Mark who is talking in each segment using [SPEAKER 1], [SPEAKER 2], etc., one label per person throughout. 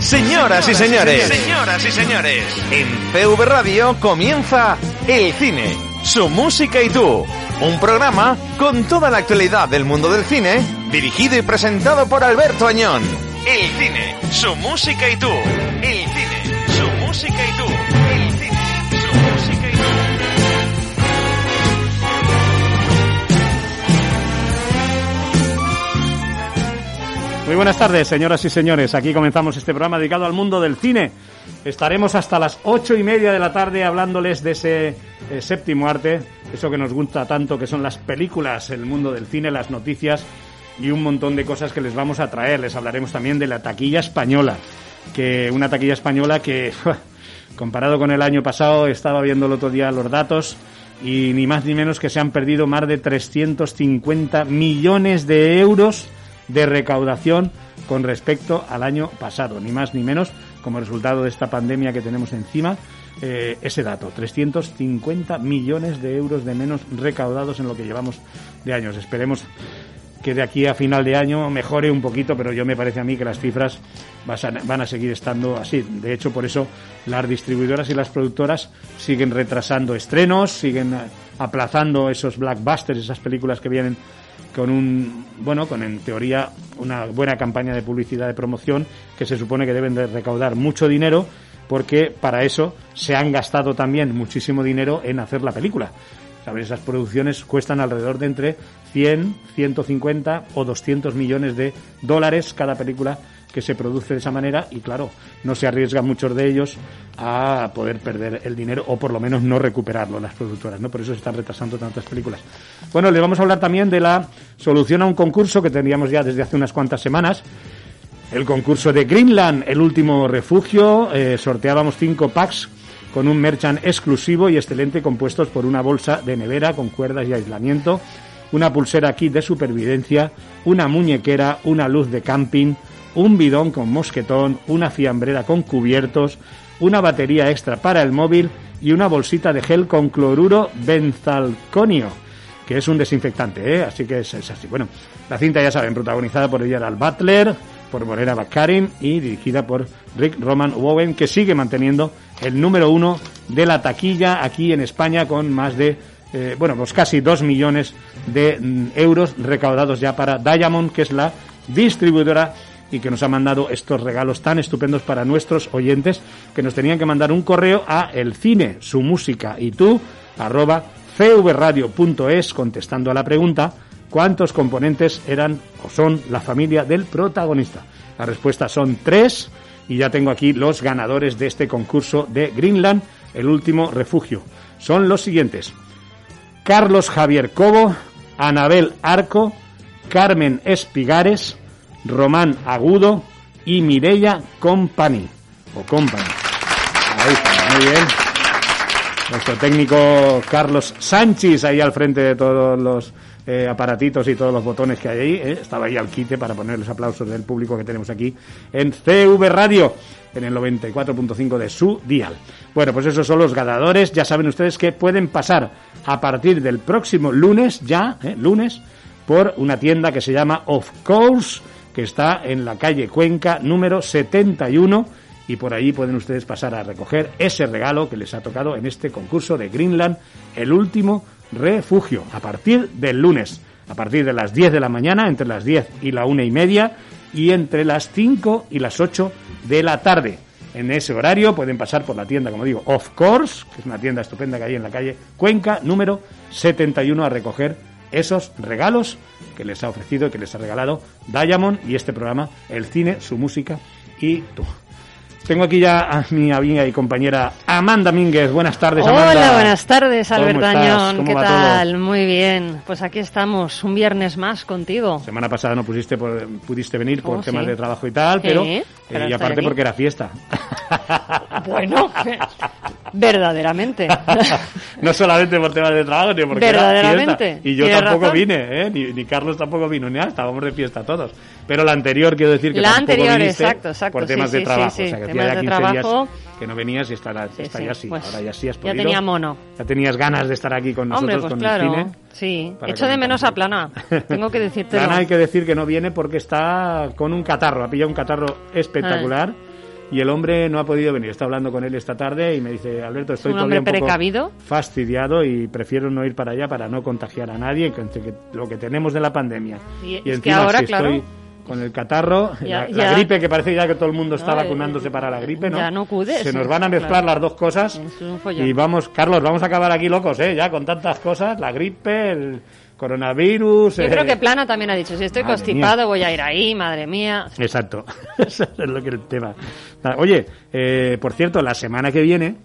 [SPEAKER 1] Señoras y señores,
[SPEAKER 2] Señoras y señores,
[SPEAKER 1] en PV Radio comienza El Cine, su música y tú. Un programa con toda la actualidad del mundo del cine, dirigido y presentado por Alberto Añón. El Cine, su música y tú. El Cine, su música y tú. El Cine, su música y tú.
[SPEAKER 3] Muy buenas tardes, señoras y señores. Aquí comenzamos este programa dedicado al mundo del cine. Estaremos hasta las ocho y media de la tarde hablándoles de ese eh, séptimo arte, eso que nos gusta tanto, que son las películas, el mundo del cine, las noticias y un montón de cosas que les vamos a traer. Les hablaremos también de la taquilla española, que una taquilla española que comparado con el año pasado, estaba viendo el otro día los datos y ni más ni menos que se han perdido más de 350 millones de euros de recaudación con respecto al año pasado, ni más ni menos como resultado de esta pandemia que tenemos encima. eh, ese dato, 350 millones de euros de menos recaudados en lo que llevamos de años. Esperemos que de aquí a final de año mejore un poquito, pero yo me parece a mí que las cifras vas a- van a seguir estando así. De hecho, por eso las distribuidoras y las productoras siguen retrasando estrenos, siguen eh, aplazando esos blackbusters, esas películas que vienen con un, bueno, con en teoría una buena campaña de publicidad de promoción que se supone que deben de recaudar mucho dinero porque para eso se han gastado también muchísimo dinero en hacer la película. ¿Sabes? Esas producciones cuestan alrededor de entre 100, 150 o 200 millones de dólares cada película que se produce de esa manera y claro, no se arriesgan muchos de ellos a poder perder el dinero o por lo menos no recuperarlo las productoras, ¿no? Por eso se están retrasando tantas películas. Bueno, le vamos a hablar también de la solución a un concurso que teníamos ya desde hace unas cuantas semanas, el concurso de Greenland, el último refugio. eh, sorteábamos cinco packs con un merchant exclusivo y excelente compuestos por una bolsa de nevera con cuerdas y aislamiento, una pulsera kit de supervivencia, una muñequera, una luz de camping, un bidón con mosquetón, una fiambrera con cubiertos, una batería extra para el móvil y una bolsita de gel con cloruro benzalconio que es un desinfectante, ¿eh? así que es, es así. Bueno, la cinta ya saben, protagonizada por Gerald Butler, por Morena Baccarin y dirigida por Rick Roman Woven, que sigue manteniendo el número uno de la taquilla aquí en España con más de, eh, bueno, pues casi dos millones de mm, euros recaudados ya para Diamond, que es la distribuidora y que nos ha mandado estos regalos tan estupendos para nuestros oyentes que nos tenían que mandar un correo a el cine, su música y tú arroba cvradio.es contestando a la pregunta cuántos componentes eran o son la familia del protagonista. La respuesta son tres y ya tengo aquí los ganadores de este concurso de Greenland, el último refugio. Son los siguientes. Carlos Javier Cobo, Anabel Arco, Carmen Espigares, Román Agudo y Mireia Company. O Company. Ahí está, muy bien. Nuestro técnico Carlos Sánchez ahí al frente de todos los eh, aparatitos y todos los botones que hay ahí. ¿eh? Estaba ahí al quite para poner los aplausos del público que tenemos aquí en CV Radio, en el 94.5 de su dial. Bueno, pues esos son los ganadores. Ya saben ustedes que pueden pasar a partir del próximo lunes, ya, ¿eh? lunes, por una tienda que se llama Of Course, que está en la calle Cuenca número 71 y por ahí pueden ustedes pasar a recoger ese regalo que les ha tocado en este concurso de Greenland, el último refugio, a partir del lunes, a partir de las 10 de la mañana, entre las 10 y la una y media y entre las 5 y las 8 de la tarde. En ese horario pueden pasar por la tienda, como digo, Of Course, que es una tienda estupenda que hay en la calle Cuenca, número 71, a recoger esos regalos que les ha ofrecido y que les ha regalado Diamond y este programa, el cine, su música y tú. Tengo aquí ya a mi amiga y compañera Amanda Mínguez. Buenas tardes, Amanda.
[SPEAKER 2] Hola, buenas tardes,
[SPEAKER 3] ¿Cómo
[SPEAKER 2] Alberto
[SPEAKER 3] estás?
[SPEAKER 2] Añón.
[SPEAKER 3] ¿Cómo
[SPEAKER 2] ¿Qué
[SPEAKER 3] va
[SPEAKER 2] tal? Muy bien. Pues aquí estamos, un viernes más contigo.
[SPEAKER 3] todo? Semana pasada no pusiste por- pudiste venir por
[SPEAKER 2] Oh,
[SPEAKER 3] temas
[SPEAKER 2] sí.
[SPEAKER 3] de trabajo y tal,
[SPEAKER 2] Sí,
[SPEAKER 3] pero,
[SPEAKER 2] pero
[SPEAKER 3] eh, y
[SPEAKER 2] estoy
[SPEAKER 3] aparte
[SPEAKER 2] aquí.
[SPEAKER 3] porque era fiesta.
[SPEAKER 2] Ah, Bueno, verdaderamente.
[SPEAKER 3] no solamente por temas de trabajo, ni porque era
[SPEAKER 2] Verdaderamente,
[SPEAKER 3] fiesta. Y yo
[SPEAKER 2] tienes
[SPEAKER 3] tampoco
[SPEAKER 2] razón.
[SPEAKER 3] vine, ¿eh? ni, ni Carlos tampoco vino, ni nada, estábamos de fiesta todos. Pero la anterior, quiero decir que
[SPEAKER 2] La
[SPEAKER 3] tampoco
[SPEAKER 2] anterior,
[SPEAKER 3] viniste
[SPEAKER 2] exacto, exacto,
[SPEAKER 3] por
[SPEAKER 2] sí,
[SPEAKER 3] temas de
[SPEAKER 2] sí, sí,
[SPEAKER 3] trabajo.
[SPEAKER 2] sí,
[SPEAKER 3] O sea, que hacía
[SPEAKER 2] temas
[SPEAKER 3] ya
[SPEAKER 2] de
[SPEAKER 3] 15 días
[SPEAKER 2] trabajo.
[SPEAKER 3] que no venías y está,
[SPEAKER 2] Sí,
[SPEAKER 3] está
[SPEAKER 2] sí,
[SPEAKER 3] ya sí,
[SPEAKER 2] pues,
[SPEAKER 3] ahora ya sí has
[SPEAKER 2] ya
[SPEAKER 3] podido.
[SPEAKER 2] tenía mono.
[SPEAKER 3] Ya tenías ganas de estar aquí con
[SPEAKER 2] Hombre,
[SPEAKER 3] nosotros,
[SPEAKER 2] pues
[SPEAKER 3] con
[SPEAKER 2] claro.
[SPEAKER 3] el cine.
[SPEAKER 2] Sí,
[SPEAKER 3] para
[SPEAKER 2] echo de
[SPEAKER 3] comentar.
[SPEAKER 2] menos a Plana. Tengo que decírtelo.
[SPEAKER 3] Plana hay que decir que no viene porque está con un catarro, ha pillado un catarro espectacular y el hombre no ha podido venir. Está hablando con él esta tarde y me dice, Alberto, estoy
[SPEAKER 2] un
[SPEAKER 3] todavía
[SPEAKER 2] hombre
[SPEAKER 3] poco
[SPEAKER 2] precavido.
[SPEAKER 3] fastidiado y prefiero no ir para allá para no contagiar a nadie que entre que- lo que tenemos de la pandemia.
[SPEAKER 2] Y- es que
[SPEAKER 3] encima,
[SPEAKER 2] ahora,
[SPEAKER 3] si
[SPEAKER 2] claro.
[SPEAKER 3] estoy con el catarro,
[SPEAKER 2] Ya-
[SPEAKER 3] la, la
[SPEAKER 2] ya-
[SPEAKER 3] gripe que parece ya que todo el mundo está
[SPEAKER 2] No, eh,
[SPEAKER 3] vacunándose para la gripe, ¿no?
[SPEAKER 2] ya no acudes,
[SPEAKER 3] Se nos
[SPEAKER 2] eh,
[SPEAKER 3] van a mezclar
[SPEAKER 2] claro.
[SPEAKER 3] las dos cosas
[SPEAKER 2] Es un follón.
[SPEAKER 3] y vamos, Carlos, vamos a acabar aquí locos, ¿eh? Ya con tantas cosas, la gripe, el coronavirus...
[SPEAKER 2] Yo
[SPEAKER 3] eh,
[SPEAKER 2] creo que Plana también ha dicho, si estoy
[SPEAKER 3] Madre
[SPEAKER 2] constipado
[SPEAKER 3] mía.
[SPEAKER 2] voy a ir ahí, madre mía.
[SPEAKER 3] Exacto, eso es lo que es el tema. Nada, Oye, eh, por cierto, la semana que viene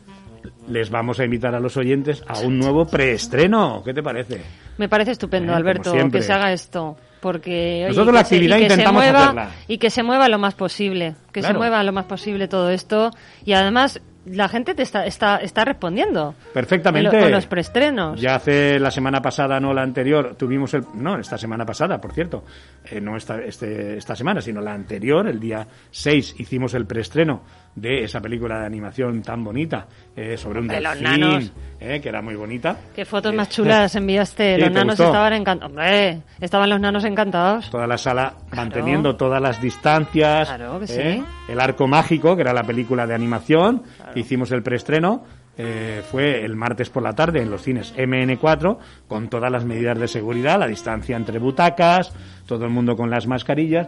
[SPEAKER 3] les vamos a invitar a los oyentes a un nuevo preestreno. ¿Qué te parece?
[SPEAKER 2] Me parece estupendo,
[SPEAKER 3] Eh, como
[SPEAKER 2] Alberto,
[SPEAKER 3] siempre.
[SPEAKER 2] que se haga esto. Porque oye, y
[SPEAKER 3] Nosotros la
[SPEAKER 2] que se-
[SPEAKER 3] actividad
[SPEAKER 2] y que se
[SPEAKER 3] intentamos
[SPEAKER 2] mueva-
[SPEAKER 3] hacerla.
[SPEAKER 2] Y que se mueva lo más posible, que se
[SPEAKER 3] Claro.
[SPEAKER 2] mueva lo más posible todo esto. Y además, la gente te está, está, está respondiendo.
[SPEAKER 3] Perfectamente.
[SPEAKER 2] Con los preestrenos.
[SPEAKER 3] Ya hace la semana pasada, no la anterior, tuvimos el. No, esta semana pasada, por cierto. Eh, no esta, este- esta semana, sino la anterior, el día 6, hicimos el preestreno de esa película de animación tan bonita eh, sobre un
[SPEAKER 2] De los
[SPEAKER 3] delfín,
[SPEAKER 2] nanos.
[SPEAKER 3] eh, que era muy bonita.
[SPEAKER 2] Qué fotos
[SPEAKER 3] Eh,
[SPEAKER 2] más chulas enviaste.
[SPEAKER 3] Sí,
[SPEAKER 2] Los
[SPEAKER 3] ¿te
[SPEAKER 2] nanos
[SPEAKER 3] gustó?
[SPEAKER 2] estaban encantados. Hombre, estaban los nanos encantados.
[SPEAKER 3] toda la sala manteniendo todas las distancias. ¿eh?
[SPEAKER 2] Claro que sí.
[SPEAKER 3] El arco mágico, que era la película de animación, que hicimos el preestreno. eh, fue el martes por la tarde en los cines MN4 con todas las medidas de seguridad, la distancia entre butacas, todo el mundo con las mascarillas.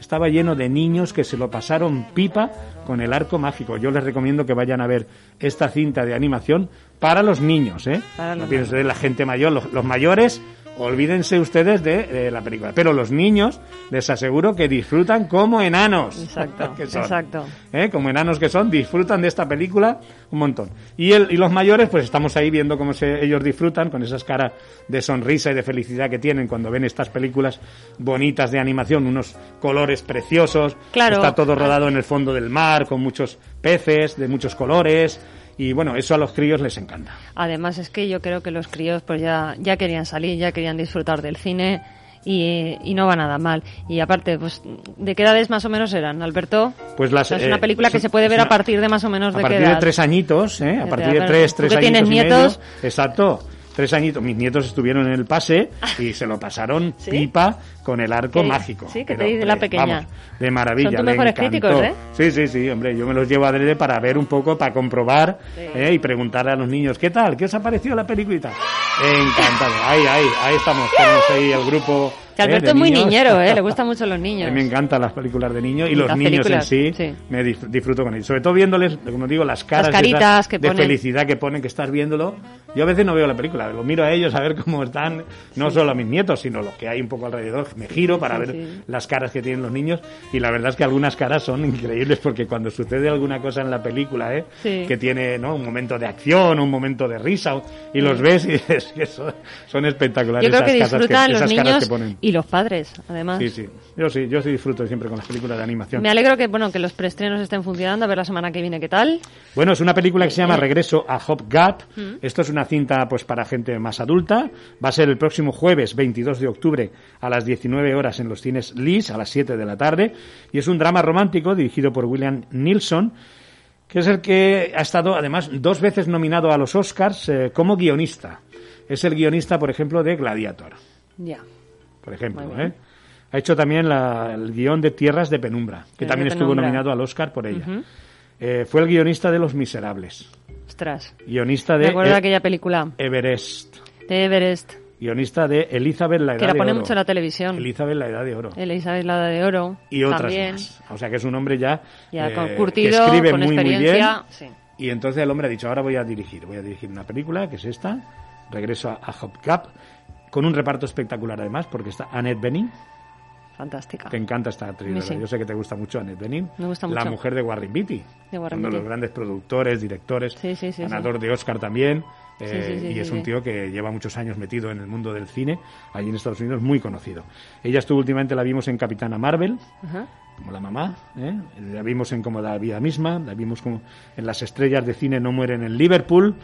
[SPEAKER 3] Estaba lleno de niños que se lo pasaron pipa con el arco mágico. Yo les recomiendo que vayan a ver esta cinta de animación para los niños. ¿eh?
[SPEAKER 2] Para los
[SPEAKER 3] No piensen ustedes, la gente mayor, los, los mayores, olvídense ustedes de, eh, la película. Pero los niños, les aseguro que disfrutan como enanos.
[SPEAKER 2] Exacto,
[SPEAKER 3] que son.
[SPEAKER 2] exacto.
[SPEAKER 3] ¿Eh? Como enanos que son, disfrutan de esta película un montón. Y, el, y los mayores, pues estamos ahí viendo cómo se- ellos disfrutan con esas caras de sonrisa y de felicidad que tienen cuando ven estas películas bonitas de animación, unos colores preciosos.
[SPEAKER 2] Claro.
[SPEAKER 3] Está todo rodado en el fondo del mar, con muchos peces de muchos colores. Y bueno, eso a los críos les encanta.
[SPEAKER 2] Además es que yo creo que los críos pues ya, ya querían salir, ya querían disfrutar del cine y, eh, y no va nada mal. Y aparte, pues ¿de qué edades más o menos eran, Alberto?
[SPEAKER 3] Pues
[SPEAKER 2] O
[SPEAKER 3] las,
[SPEAKER 2] sea, es
[SPEAKER 3] eh,
[SPEAKER 2] una película que
[SPEAKER 3] es-
[SPEAKER 2] se puede
[SPEAKER 3] es
[SPEAKER 2] ver
[SPEAKER 3] una-
[SPEAKER 2] a partir de más o menos
[SPEAKER 3] a
[SPEAKER 2] de qué
[SPEAKER 3] partir
[SPEAKER 2] edad.
[SPEAKER 3] de tres añitos, ¿eh? a
[SPEAKER 2] Desde
[SPEAKER 3] partir de
[SPEAKER 2] la-
[SPEAKER 3] tres,
[SPEAKER 2] ¿Tú
[SPEAKER 3] tres
[SPEAKER 2] que
[SPEAKER 3] añitos
[SPEAKER 2] tienes
[SPEAKER 3] y
[SPEAKER 2] nietos?
[SPEAKER 3] medio. Exacto, tres añitos. Mis nietos estuvieron en el pase y se lo pasaron
[SPEAKER 2] ¿Sí?
[SPEAKER 3] pipa con el arco
[SPEAKER 2] ¿Qué?
[SPEAKER 3] mágico.
[SPEAKER 2] Sí, que te
[SPEAKER 3] Pero,
[SPEAKER 2] dice la
[SPEAKER 3] hombre,
[SPEAKER 2] pequeña.
[SPEAKER 3] vamos, de maravilla.
[SPEAKER 2] Son tus
[SPEAKER 3] le
[SPEAKER 2] mejores
[SPEAKER 3] encantó.
[SPEAKER 2] críticos, ¿eh?
[SPEAKER 3] Sí, sí, sí, hombre, yo me los llevo adrede para ver un poco, para comprobar ¿eh? y preguntarle a los niños, ¿qué tal? ¿Qué os ha parecido la peliculita? Encantado. Ahí, ahí, ahí estamos. Tenemos ahí el grupo.
[SPEAKER 2] Que
[SPEAKER 3] ¿eh?
[SPEAKER 2] Alberto
[SPEAKER 3] de
[SPEAKER 2] es muy
[SPEAKER 3] niños.
[SPEAKER 2] niñero, ¿eh? le gustan mucho los niños.
[SPEAKER 3] A mí me encantan las películas de niños y
[SPEAKER 2] Las
[SPEAKER 3] los niños en
[SPEAKER 2] películas,
[SPEAKER 3] sí,
[SPEAKER 2] sí.
[SPEAKER 3] me dis- disfruto con ellos. Sobre todo viéndoles, como digo, las caras
[SPEAKER 2] Las caritas
[SPEAKER 3] esas
[SPEAKER 2] que
[SPEAKER 3] de
[SPEAKER 2] ponen.
[SPEAKER 3] felicidad que ponen, que estás viéndolo. Yo a veces no veo la película, lo miro a ellos a ver cómo están, no solo a mis nietos, sino los que hay un poco alrededor. Me giro para
[SPEAKER 2] Sí,
[SPEAKER 3] ver
[SPEAKER 2] sí.
[SPEAKER 3] las caras que tienen los niños y la verdad es que algunas caras son increíbles porque cuando sucede alguna cosa en la película, ¿eh?
[SPEAKER 2] Sí.
[SPEAKER 3] que tiene ¿no? un momento de acción, un momento de risa, y los ves y dices que son, son espectaculares
[SPEAKER 2] yo creo que
[SPEAKER 3] esas, caras
[SPEAKER 2] disfrutan los
[SPEAKER 3] esas caras
[SPEAKER 2] niños
[SPEAKER 3] que ponen.
[SPEAKER 2] y los padres, además.
[SPEAKER 3] Sí, sí. Yo sí, yo sí disfruto siempre con las películas de animación.
[SPEAKER 2] Me alegro que bueno que los preestrenos estén funcionando, a ver la semana que viene qué tal.
[SPEAKER 3] Bueno, es una película que se llama Regreso a Hop Gap.
[SPEAKER 2] Mm.
[SPEAKER 3] Esto es una cinta pues para gente más adulta. Va a ser el próximo jueves 22 de octubre a las 19 horas en los cines Lis a las 7 de la tarde y es un drama romántico dirigido por William Nilsson que es el que ha estado además dos veces nominado a los Oscars eh, como guionista. Es el guionista, por ejemplo, de Gladiator.
[SPEAKER 2] Ya.
[SPEAKER 3] por ejemplo.
[SPEAKER 2] Muy bien.
[SPEAKER 3] ¿eh? Ha hecho también la- el guión de Tierras de Penumbra, que
[SPEAKER 2] Tierras
[SPEAKER 3] también
[SPEAKER 2] de
[SPEAKER 3] estuvo
[SPEAKER 2] Penumbra.
[SPEAKER 3] nominado al Oscar por ella.
[SPEAKER 2] Ujú.
[SPEAKER 3] Eh, fue el guionista de Los Miserables,
[SPEAKER 2] Ostras.
[SPEAKER 3] guionista
[SPEAKER 2] Me
[SPEAKER 3] de
[SPEAKER 2] acuerdo de
[SPEAKER 3] E-
[SPEAKER 2] aquella película
[SPEAKER 3] Everest,
[SPEAKER 2] de Everest,
[SPEAKER 3] guionista de Elizabeth la Edad
[SPEAKER 2] que la
[SPEAKER 3] de
[SPEAKER 2] pone
[SPEAKER 3] Oro.
[SPEAKER 2] mucho en la televisión.
[SPEAKER 3] Elizabeth la Edad de Oro.
[SPEAKER 2] Elizabeth Lada de Oro.
[SPEAKER 3] Y otras
[SPEAKER 2] también.
[SPEAKER 3] más. O sea que es un hombre ya,
[SPEAKER 2] Ya
[SPEAKER 3] eh,
[SPEAKER 2] con-
[SPEAKER 3] que
[SPEAKER 2] curtido,
[SPEAKER 3] escribe
[SPEAKER 2] con
[SPEAKER 3] muy, muy bien.
[SPEAKER 2] experiencia. sí.
[SPEAKER 3] Y entonces el hombre ha dicho, ahora voy a dirigir, voy a dirigir una película, que es esta, regreso a, a Hop Gap, con un reparto espectacular además, porque está Annette Bening,
[SPEAKER 2] fantástica.
[SPEAKER 3] Te encanta esta actriz,
[SPEAKER 2] Me
[SPEAKER 3] ¿verdad?
[SPEAKER 2] sí.
[SPEAKER 3] Yo sé que te gusta mucho Annette Bening.
[SPEAKER 2] Me gusta
[SPEAKER 3] La
[SPEAKER 2] mucho.
[SPEAKER 3] mujer de Warren Beatty.
[SPEAKER 2] De Warren
[SPEAKER 3] uno de los
[SPEAKER 2] Beatty.
[SPEAKER 3] grandes productores, directores,
[SPEAKER 2] Sí, sí, sí,
[SPEAKER 3] ganador de Oscar también. eh,
[SPEAKER 2] sí, sí,
[SPEAKER 3] y
[SPEAKER 2] sí,
[SPEAKER 3] es
[SPEAKER 2] sí.
[SPEAKER 3] un tío que lleva muchos años metido en el mundo del cine, allí en Estados Unidos, muy conocido. Ella estuvo últimamente, la vimos en Capitana Marvel,
[SPEAKER 2] Ajá.
[SPEAKER 3] como la mamá, ¿eh? la vimos en como la vida misma, la vimos como en las estrellas de cine no mueren en Liverpool,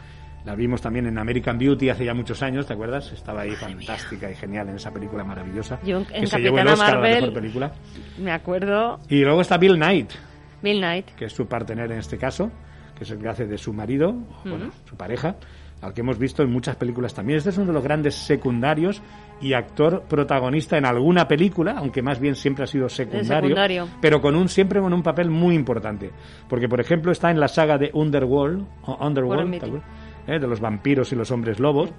[SPEAKER 3] la vimos también en American Beauty hace ya muchos años, ¿te acuerdas? Estaba ahí fantástica y genial en esa película maravillosa
[SPEAKER 2] Yo en-
[SPEAKER 3] que
[SPEAKER 2] en
[SPEAKER 3] se llevó el
[SPEAKER 2] Capitana
[SPEAKER 3] Oscar a la
[SPEAKER 2] Marvel-
[SPEAKER 3] mejor película.
[SPEAKER 2] Me acuerdo,
[SPEAKER 3] Y luego está Bill Knight,
[SPEAKER 2] Bill Knight.
[SPEAKER 3] que es su partener en este caso, que es el que hace de su marido, bueno, su pareja, al que hemos visto en muchas películas también. Este es uno de los grandes secundarios y actor protagonista en alguna película, aunque más bien siempre ha sido secundario,
[SPEAKER 2] secundario.
[SPEAKER 3] pero con un siempre con un papel muy importante, porque por ejemplo está en la saga de Underworld, o Underworld,
[SPEAKER 2] Warren
[SPEAKER 3] ¿te
[SPEAKER 2] Beatty.
[SPEAKER 3] acuerdas? ¿Eh? de los vampiros y los hombres lobos.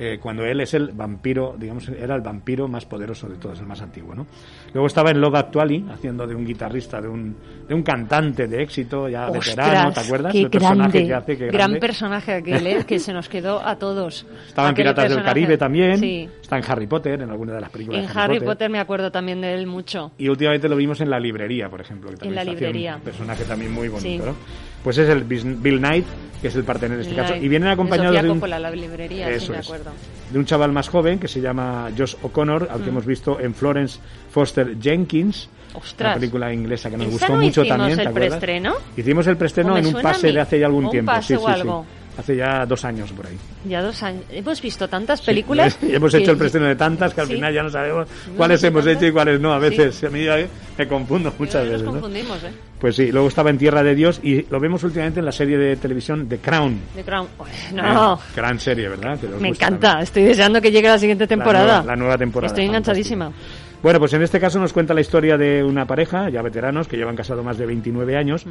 [SPEAKER 3] eh, cuando él es el vampiro, digamos, era el vampiro más poderoso de todos, el más antiguo, ¿no? Luego estaba en Love Actually, haciendo de un guitarrista, de un, de un cantante de éxito, ya veterano, ¿te acuerdas?
[SPEAKER 2] qué
[SPEAKER 3] El personaje
[SPEAKER 2] grande,
[SPEAKER 3] que hace, qué
[SPEAKER 2] gran
[SPEAKER 3] grande.
[SPEAKER 2] personaje aquel, ¿eh? que se nos quedó a todos.
[SPEAKER 3] Estaba en
[SPEAKER 2] Aquel
[SPEAKER 3] Piratas del
[SPEAKER 2] personaje.
[SPEAKER 3] Caribe también,
[SPEAKER 2] Sí.
[SPEAKER 3] está en Harry Potter, en alguna de las películas
[SPEAKER 2] En
[SPEAKER 3] de
[SPEAKER 2] Harry Potter me acuerdo también de él mucho.
[SPEAKER 3] Y últimamente lo vimos en la librería, por ejemplo. Que también
[SPEAKER 2] la
[SPEAKER 3] está haciendo
[SPEAKER 2] librería.
[SPEAKER 3] Un personaje también muy bonito,
[SPEAKER 2] Sí.
[SPEAKER 3] ¿no? Pues es el Bis- Bill Knight, que es el partener en este
[SPEAKER 2] Bill
[SPEAKER 3] caso.
[SPEAKER 2] Knight.
[SPEAKER 3] Y vienen
[SPEAKER 2] De
[SPEAKER 3] acompañados
[SPEAKER 2] Sofía
[SPEAKER 3] de un,
[SPEAKER 2] Coppola, la librería, sí,
[SPEAKER 3] Eso
[SPEAKER 2] me
[SPEAKER 3] es.
[SPEAKER 2] acuerdo.
[SPEAKER 3] de un chaval más joven que se llama Josh O'Connor,
[SPEAKER 2] Mm.
[SPEAKER 3] al que hemos visto en Florence Foster Jenkins.
[SPEAKER 2] Ostras.
[SPEAKER 3] Una película inglesa que nos
[SPEAKER 2] ¿Esa
[SPEAKER 3] gustó
[SPEAKER 2] no
[SPEAKER 3] mucho
[SPEAKER 2] hicimos
[SPEAKER 3] también. ¿te
[SPEAKER 2] el
[SPEAKER 3] acuerdas?
[SPEAKER 2] preestreno?
[SPEAKER 3] Hicimos el
[SPEAKER 2] ¿O
[SPEAKER 3] preestreno
[SPEAKER 2] me
[SPEAKER 3] en un
[SPEAKER 2] suena a
[SPEAKER 3] pase
[SPEAKER 2] mí?
[SPEAKER 3] de hace ya algún
[SPEAKER 2] ¿O un
[SPEAKER 3] tiempo.
[SPEAKER 2] pase
[SPEAKER 3] sí,
[SPEAKER 2] o
[SPEAKER 3] sí,
[SPEAKER 2] algo?
[SPEAKER 3] sí. Hace ya dos años por ahí.
[SPEAKER 2] Ya dos años. Hemos visto tantas películas.
[SPEAKER 3] Sí, hemos hecho
[SPEAKER 2] que-
[SPEAKER 3] el preestreno de tantas que al
[SPEAKER 2] Sí.
[SPEAKER 3] final ya no sabemos
[SPEAKER 2] No
[SPEAKER 3] cuáles
[SPEAKER 2] sé
[SPEAKER 3] hemos
[SPEAKER 2] tantas.
[SPEAKER 3] hecho y cuáles no. A
[SPEAKER 2] Sí.
[SPEAKER 3] veces a mí ya me confundo muchas
[SPEAKER 2] Nos
[SPEAKER 3] veces. ¿no?
[SPEAKER 2] confundimos, ¿eh?
[SPEAKER 3] Pues sí, luego estaba en Tierra de Dios y lo vemos últimamente en la serie de televisión The Crown.
[SPEAKER 2] The Crown. Uy, No,
[SPEAKER 3] Eh, gran serie, ¿verdad? Que os
[SPEAKER 2] me
[SPEAKER 3] gusta
[SPEAKER 2] encanta.
[SPEAKER 3] también.
[SPEAKER 2] Estoy deseando que llegue la siguiente temporada.
[SPEAKER 3] Pues La nueva, la nueva temporada.
[SPEAKER 2] Estoy enganchadísima.
[SPEAKER 3] Fantástico. Bueno, pues en este caso nos cuenta la historia de una pareja, ya veteranos, que llevan casado más de 29 años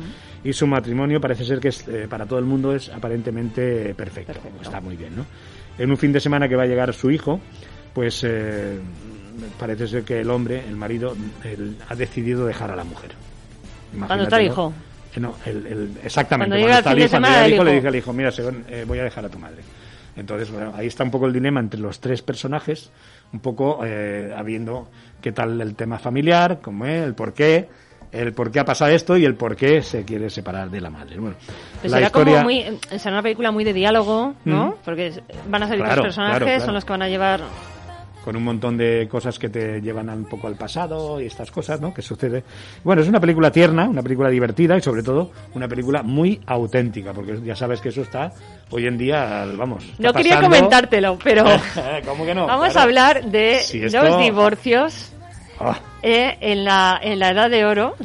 [SPEAKER 3] y su matrimonio parece ser que es, eh, para todo el mundo es aparentemente perfecto.
[SPEAKER 2] Perfecto.
[SPEAKER 3] Está muy bien, ¿no? En un fin de semana que va a llegar su hijo, pues eh, parece ser que el hombre, el marido, él ha decidido dejar a la mujer.
[SPEAKER 2] Cuando está el
[SPEAKER 3] ¿no?
[SPEAKER 2] hijo.
[SPEAKER 3] Eh, No, el- el- exactamente.
[SPEAKER 2] Cuando llega
[SPEAKER 3] está
[SPEAKER 2] el fin de
[SPEAKER 3] cuando
[SPEAKER 2] semana,
[SPEAKER 3] llega el
[SPEAKER 2] el
[SPEAKER 3] hijo, le
[SPEAKER 2] hijo.
[SPEAKER 3] dice al hijo, mira, Segón, eh, voy a dejar a tu madre. Entonces, bueno, ahí está un poco el dilema entre los tres personajes, un poco eh, habiendo qué tal el tema familiar, cómo es, el por qué, el por qué ha pasado esto y el por qué se quiere separar de la madre. Bueno,
[SPEAKER 2] Pues
[SPEAKER 3] la
[SPEAKER 2] será
[SPEAKER 3] historia...
[SPEAKER 2] como muy. eh, Será una película muy de diálogo, ¿no?
[SPEAKER 3] Mm.
[SPEAKER 2] Porque es- van a salir
[SPEAKER 3] Claro,
[SPEAKER 2] los personajes,
[SPEAKER 3] claro, claro.
[SPEAKER 2] son los que van a llevar.
[SPEAKER 3] con un montón de cosas que te llevan un poco al pasado y estas cosas, ¿no? Que sucede. Bueno, es una película tierna, una película divertida y sobre todo una película muy auténtica, porque ya sabes que eso está hoy en día, vamos. está
[SPEAKER 2] No quería
[SPEAKER 3] pasando.
[SPEAKER 2] comentártelo, pero.
[SPEAKER 3] ¿Cómo que no?
[SPEAKER 2] Vamos
[SPEAKER 3] Claro.
[SPEAKER 2] a hablar de
[SPEAKER 3] Si esto-
[SPEAKER 2] los divorcios
[SPEAKER 3] Ah,
[SPEAKER 2] eh, en, la, en la Edad de Oro.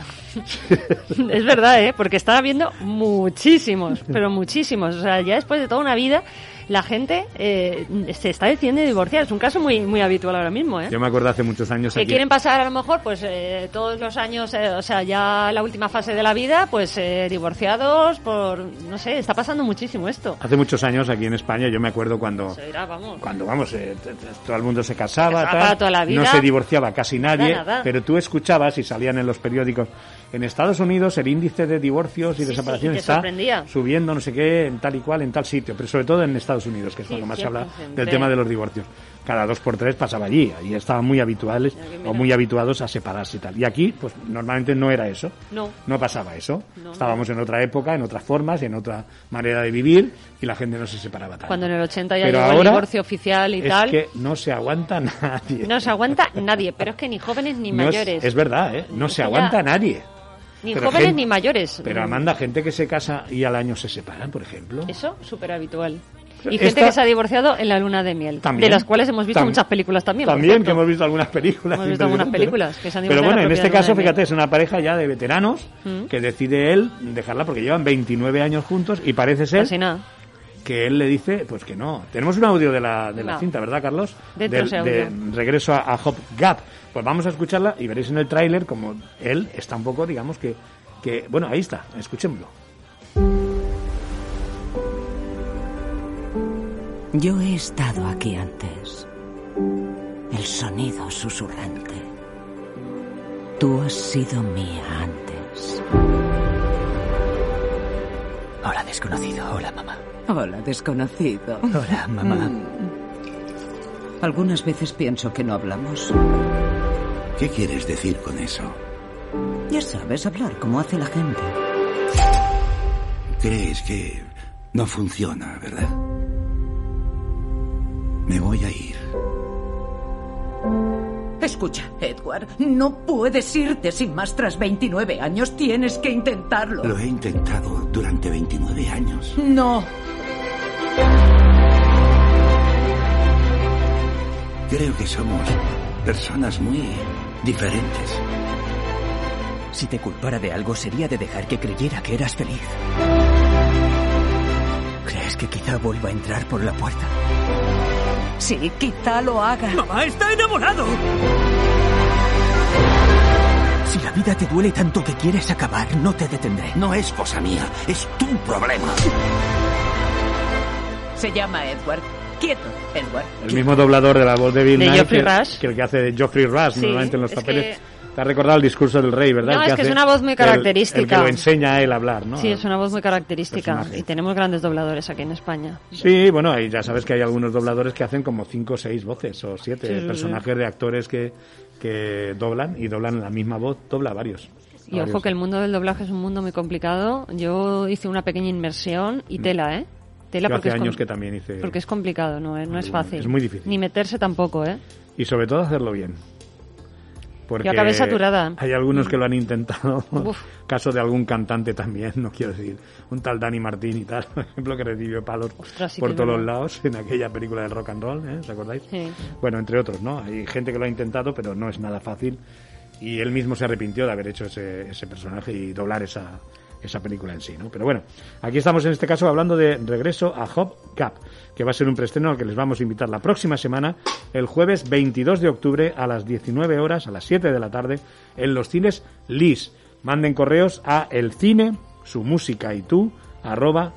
[SPEAKER 2] es verdad, ¿eh? Porque están habiendo muchísimos, pero muchísimos. O sea, ya después de toda una vida, la gente eh, se está decidiendo divorciar. Es un caso muy, muy habitual ahora mismo, ¿eh?
[SPEAKER 3] yo me acuerdo hace muchos años
[SPEAKER 2] que
[SPEAKER 3] aquí-
[SPEAKER 2] quieren pasar a lo mejor pues eh, todos los años eh, o sea ya la última fase de la vida pues eh, divorciados por no sé está pasando muchísimo esto
[SPEAKER 3] hace muchos años aquí en España, yo me acuerdo cuando
[SPEAKER 2] O sea, era, vamos
[SPEAKER 3] cuando vamos, eh, t- t- todo el mundo se casaba,
[SPEAKER 2] Casaba
[SPEAKER 3] tal,
[SPEAKER 2] para toda la vida.
[SPEAKER 3] no se divorciaba casi nadie,
[SPEAKER 2] Nada, nada.
[SPEAKER 3] pero tú escuchabas y salían en los periódicos. En Estados Unidos el índice de divorcios y
[SPEAKER 2] Sí,
[SPEAKER 3] desapariciones
[SPEAKER 2] sí, te
[SPEAKER 3] está
[SPEAKER 2] sorprendía.
[SPEAKER 3] subiendo, no sé qué, en tal y cual, en tal sitio, pero sobre todo en Estados Unidos, que es
[SPEAKER 2] Sí,
[SPEAKER 3] cuando más se
[SPEAKER 2] cierto,
[SPEAKER 3] habla del
[SPEAKER 2] siempre.
[SPEAKER 3] tema de los divorcios. Cada dos por tres pasaba allí, allí estaban muy habituales
[SPEAKER 2] Aquí,
[SPEAKER 3] o
[SPEAKER 2] mira.
[SPEAKER 3] muy habituados a separarse y tal. Y aquí, pues normalmente no era eso.
[SPEAKER 2] No.
[SPEAKER 3] No pasaba eso.
[SPEAKER 2] No,
[SPEAKER 3] Estábamos en otra época, en otras formas, y en otra manera de vivir, y la gente no se separaba tanto.
[SPEAKER 2] cuando en el 80 ya
[SPEAKER 3] Pero
[SPEAKER 2] llegó el
[SPEAKER 3] ahora
[SPEAKER 2] divorcio oficial y
[SPEAKER 3] es
[SPEAKER 2] tal
[SPEAKER 3] que no se aguanta nadie.
[SPEAKER 2] no se aguanta nadie pero es que ni jóvenes ni
[SPEAKER 3] No es-
[SPEAKER 2] mayores
[SPEAKER 3] Es, verdad, ¿eh? No se
[SPEAKER 2] Ya.
[SPEAKER 3] aguanta nadie.
[SPEAKER 2] ni
[SPEAKER 3] pero
[SPEAKER 2] jóvenes
[SPEAKER 3] gen-
[SPEAKER 2] ni mayores
[SPEAKER 3] Pero Amanda, gente que se casa y al año se separan, por ejemplo.
[SPEAKER 2] eso súper habitual
[SPEAKER 3] Pero
[SPEAKER 2] y gente
[SPEAKER 3] esta-
[SPEAKER 2] que se ha divorciado en la luna de miel
[SPEAKER 3] También.
[SPEAKER 2] de las cuales hemos visto
[SPEAKER 3] Tam-
[SPEAKER 2] muchas películas también por
[SPEAKER 3] También,
[SPEAKER 2] cierto.
[SPEAKER 3] que hemos visto algunas películas.
[SPEAKER 2] Hemos visto algunas
[SPEAKER 3] interesantes, ¿no?
[SPEAKER 2] películas que se han
[SPEAKER 3] Pero
[SPEAKER 2] dibujado en
[SPEAKER 3] bueno,
[SPEAKER 2] la
[SPEAKER 3] en
[SPEAKER 2] propia
[SPEAKER 3] este
[SPEAKER 2] luna
[SPEAKER 3] caso,
[SPEAKER 2] de miel.
[SPEAKER 3] fíjate, es una pareja ya de veteranos
[SPEAKER 2] Mm.
[SPEAKER 3] que decide él dejarla porque llevan 29 años juntos y parece ser
[SPEAKER 2] Casi Pues nada
[SPEAKER 3] que él le dice pues que no. Tenemos un audio de la, de la
[SPEAKER 2] No.
[SPEAKER 3] cinta, ¿verdad, Carlos?
[SPEAKER 2] Dentro
[SPEAKER 3] Del-
[SPEAKER 2] ese
[SPEAKER 3] de,
[SPEAKER 2] audio.
[SPEAKER 3] regreso a, a Hop Gap. Pues vamos a escucharla y veréis en el tráiler como él está un poco, digamos que, que... Bueno, ahí está, escuchémoslo.
[SPEAKER 4] Yo he estado aquí antes. El sonido susurrante. Tú has sido mía antes.
[SPEAKER 5] Hola, desconocido. Hola, mamá.
[SPEAKER 4] Hola, desconocido. Mm.
[SPEAKER 5] Hola, mamá.
[SPEAKER 4] Algunas veces pienso que no hablamos.
[SPEAKER 6] ¿Qué quieres decir con eso?
[SPEAKER 4] Ya sabes hablar como hace la gente.
[SPEAKER 6] Crees que no funciona, ¿verdad? Me voy a ir.
[SPEAKER 4] Escucha, Edward, no puedes irte sin más tras 29 años. Tienes que intentarlo.
[SPEAKER 6] Lo he intentado durante 29 años.
[SPEAKER 4] No.
[SPEAKER 6] Creo que somos personas muy diferentes.
[SPEAKER 5] Si te culpara de algo sería de dejar que creyera que eras feliz. ¿Crees que quizá vuelva a entrar por la puerta?
[SPEAKER 4] Sí, quizá lo haga.
[SPEAKER 5] ¡Mamá, está enamorado! Si la vida te duele tanto que quieres acabar, no te detendré.
[SPEAKER 6] No es cosa mía, es tu problema.
[SPEAKER 4] Se llama Edward. Quieto, Edward.
[SPEAKER 3] El mismo doblador de la voz de Bill
[SPEAKER 2] De
[SPEAKER 3] Nye
[SPEAKER 2] Geoffrey
[SPEAKER 3] que,
[SPEAKER 2] Rush.
[SPEAKER 3] que el que hace de Geoffrey Rush
[SPEAKER 2] Sí,
[SPEAKER 3] normalmente en los
[SPEAKER 2] es
[SPEAKER 3] papeles.
[SPEAKER 2] que-
[SPEAKER 3] Te ha recordado el discurso del rey, ¿verdad?
[SPEAKER 2] No,
[SPEAKER 3] El
[SPEAKER 2] es que es
[SPEAKER 3] hace-
[SPEAKER 2] una voz muy
[SPEAKER 3] el- el
[SPEAKER 2] característica.
[SPEAKER 3] que lo enseña a él a hablar, ¿no?
[SPEAKER 2] Sí, es una voz muy característica
[SPEAKER 3] personaje.
[SPEAKER 2] y tenemos grandes dobladores aquí en España.
[SPEAKER 3] Sí, bueno, y ya sabes que hay algunos dobladores que hacen como cinco o seis voces o siete
[SPEAKER 2] Sí, sí, sí.
[SPEAKER 3] personajes de actores que, que doblan y doblan la misma voz, dobla varios.
[SPEAKER 2] Y ojo
[SPEAKER 3] Varios.
[SPEAKER 2] que el mundo del doblaje es un mundo muy complicado. Yo hice una pequeña inmersión y tela, ¿eh? Tela
[SPEAKER 3] Mm. Yo
[SPEAKER 2] porque
[SPEAKER 3] hace
[SPEAKER 2] es com-
[SPEAKER 3] años que también hice...
[SPEAKER 2] porque es complicado, no, ¿eh? no es
[SPEAKER 3] Bueno,
[SPEAKER 2] fácil.
[SPEAKER 3] es muy difícil.
[SPEAKER 2] Ni meterse tampoco, ¿eh?
[SPEAKER 3] Y sobre todo hacerlo bien. Porque
[SPEAKER 2] Yo acabé saturada.
[SPEAKER 3] Hay algunos que lo han intentado.
[SPEAKER 2] Uf.
[SPEAKER 3] Caso de algún cantante también, no quiero decir. Un tal Dani Martín y tal, por ejemplo, que recibió palos
[SPEAKER 2] Ostras, sí
[SPEAKER 3] por
[SPEAKER 2] que es
[SPEAKER 3] todos los
[SPEAKER 2] verdad.
[SPEAKER 3] lados en aquella película del rock and roll, ¿eh? ¿os acordáis?
[SPEAKER 2] Sí.
[SPEAKER 3] Bueno, entre otros, ¿no? Hay gente que lo ha intentado, pero no es nada fácil. Y él mismo se arrepintió de haber hecho ese, ese personaje y doblar esa, esa película en sí, ¿no? Pero bueno, aquí estamos en este caso hablando de Regreso a Hop Cup, que va a ser un preestreno al que les vamos a invitar la próxima semana, el jueves 22 de octubre a las 19 horas, a las 7 de la tarde, en los cines LIS. Manden correos a el cine, su música y tú, arroba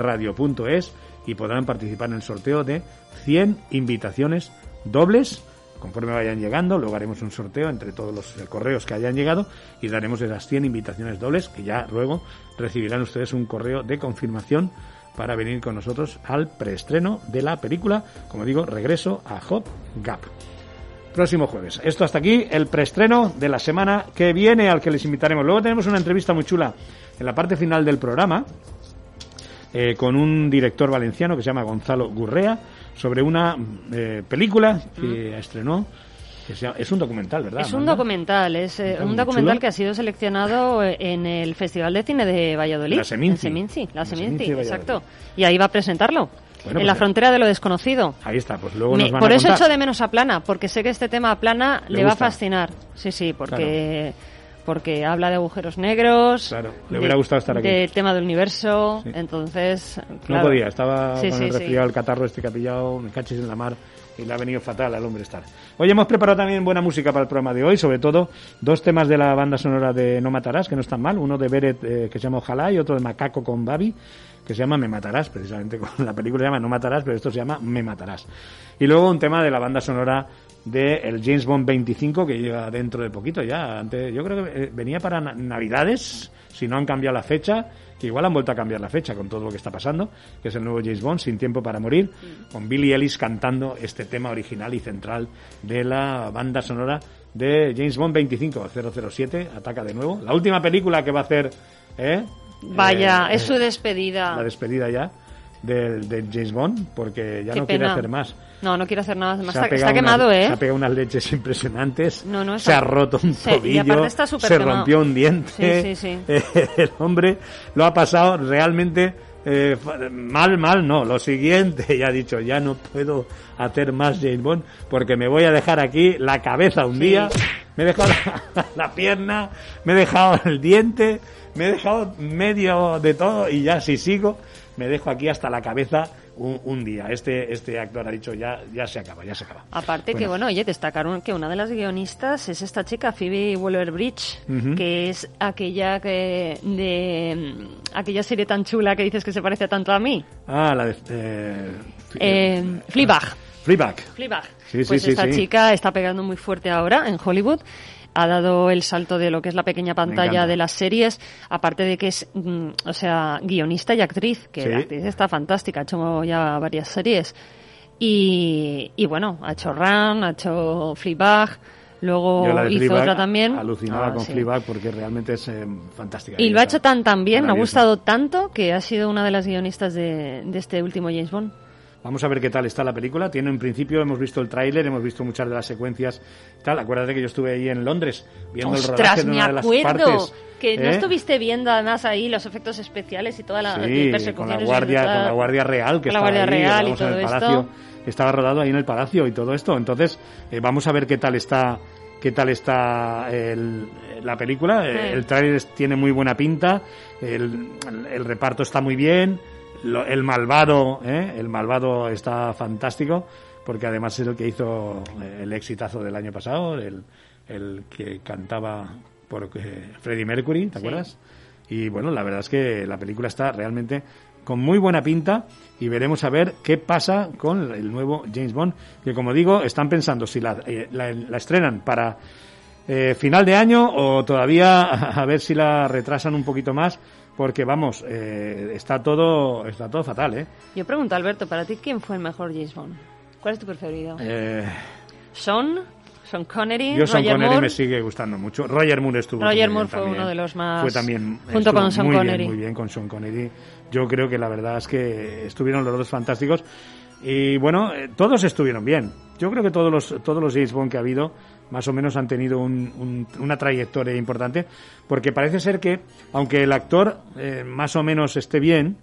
[SPEAKER 3] cvradio.es y podrán participar en el sorteo de 100 invitaciones dobles conforme vayan llegando. Luego haremos un sorteo entre todos los eh, correos que hayan llegado y daremos esas 100 invitaciones dobles que ya luego recibirán ustedes un correo de confirmación para venir con nosotros al preestreno de la película, como digo, regreso a Hop Gap. Próximo jueves. Esto hasta aquí, el preestreno de la semana que viene al que les invitaremos. Luego tenemos una entrevista muy chula en la parte final del programa, eh, con un director valenciano que se llama Gonzalo Gurrea sobre una mm, eh, película que estrenó. que se llama- es un documental, ¿verdad?
[SPEAKER 2] Mm. Es un
[SPEAKER 3] Amanda?
[SPEAKER 2] documental, es eh,
[SPEAKER 3] Ah, Está muy
[SPEAKER 2] un documental
[SPEAKER 3] chulo.
[SPEAKER 2] que ha sido seleccionado eh, en el Festival de Cine de Valladolid.
[SPEAKER 3] La Seminci.
[SPEAKER 2] En Seminci, la
[SPEAKER 3] La Seminci
[SPEAKER 2] Seminci,
[SPEAKER 3] de Valladolid.
[SPEAKER 2] exacto. Y ahí va a presentarlo, en
[SPEAKER 3] pues
[SPEAKER 2] la
[SPEAKER 3] ya.
[SPEAKER 2] frontera de lo desconocido.
[SPEAKER 3] Ahí está, pues luego
[SPEAKER 2] Me-
[SPEAKER 3] nos van
[SPEAKER 2] por
[SPEAKER 3] a
[SPEAKER 2] eso
[SPEAKER 3] contar.
[SPEAKER 2] echo de menos a Plana, porque sé que este tema a Plana
[SPEAKER 3] Le
[SPEAKER 2] le, va a
[SPEAKER 3] gusta.
[SPEAKER 2] fascinar. Sí, sí, porque porque habla de agujeros negros,
[SPEAKER 3] Claro, le
[SPEAKER 2] de-
[SPEAKER 3] hubiera gustado estar aquí.
[SPEAKER 2] del tema del universo,
[SPEAKER 3] Sí.
[SPEAKER 2] entonces...
[SPEAKER 3] No
[SPEAKER 2] claro.
[SPEAKER 3] podía, estaba
[SPEAKER 2] Sí,
[SPEAKER 3] con
[SPEAKER 2] sí,
[SPEAKER 3] el
[SPEAKER 2] sí.
[SPEAKER 3] resfriado, el catarro este que ha pillado, me cachis en la mar y le ha venido fatal al hombre estar. Hoy hemos preparado también buena música para el programa de hoy, sobre todo dos temas de la banda sonora de No Matarás, que no están mal, uno de Beret eh, que se llama Ojalá y otro de Macaco con Babi que se llama Me Matarás, precisamente con la película se llama No Matarás, pero esto se llama Me Matarás. Y luego un tema de la banda sonora de el James Bond 25 que llega dentro de poquito ya, antes, yo creo que eh, venía para na- Navidades, si no han cambiado la fecha, que igual han vuelto a cambiar la fecha con todo lo que está pasando, que es el nuevo James Bond, Sin Tiempo para Morir, con Billy Ellis cantando este tema original y central de la banda sonora de James Bond 25, 007, ataca de nuevo. La última película que va a hacer, ¿eh?
[SPEAKER 2] Vaya,
[SPEAKER 3] Eh,
[SPEAKER 2] es su despedida.
[SPEAKER 3] la despedida ya del de James Bond, porque ya
[SPEAKER 2] Qué
[SPEAKER 3] no quiere
[SPEAKER 2] pena.
[SPEAKER 3] hacer más.
[SPEAKER 2] No, no quiero hacer nada más.
[SPEAKER 3] Se ha
[SPEAKER 2] Está,
[SPEAKER 3] pegado
[SPEAKER 2] está quemado,
[SPEAKER 3] unas-
[SPEAKER 2] ¿eh?
[SPEAKER 3] Se ha pegado unas leches impresionantes.
[SPEAKER 2] No, no,
[SPEAKER 3] se
[SPEAKER 2] está-
[SPEAKER 3] ha roto un
[SPEAKER 2] se- y
[SPEAKER 3] tobillo.
[SPEAKER 2] aparte está súper
[SPEAKER 3] se
[SPEAKER 2] quemado.
[SPEAKER 3] rompió un
[SPEAKER 2] Sí,
[SPEAKER 3] diente.
[SPEAKER 2] sí,
[SPEAKER 3] El hombre lo ha pasado realmente eh, fa- mal, mal, no. Lo siguiente, ya ha dicho, ya no puedo hacer más James Bond porque me voy a dejar aquí la cabeza un día. Me he dejado la, la pierna, me he dejado el diente, me he dejado medio de todo y ya si sigo, me dejo aquí hasta la cabeza un, un día. Este, este actor ha dicho ya, ya se acaba, ya se acaba.
[SPEAKER 2] Aparte que, bueno, oye, destacaron que una de las guionistas es esta chica, Phoebe Waller-Bridge,
[SPEAKER 3] Ujú.
[SPEAKER 2] que es aquella que de mm, aquella serie tan chula que dices que se parece tanto a mí.
[SPEAKER 3] Ah, la de... Eh,
[SPEAKER 2] Eh, Fleabag.
[SPEAKER 3] Freeback.
[SPEAKER 2] Fleabag.
[SPEAKER 3] Sí, sí,
[SPEAKER 2] pues
[SPEAKER 3] sí,
[SPEAKER 2] esta
[SPEAKER 3] sí.
[SPEAKER 2] chica está pegando muy fuerte ahora en Hollywood. Ha dado el salto de lo que es la pequeña
[SPEAKER 3] encanta.
[SPEAKER 2] pantalla de las series, aparte de que es, mm, o sea, guionista y actriz, que
[SPEAKER 3] Sí.
[SPEAKER 2] la actriz está fantástica, ha hecho ya varias series. Y, y bueno, ha hecho Run, ha hecho Fleabag, Luego
[SPEAKER 3] Yo la de
[SPEAKER 2] Oh, hizo
[SPEAKER 3] Fleabag,
[SPEAKER 2] otra también.
[SPEAKER 3] Alucinaba
[SPEAKER 2] Ah,
[SPEAKER 3] con
[SPEAKER 2] sí.
[SPEAKER 3] Fleabag porque realmente es eh, fantástica.
[SPEAKER 2] Y lo ha hecho tan tan bien, me ha
[SPEAKER 3] Maravillosa.
[SPEAKER 2] gustado tanto que ha sido una de las guionistas de, de este último James Bond.
[SPEAKER 3] Vamos a ver qué tal está la película. Tiene en principio, hemos visto el tráiler, hemos visto muchas de las secuencias. y Tal, acuérdate que yo estuve ahí en Londres viendo el rodaje
[SPEAKER 2] Ostras,
[SPEAKER 3] de
[SPEAKER 2] me
[SPEAKER 3] una de las
[SPEAKER 2] acuerdo
[SPEAKER 3] partes.
[SPEAKER 2] que no
[SPEAKER 3] ¿eh?
[SPEAKER 2] estuviste viendo además ahí los efectos especiales y toda la
[SPEAKER 3] Sí,
[SPEAKER 2] persecución
[SPEAKER 3] con la guardia, con la guardia real que
[SPEAKER 2] ah, con la
[SPEAKER 3] estaba
[SPEAKER 2] guardia
[SPEAKER 3] ahí,
[SPEAKER 2] real y
[SPEAKER 3] vamos, en
[SPEAKER 2] todo
[SPEAKER 3] el
[SPEAKER 2] esto.
[SPEAKER 3] palacio, que estaba rodado ahí en el palacio y todo esto. Entonces, eh, vamos a ver qué tal está qué tal está el- la película. Eh,
[SPEAKER 2] Sí.
[SPEAKER 3] El tráiler es- tiene muy buena pinta, el, el- el reparto está muy bien, lo- el malvado, ¿eh? el malvado está fantástico porque además es el que hizo eh, el exitazo del año pasado, el, el que cantaba por eh, Freddie Mercury, ¿te acuerdas? Y bueno, la verdad es que la película está realmente con muy buena pinta y veremos a ver qué pasa con el nuevo James Bond, que como digo, están pensando si la, eh, la- la estrenan para eh, final de año o todavía a ver si la retrasan un poquito más, porque vamos, eh, está, todo, está todo fatal, ¿eh?
[SPEAKER 2] Yo pregunto, Alberto, para ti, ¿quién fue el mejor James Bond? ¿Cuál es tu preferido?
[SPEAKER 3] Eh,
[SPEAKER 2] ¿Son? ¿Son Connery?
[SPEAKER 3] yo Sean
[SPEAKER 2] ¿Roger
[SPEAKER 3] Connery
[SPEAKER 2] Moore?
[SPEAKER 3] me sigue gustando mucho. Roger Moore estuvo
[SPEAKER 2] Roger
[SPEAKER 3] muy
[SPEAKER 2] Moore
[SPEAKER 3] bien
[SPEAKER 2] fue
[SPEAKER 3] también.
[SPEAKER 2] uno de los más-
[SPEAKER 3] Fue también
[SPEAKER 2] junto
[SPEAKER 3] estuvo
[SPEAKER 2] con Sean
[SPEAKER 3] muy
[SPEAKER 2] Connery.
[SPEAKER 3] bien, muy bien con Sean Connery. Yo creo que la verdad es que estuvieron los dos fantásticos y bueno, eh, todos estuvieron bien. Yo creo que todos los todos los James Bond que ha habido más o menos han tenido un- un- una trayectoria importante porque parece ser que aunque el actor eh, más o menos esté bien,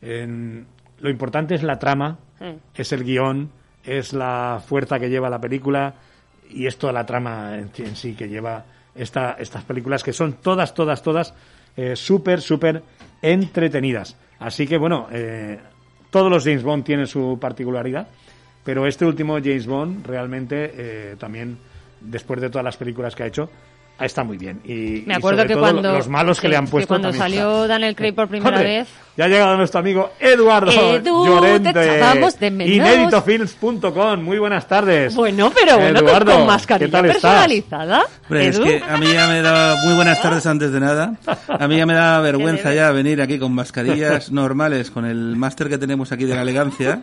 [SPEAKER 3] en- lo importante es la trama,
[SPEAKER 2] Sí.
[SPEAKER 3] es el guión, es la fuerza que lleva la película y es toda la trama en, en sí que lleva esta, estas películas que son todas, todas, todas eh, súper, súper entretenidas. Así que bueno, eh, todos los James Bond tienen su particularidad, pero este último James Bond realmente eh, también, después de todas las películas que ha hecho, está muy bien. Y,
[SPEAKER 2] Me
[SPEAKER 3] y
[SPEAKER 2] acuerdo
[SPEAKER 3] sobre
[SPEAKER 2] que
[SPEAKER 3] todo
[SPEAKER 2] cuando-
[SPEAKER 3] los malos que
[SPEAKER 2] sí,
[SPEAKER 3] le han
[SPEAKER 2] que
[SPEAKER 3] puesto
[SPEAKER 2] cuando
[SPEAKER 3] también
[SPEAKER 2] salió Daniel Craig por primera
[SPEAKER 3] Hombre,
[SPEAKER 2] vez.
[SPEAKER 3] Ya ha llegado nuestro amigo Eduardo
[SPEAKER 2] Edu,
[SPEAKER 3] Llorente.
[SPEAKER 2] te echábamos de menos.
[SPEAKER 3] Inéditofilms.com. Muy buenas tardes.
[SPEAKER 2] Bueno, pero bueno, con-
[SPEAKER 3] Eduardo,
[SPEAKER 2] con mascarilla
[SPEAKER 3] ¿qué tal estás?
[SPEAKER 2] personalizada.
[SPEAKER 7] Hombre, es
[SPEAKER 2] Edu.
[SPEAKER 7] que a mí ya me da muy buenas tardes antes de nada. A mí ya me da vergüenza ya venir aquí con mascarillas normales, con el máster que tenemos aquí de la elegancia,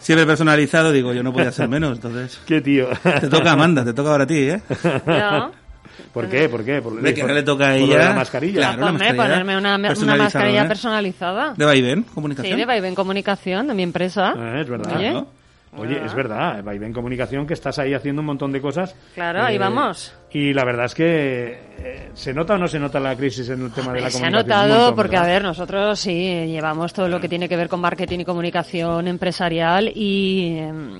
[SPEAKER 7] siempre personalizado. Digo, yo no podía ser menos, entonces.
[SPEAKER 3] ¿Qué tío?
[SPEAKER 7] Te toca Amanda, te toca ahora a ti, ¿eh?
[SPEAKER 2] Ya.
[SPEAKER 3] ¿Por qué? ¿Por qué? Por,
[SPEAKER 7] Hombre, que
[SPEAKER 3] por-
[SPEAKER 7] ahora le toca a
[SPEAKER 3] por lo
[SPEAKER 7] ella.
[SPEAKER 3] de la mascarilla.
[SPEAKER 7] Claro. una
[SPEAKER 2] Ponme,
[SPEAKER 7] mascarilla
[SPEAKER 2] ponerme una, una
[SPEAKER 7] personalizada,
[SPEAKER 2] mascarilla
[SPEAKER 7] ¿eh?
[SPEAKER 2] personalizada.
[SPEAKER 7] De Vaivén,
[SPEAKER 2] Sí,
[SPEAKER 7] comunicación.
[SPEAKER 2] de Vaivén Comunicación, de mi empresa.
[SPEAKER 3] Ah, es verdad.
[SPEAKER 2] Oye,
[SPEAKER 7] ¿no?
[SPEAKER 3] Oye, es verdad, Vaivén Comunicación, que estás ahí haciendo un montón de cosas. Eh,
[SPEAKER 2] Claro, ahí vamos.
[SPEAKER 3] Y la verdad es que eh, se nota o no se nota la crisis en el tema de la
[SPEAKER 2] se
[SPEAKER 3] comunicación.
[SPEAKER 2] ha
[SPEAKER 3] Un
[SPEAKER 2] notado
[SPEAKER 3] montón,
[SPEAKER 2] porque,
[SPEAKER 3] ¿verdad?
[SPEAKER 2] a ver, nosotros sí eh, llevamos todo lo que tiene que ver con marketing y comunicación empresarial y em,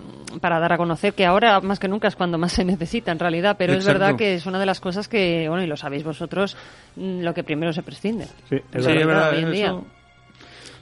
[SPEAKER 2] para dar a conocer que ahora más que nunca es cuando más se necesita en realidad, pero es
[SPEAKER 7] Exacto.
[SPEAKER 2] verdad que es una de las cosas que, bueno, y lo sabéis vosotros, mm, lo que primero se prescinde.
[SPEAKER 3] Sí, es
[SPEAKER 7] Sí,
[SPEAKER 3] verdad.
[SPEAKER 7] es verdad,
[SPEAKER 2] Hoy en día.
[SPEAKER 7] eso.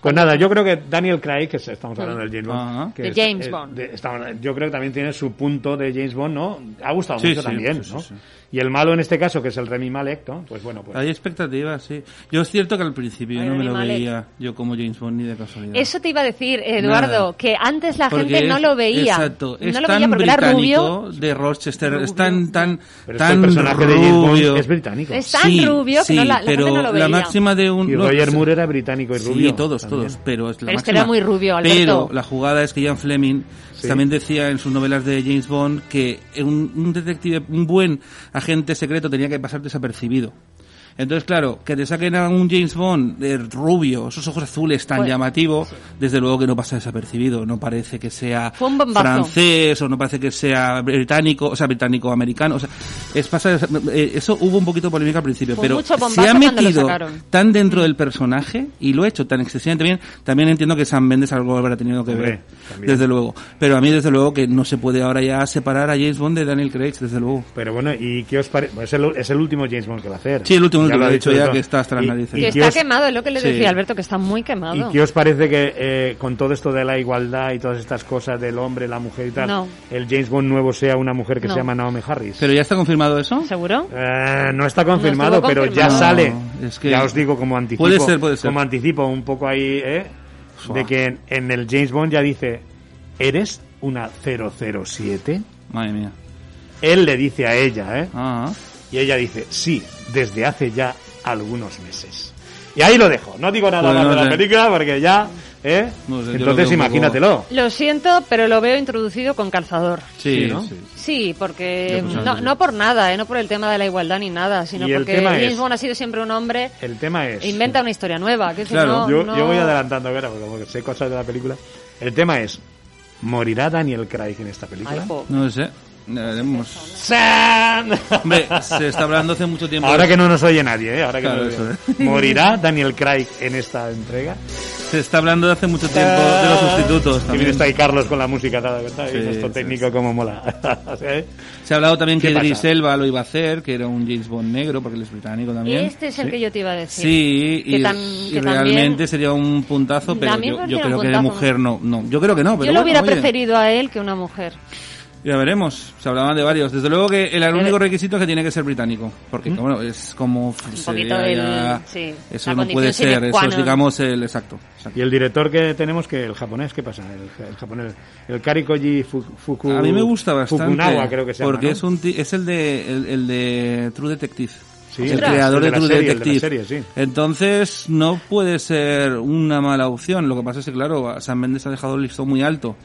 [SPEAKER 3] Pues nada, yo creo que Daniel Craig, que es- estamos hablando del James Bond.
[SPEAKER 7] Ajá.
[SPEAKER 3] que
[SPEAKER 2] De
[SPEAKER 3] es-
[SPEAKER 2] James
[SPEAKER 3] eh,
[SPEAKER 2] Bond.
[SPEAKER 3] de- estamos- yo creo que también tiene su punto de James Bond, ¿no? Ha gustado
[SPEAKER 7] Sí,
[SPEAKER 3] mucho
[SPEAKER 7] sí,
[SPEAKER 3] también,
[SPEAKER 7] sí,
[SPEAKER 3] ¿no?
[SPEAKER 7] sí, sí.
[SPEAKER 3] Y el malo en este caso, que es el Remy Malek, ¿no? Pues bueno, pues.
[SPEAKER 7] Hay expectativas, sí. Yo es cierto que al principio
[SPEAKER 2] Ay,
[SPEAKER 7] no me lo
[SPEAKER 2] animales.
[SPEAKER 7] veía yo como James Bond ni de casualidad.
[SPEAKER 2] Eso te iba a decir, Eduardo,
[SPEAKER 7] Nada.
[SPEAKER 2] que antes la
[SPEAKER 7] Porque
[SPEAKER 2] gente no
[SPEAKER 7] es-
[SPEAKER 2] lo veía.
[SPEAKER 7] Exacto, es
[SPEAKER 2] no lo
[SPEAKER 7] tan
[SPEAKER 2] veía porque era
[SPEAKER 7] británico
[SPEAKER 2] rubio.
[SPEAKER 7] de Rochester, es tan, tan,
[SPEAKER 3] Pero es que el
[SPEAKER 7] tan
[SPEAKER 3] personaje de James
[SPEAKER 7] rubio.
[SPEAKER 3] Bond es británico.
[SPEAKER 2] Es tan
[SPEAKER 7] Sí,
[SPEAKER 2] rubio que
[SPEAKER 7] sí,
[SPEAKER 2] no la- la gente
[SPEAKER 7] pero
[SPEAKER 2] no lo veía.
[SPEAKER 7] la máxima de un...
[SPEAKER 3] Y
[SPEAKER 7] no,
[SPEAKER 3] Roger
[SPEAKER 7] es-
[SPEAKER 3] Moore era británico y rubio.
[SPEAKER 7] Sí, todos,
[SPEAKER 3] también.
[SPEAKER 7] todos, pero es la
[SPEAKER 2] Pero es que
[SPEAKER 7] máxima.
[SPEAKER 2] era muy rubio, Alberto.
[SPEAKER 7] Pero la jugada es que Ian Fleming también decía en sus novelas de James Bond que un, un detective, un buen agente secreto tenía que pasar desapercibido. Entonces, claro, que te saquen a un James Bond eh, rubio, esos ojos azules tan
[SPEAKER 2] Pues,
[SPEAKER 7] llamativos, desde luego que no pasa desapercibido. No parece que sea
[SPEAKER 2] Fue un bombazo.
[SPEAKER 7] francés o no parece que sea británico, o sea, británico-americano. O sea, es pasa, eh, eso hubo un poquito de polémica al principio,
[SPEAKER 2] Fue
[SPEAKER 7] pero
[SPEAKER 2] mucho
[SPEAKER 7] se
[SPEAKER 2] bombazo
[SPEAKER 7] ha
[SPEAKER 2] cuando lo
[SPEAKER 7] metido
[SPEAKER 2] sacaron.
[SPEAKER 7] tan dentro del personaje y lo he hecho tan excesivamente bien, también entiendo que Sam Mendes algo habrá tenido que
[SPEAKER 3] Hombre,
[SPEAKER 7] ver,
[SPEAKER 3] también.
[SPEAKER 7] desde luego. Pero a mí, desde luego, que no se puede ahora ya separar a James Bond de Daniel Craig, desde luego.
[SPEAKER 3] Pero bueno, ¿y qué os parece? es, el, es el último James Bond que va a hacer.
[SPEAKER 7] Sí, el último que
[SPEAKER 3] ha
[SPEAKER 7] lo he dicho ya,
[SPEAKER 3] todo.
[SPEAKER 7] que está hasta las
[SPEAKER 3] Y-
[SPEAKER 7] narices.
[SPEAKER 3] y
[SPEAKER 2] Que
[SPEAKER 3] qué
[SPEAKER 2] está
[SPEAKER 3] os-
[SPEAKER 2] quemado, es lo que les
[SPEAKER 7] Sí.
[SPEAKER 2] decía Alberto, que está muy quemado.
[SPEAKER 3] ¿Y qué os parece que eh, con todo esto de la igualdad y todas estas cosas del hombre, la mujer y tal,
[SPEAKER 2] No.
[SPEAKER 3] el James Bond nuevo sea una mujer que
[SPEAKER 2] No.
[SPEAKER 3] se llama Naomi Harris?
[SPEAKER 7] Pero ya está confirmado eso.
[SPEAKER 2] ¿Seguro?
[SPEAKER 3] Eh, no está confirmado,
[SPEAKER 2] No estuvo
[SPEAKER 3] pero ya
[SPEAKER 2] confirmado.
[SPEAKER 3] sale.
[SPEAKER 7] No, es que-
[SPEAKER 3] ya os digo como anticipo.
[SPEAKER 7] Puede ser, puede ser.
[SPEAKER 3] Como anticipo un poco ahí, ¿eh?
[SPEAKER 7] Fua.
[SPEAKER 3] De que en, en el James Bond ya dice, ¿eres una 007?
[SPEAKER 7] Madre mía.
[SPEAKER 3] Él le dice a ella, ¿eh?
[SPEAKER 7] Ah,
[SPEAKER 3] Y ella dice, sí, desde hace ya algunos meses. Y ahí lo dejo. No digo nada
[SPEAKER 7] Bueno,
[SPEAKER 3] más de la
[SPEAKER 7] le-
[SPEAKER 3] película porque ya ¿eh?
[SPEAKER 7] No sé, yo lo
[SPEAKER 3] Entonces
[SPEAKER 7] veo un
[SPEAKER 3] imagínatelo.
[SPEAKER 2] Lo siento, pero lo veo introducido con calzador.
[SPEAKER 7] Sí,
[SPEAKER 3] Sí, ¿no?
[SPEAKER 7] sí.
[SPEAKER 2] Sí, porque
[SPEAKER 7] Yo creo que
[SPEAKER 2] no,
[SPEAKER 7] sí.
[SPEAKER 2] no por nada, ¿eh? no por el tema de la igualdad ni nada, sino
[SPEAKER 3] Y el
[SPEAKER 2] porque
[SPEAKER 3] tema
[SPEAKER 2] James
[SPEAKER 3] es-
[SPEAKER 2] Bond ha sido siempre un hombre
[SPEAKER 3] El tema es...
[SPEAKER 2] e inventa una historia nueva. Que es que
[SPEAKER 7] Claro,
[SPEAKER 2] no-
[SPEAKER 3] yo,
[SPEAKER 2] no-
[SPEAKER 3] yo voy adelantando, Vera, porque como que sé cosas de la película. El tema es, ¿morirá Daniel Craig en esta película?
[SPEAKER 2] Ay, po.
[SPEAKER 7] No sé. Ya veremos.
[SPEAKER 3] ¡San!
[SPEAKER 7] Hombre, se está hablando hace mucho tiempo.
[SPEAKER 3] Ahora que no nos oye nadie, ¿eh? Ahora que
[SPEAKER 7] Claro,
[SPEAKER 3] no nos oye.
[SPEAKER 7] eso,
[SPEAKER 3] ¿Morirá Daniel Craig en esta entrega?
[SPEAKER 7] Se está hablando de hace mucho tiempo de los sustitutos
[SPEAKER 3] Que bien
[SPEAKER 7] también.
[SPEAKER 3] está ahí Carlos con la música, tal, ¿verdad?
[SPEAKER 7] Sí,
[SPEAKER 3] y nuestro
[SPEAKER 7] sí,
[SPEAKER 3] técnico como mola. ¿Eh? ¿Sí?
[SPEAKER 7] Se ha hablado también que
[SPEAKER 3] ¿Qué pasa?
[SPEAKER 7] Idris Elba lo iba a hacer, que era un James Bond negro, porque él es británico también.
[SPEAKER 2] Este es el que yo te iba a decir.
[SPEAKER 7] Sí,
[SPEAKER 2] Que
[SPEAKER 7] y,
[SPEAKER 2] tam-
[SPEAKER 7] y
[SPEAKER 2] que también-
[SPEAKER 7] realmente sería un puntazo, pero
[SPEAKER 2] A mí me
[SPEAKER 7] yo, yo
[SPEAKER 2] parecía un
[SPEAKER 7] creo que de
[SPEAKER 2] puntazo.
[SPEAKER 7] mujer no, no. Yo creo que no, pero
[SPEAKER 2] yo lo
[SPEAKER 7] bueno,
[SPEAKER 2] hubiera
[SPEAKER 7] oye,
[SPEAKER 2] preferido a él que una mujer.
[SPEAKER 7] Ya veremos, se hablaban de varios. Desde luego que el único requisito es que tiene que ser británico, porque bueno, es como... sería
[SPEAKER 2] poquito el-
[SPEAKER 7] ya-
[SPEAKER 2] sí,
[SPEAKER 7] eso
[SPEAKER 2] la
[SPEAKER 7] no puede
[SPEAKER 2] condición sine
[SPEAKER 7] ser,
[SPEAKER 2] qua
[SPEAKER 7] eso es
[SPEAKER 2] non.
[SPEAKER 7] digamos el exacto. exacto.
[SPEAKER 3] Y el director que tenemos, que el japonés, ¿qué pasa? El, el japonés, el Karikoji Fuku, Fuku-
[SPEAKER 7] A mí me gusta bastante,
[SPEAKER 3] Fukunawa, creo que se llama,
[SPEAKER 7] porque
[SPEAKER 3] ¿no?
[SPEAKER 7] es, un ti- es el, de, el, el de True Detective.
[SPEAKER 3] Sí,
[SPEAKER 7] el
[SPEAKER 3] ostras,
[SPEAKER 7] creador de,
[SPEAKER 3] el de la
[SPEAKER 7] True
[SPEAKER 3] serie, el de la
[SPEAKER 7] Detective.
[SPEAKER 3] serie, sí.
[SPEAKER 7] Entonces, no puede ser una mala opción. Lo que pasa es que, claro, San Mendes ha dejado el listón muy alto.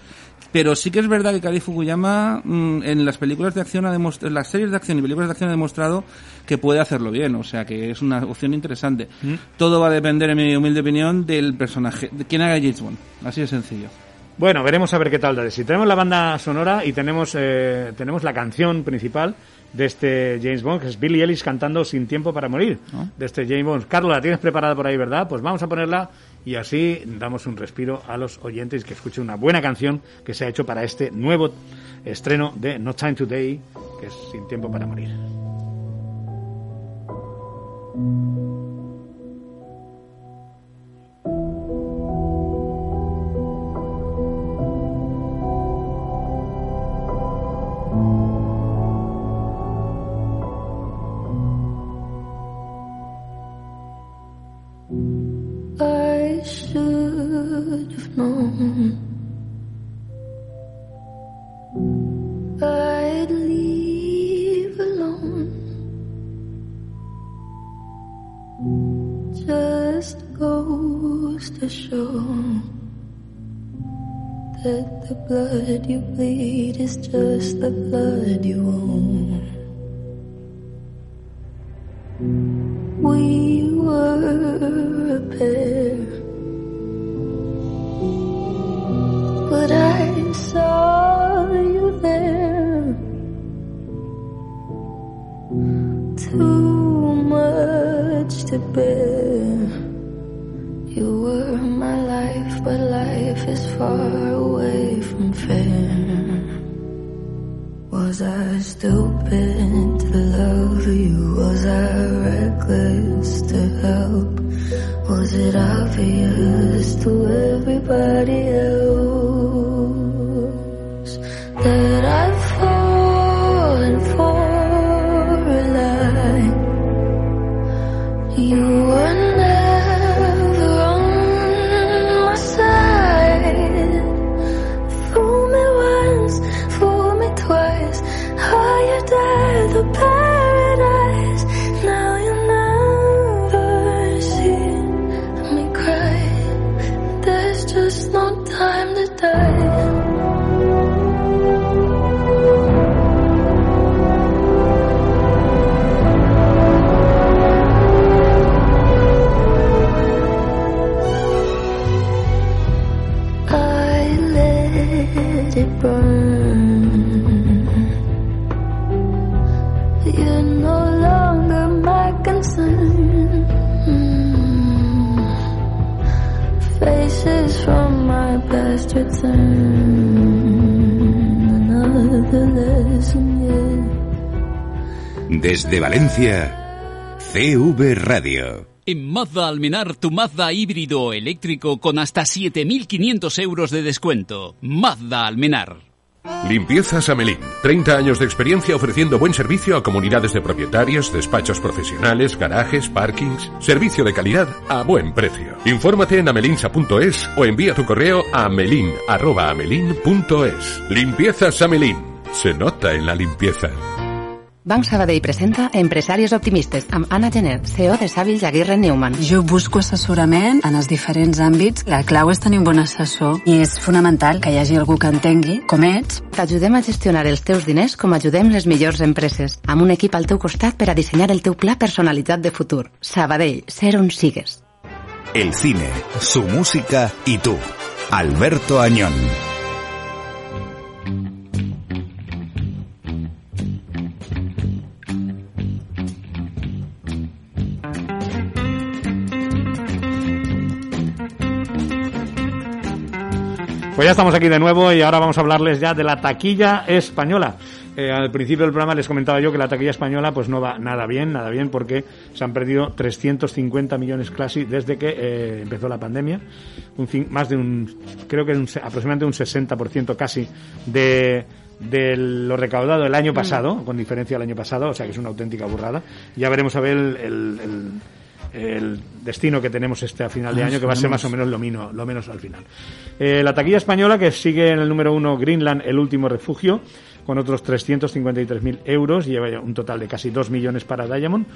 [SPEAKER 7] Pero sí que es verdad que Kari Fukuyama mm, en las películas de acción ha demostrado, en las series de acción y películas de acción ha demostrado que puede hacerlo bien, o sea que es una opción interesante.
[SPEAKER 3] Mm.
[SPEAKER 7] Todo va a depender, en mi humilde opinión, del personaje, de quien haga James Bond. Así de sencillo.
[SPEAKER 3] Bueno, veremos a ver qué tal da de sí. Tenemos la banda sonora y tenemos, eh, tenemos la canción principal de este James Bond, que es Billy Ellis cantando Sin Tiempo para Morir, de este James Bond. Carlos, la tienes preparada por ahí, ¿verdad? Pues vamos a ponerla y así damos un respiro a los oyentes que escuchen una buena canción que se ha hecho para este nuevo estreno de No Time Today, que es Sin Tiempo para Morir.
[SPEAKER 8] I should have known I'd leave alone just goes to show that the blood you bleed is just the blood you own. We were a pair. But I saw you there. Too much to bear. You were my life, but life is far away from fair. Was I stupid to love you? Was I reckless to help? Was it obvious to everybody else that I've fallen for a lie? You were never on my side. Fool me once, fool me twice. How you die the paradise. Now you'll never see me cry. There's just no time to die. I let it burn. You're no longer my concern. Mm. Faces from my past return. Another lesson, yeah.
[SPEAKER 1] Desde Valencia, CV Radio.
[SPEAKER 9] En Mazda Almenar, tu Mazda híbrido o eléctrico con hasta 7.500 euros de descuento. Mazda Almenar.
[SPEAKER 10] Limpiezas Amelín. 30 años de experiencia ofreciendo buen servicio a comunidades de propietarios, despachos profesionales, garajes, parkings. Servicio de calidad a buen precio. Infórmate en amelinsa.es o envía tu correo a amelin.amelin.es. Limpiezas Amelín. Se nota en la limpieza.
[SPEAKER 11] Bank Sabadell presenta Empresaris Optimistes amb Anna Genet, CEO de Sàvils Aguirre Newman.
[SPEAKER 12] Jo busco assessorament en els diferents àmbits. La clau és tenir un bon assessor i és fonamental que hi hagi algú que entengui com ets.
[SPEAKER 11] T'ajudem a gestionar els teus diners com ajudem les millors empreses, amb un equip al teu costat per a dissenyar el teu pla personalitzat de futur. Sabadell, ser on sigues.
[SPEAKER 13] El cine, su música y tú. Alberto Añón.
[SPEAKER 3] Pues ya estamos aquí de nuevo y ahora vamos a hablarles ya de la taquilla española. Eh, al principio del programa les comentaba yo que la taquilla española pues no va nada bien, nada bien, porque se han perdido 350 millones casi desde que eh, empezó la pandemia. Un, cin- más de un, creo que un se- aproximadamente un 60% casi de, de lo recaudado el año pasado, con diferencia del año pasado, o sea que es una auténtica burrada. Ya veremos a ver el, el- el- el destino que tenemos este a final de
[SPEAKER 7] Ah,
[SPEAKER 3] año, que va a ser
[SPEAKER 7] esperemos.
[SPEAKER 3] más o menos lo, mino- lo menos al final. Eh, la taquilla española, que sigue en el número uno Greenland, el último refugio, con otros 353.000 euros, lleva ya un total de casi 2 millones para Diamond,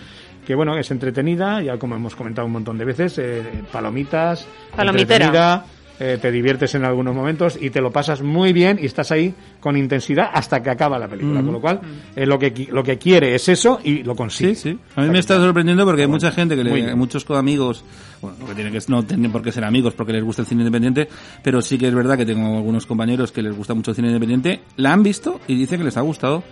[SPEAKER 3] que bueno, es entretenida, ya como hemos comentado un montón de veces, eh, palomitas,
[SPEAKER 2] Palomitera.
[SPEAKER 3] entretenida, eh, te diviertes en algunos momentos y te lo pasas muy bien y estás ahí con intensidad hasta que acaba la película,
[SPEAKER 7] Ujú.
[SPEAKER 3] con lo cual eh, lo, que, qui- lo que quiere es eso y lo consigue.
[SPEAKER 7] A mí me está sorprendiendo porque hay mucha gente que
[SPEAKER 3] Muy
[SPEAKER 7] le,
[SPEAKER 3] bien.
[SPEAKER 7] muchos co- amigos, bueno, que tienen que, no tienen por qué ser amigos porque les gusta el cine independiente, pero sí que es verdad que tengo algunos compañeros que les gusta mucho el cine independiente, la han visto y dicen que les ha gustado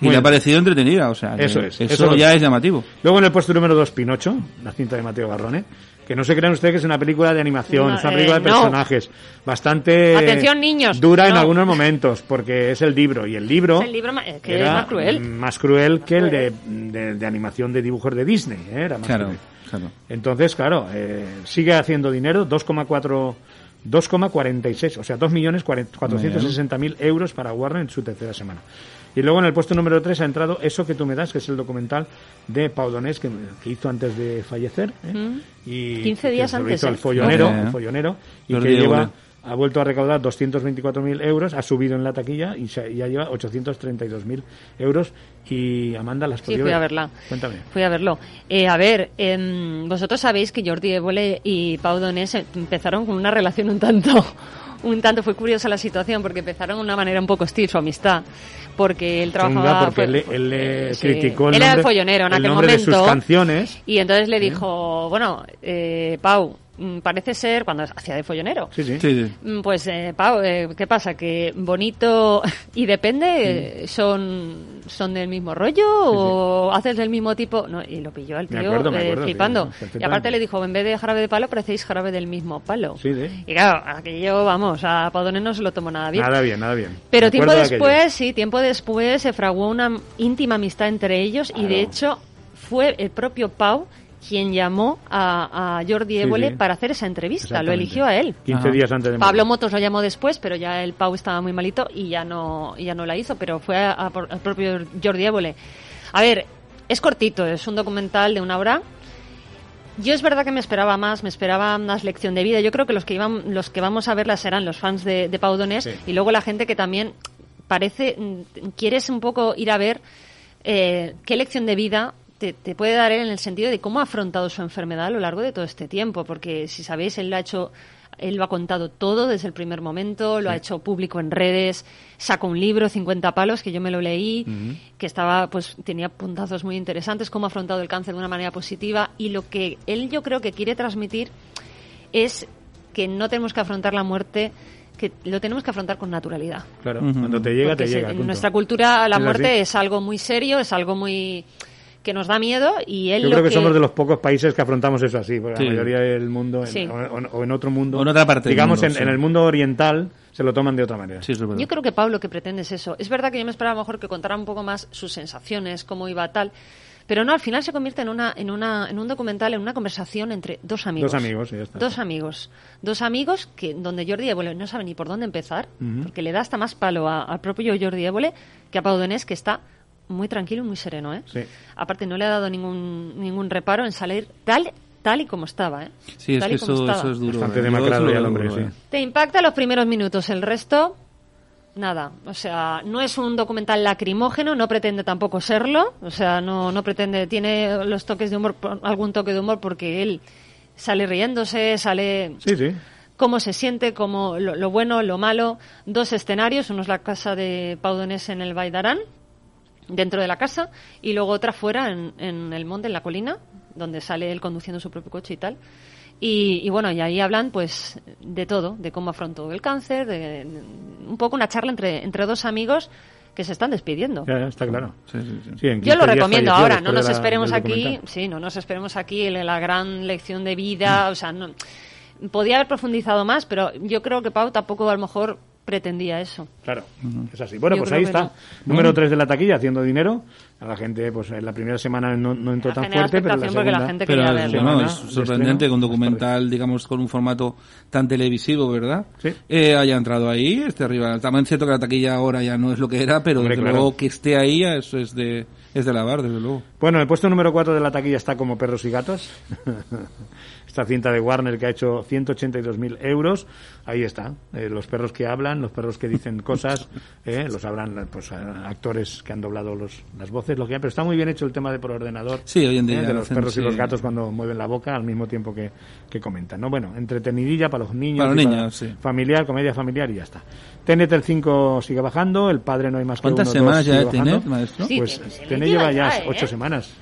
[SPEAKER 7] y le
[SPEAKER 3] Muy bien.
[SPEAKER 7] ha parecido entretenida, o sea, que
[SPEAKER 3] Eso es.
[SPEAKER 7] eso,
[SPEAKER 3] eso
[SPEAKER 7] ya es llamativo.
[SPEAKER 3] Luego en el puesto número 2, Pinocho, la cinta de Mateo Garrone. Que no se crean ustedes que es una película de animación,
[SPEAKER 2] No,
[SPEAKER 3] es una película
[SPEAKER 2] eh,
[SPEAKER 3] de
[SPEAKER 2] no.
[SPEAKER 3] personajes. Bastante.
[SPEAKER 2] Atención, niños,
[SPEAKER 3] Dura en
[SPEAKER 2] no.
[SPEAKER 3] algunos momentos, porque es el libro. Y el libro.
[SPEAKER 2] Es el libro ma- eh, que
[SPEAKER 3] era
[SPEAKER 2] es más cruel.
[SPEAKER 3] Más cruel que el de, de- de animación de dibujos de Disney. ¿eh? Era más
[SPEAKER 7] Claro,
[SPEAKER 3] cruel.
[SPEAKER 7] claro.
[SPEAKER 3] Entonces, claro, eh, sigue haciendo dinero, 2,4... 2,46, o sea, 2.460.000 euros para Warner en su tercera semana. Y luego en el puesto número 3 ha entrado Eso que tú me das, que es el documental de Pau Donés que, que hizo antes de fallecer. ¿eh?
[SPEAKER 2] Mm.
[SPEAKER 3] Y
[SPEAKER 2] 15
[SPEAKER 3] que
[SPEAKER 2] días
[SPEAKER 3] se lo
[SPEAKER 2] antes,
[SPEAKER 3] hizo
[SPEAKER 2] ¿eh?
[SPEAKER 3] el follonero,
[SPEAKER 7] Ok.
[SPEAKER 3] el follonero y
[SPEAKER 7] Jordi
[SPEAKER 3] que lleva,
[SPEAKER 7] Évole.
[SPEAKER 3] ha vuelto a recaudar 224.000 euros, ha subido en la taquilla y se- ya lleva 832.000 euros. Y Amanda las
[SPEAKER 2] Sí, fui a verla.
[SPEAKER 3] Cuéntame.
[SPEAKER 2] Fui a verlo. Eh, a ver, em, vosotros sabéis que Jordi Évole y Pau Donés empezaron con una relación un tanto, un tanto fue curiosa la situación porque empezaron de una manera un poco hostil su amistad, porque él trabajaba
[SPEAKER 3] Chunga, porque
[SPEAKER 2] fue-
[SPEAKER 3] él, le- él le
[SPEAKER 2] sí.
[SPEAKER 3] criticó el
[SPEAKER 2] Él era el
[SPEAKER 3] nombre,
[SPEAKER 2] follonero en
[SPEAKER 3] el
[SPEAKER 2] aquel
[SPEAKER 3] nombre de sus
[SPEAKER 2] momento.
[SPEAKER 3] canciones.
[SPEAKER 2] y entonces le dijo, bueno, eh, Pau, mm, parece ser cuando hacía de follonero.
[SPEAKER 3] Sí, sí.
[SPEAKER 2] Mm, Pues, eh, Pau, eh, ¿qué pasa? ¿Que bonito y depende eh, son, son del mismo rollo o haces del mismo tipo? No, y lo pilló al
[SPEAKER 14] Me
[SPEAKER 2] tío
[SPEAKER 14] acuerdo, me
[SPEAKER 2] eh,
[SPEAKER 14] acuerdo, sí,
[SPEAKER 2] flipando. y
[SPEAKER 14] perfectamente.
[SPEAKER 2] aparte le dijo, en vez de jarabe de palo, parecéis jarabe del mismo palo.
[SPEAKER 3] Sí, sí.
[SPEAKER 2] Y claro, aquello, vamos, a Padones no se lo tomó nada bien.
[SPEAKER 3] Nada bien, nada bien.
[SPEAKER 2] Pero
[SPEAKER 3] Me
[SPEAKER 2] tiempo
[SPEAKER 3] acuerdo de
[SPEAKER 2] después,
[SPEAKER 3] aquello.
[SPEAKER 2] sí, tiempo después se fraguó una íntima amistad entre ellos y de hecho fue el propio Pau quien llamó a, a Jordi
[SPEAKER 3] Sí,
[SPEAKER 2] Évole
[SPEAKER 3] sí.
[SPEAKER 2] para hacer esa entrevista. Lo
[SPEAKER 3] Exactamente.
[SPEAKER 2] eligió a él.
[SPEAKER 3] 15 días antes de
[SPEAKER 2] Pablo Motos lo llamó después, pero ya el Pau estaba muy malito y ya no, y ya no la hizo, pero fue a- a por- al propio Jordi Évole. A ver, es cortito, es un documental de una hora. Yo es verdad que me esperaba más, me esperaba más lección de vida. Yo creo que los que iban, los que vamos a verla serán los fans de, de Pau Donés
[SPEAKER 15] Sí.
[SPEAKER 2] y luego la gente que también parece mm, quieres un poco ir a ver eh, qué lección de vida te, te puede dar él en el sentido de cómo ha afrontado su enfermedad a lo largo de todo este tiempo, porque si sabéis, él lo ha hecho, él lo ha contado todo desde el primer momento, lo ha hecho público en redes, sacó un libro, 50 palos, que yo me lo leí, que estaba, pues tenía puntazos muy interesantes, cómo ha afrontado el cáncer de una manera positiva, y lo que él yo creo que quiere transmitir es que no tenemos que afrontar la muerte, que lo tenemos que afrontar con naturalidad.
[SPEAKER 3] Claro, cuando te llega,
[SPEAKER 2] Porque
[SPEAKER 3] te
[SPEAKER 2] se-
[SPEAKER 3] llega.
[SPEAKER 2] en
[SPEAKER 3] punto.
[SPEAKER 2] nuestra cultura la
[SPEAKER 3] Es
[SPEAKER 2] muerte
[SPEAKER 3] así.
[SPEAKER 2] es algo muy serio, es algo muy que nos da miedo y él
[SPEAKER 3] Yo
[SPEAKER 2] lo
[SPEAKER 3] creo que, somos de los pocos países que afrontamos eso así, porque
[SPEAKER 7] Sí.
[SPEAKER 3] la mayoría del mundo, en-
[SPEAKER 2] Sí.
[SPEAKER 3] o, o- o en otro mundo,
[SPEAKER 7] O en otra parte del
[SPEAKER 3] digamos,
[SPEAKER 7] mundo,
[SPEAKER 3] en,
[SPEAKER 7] sí.
[SPEAKER 3] en el mundo oriental, se lo toman de otra manera. Sí,
[SPEAKER 2] Yo creo que Pablo que pretende es eso. Es verdad que yo me esperaba a lo mejor que contara un poco más sus sensaciones, cómo iba tal, pero no, al final se convierte en una en una en un documental, en una conversación entre dos amigos.
[SPEAKER 3] Dos amigos, y ya está.
[SPEAKER 2] Dos amigos. Dos amigos que donde Jordi Évole no sabe ni por dónde empezar,
[SPEAKER 3] Ujú.
[SPEAKER 2] porque le da hasta más palo a- al propio Jordi Évole que a Pau Donés, que está muy tranquilo y muy sereno, ¿eh?
[SPEAKER 3] Sí.
[SPEAKER 2] Aparte no le ha dado ningún ningún reparo en salir tal tal y como estaba, ¿eh?
[SPEAKER 7] Sí, es
[SPEAKER 2] Tal
[SPEAKER 7] que
[SPEAKER 2] y como
[SPEAKER 7] eso,
[SPEAKER 2] estaba.
[SPEAKER 7] eso es duro.
[SPEAKER 3] Bastante
[SPEAKER 7] eh. Yo eso
[SPEAKER 3] demacrado
[SPEAKER 7] lo
[SPEAKER 3] ya el
[SPEAKER 7] veo
[SPEAKER 3] hombre,
[SPEAKER 7] duro,
[SPEAKER 3] sí.
[SPEAKER 7] eh.
[SPEAKER 2] Te impacta los primeros minutos, el resto Nada, o sea, no es un documental lacrimógeno, no pretende tampoco serlo, o sea, no, no pretende, tiene los toques de humor, algún toque de humor porque él sale riéndose, sale
[SPEAKER 3] Sí, sí.
[SPEAKER 2] cómo se siente, cómo, lo, lo bueno, lo malo, dos escenarios, uno es la casa de Pau Donés en el Baidarán, dentro de la casa, y luego otra fuera en, en el monte, en la colina, donde sale él conduciendo su propio coche y tal. Y, y bueno, y ahí hablan pues de todo, de cómo afrontó el cáncer, de, de- un poco una charla entre, entre dos amigos que se están despidiendo.
[SPEAKER 3] Ya, ya, está claro.
[SPEAKER 2] Yo lo recomiendo ahora, no nos esperemos aquí, sí, no nos esperemos aquí el- la gran lección de vida, o sea, no, podía haber profundizado más, pero yo creo que Pau tampoco a lo mejor pretendía eso.
[SPEAKER 3] Claro, es así. Bueno,
[SPEAKER 2] Yo
[SPEAKER 3] pues
[SPEAKER 2] creo
[SPEAKER 3] ahí
[SPEAKER 2] que
[SPEAKER 3] está.
[SPEAKER 2] no.
[SPEAKER 3] Número 3 de la taquilla, haciendo dinero. A la gente, pues en la primera semana no, no entró tan
[SPEAKER 2] generado
[SPEAKER 3] fuerte, pero la
[SPEAKER 2] expectación
[SPEAKER 3] segunda...
[SPEAKER 2] porque la gente
[SPEAKER 7] Pero
[SPEAKER 2] quería
[SPEAKER 7] es,
[SPEAKER 2] verlo.
[SPEAKER 7] bueno,
[SPEAKER 3] Semana
[SPEAKER 7] es
[SPEAKER 3] de
[SPEAKER 7] sorprendente
[SPEAKER 3] estreno.
[SPEAKER 7] que un documental, digamos, con un formato tan televisivo, ¿verdad? Eh, haya entrado ahí, esté arriba. También es cierto que la taquilla ahora ya no es lo que era, pero
[SPEAKER 3] Hombre,
[SPEAKER 7] desde
[SPEAKER 3] claro.
[SPEAKER 7] luego que esté ahí eso es de, es de lavar, desde luego.
[SPEAKER 3] Bueno, el puesto número 4 de la taquilla está como perros y gatos. Esta cinta de Warner que ha hecho 182.000 euros. Ahí está. Eh, los perros que hablan, los perros que dicen cosas. eh, los habrán pues, a- actores que han doblado los, las voces, lo que sea. Pero está muy bien hecho el tema de por ordenador. eh,
[SPEAKER 7] Sí, hoy en día
[SPEAKER 3] de
[SPEAKER 7] lo
[SPEAKER 3] los
[SPEAKER 7] hacen,
[SPEAKER 3] perros
[SPEAKER 7] sí.
[SPEAKER 3] y los gatos cuando mueven la boca al mismo tiempo que, que comentan. ¿no? Bueno, entretenidilla para los niños.
[SPEAKER 7] Para los
[SPEAKER 3] y
[SPEAKER 7] niños, sí.
[SPEAKER 3] Familiar, comedia familiar y ya está. TNT el 5 sigue bajando. El padre no hay más que
[SPEAKER 7] ¿Cuántas
[SPEAKER 3] uno,
[SPEAKER 7] semanas
[SPEAKER 3] dos,
[SPEAKER 7] ya
[SPEAKER 3] sigue
[SPEAKER 7] de Tenet,
[SPEAKER 3] bajando.
[SPEAKER 7] maestro? Sí,
[SPEAKER 3] Pues
[SPEAKER 7] que se le
[SPEAKER 3] Tenet
[SPEAKER 7] lleva
[SPEAKER 3] lleva ya
[SPEAKER 7] ya, ¿eh?
[SPEAKER 3] ocho semanas.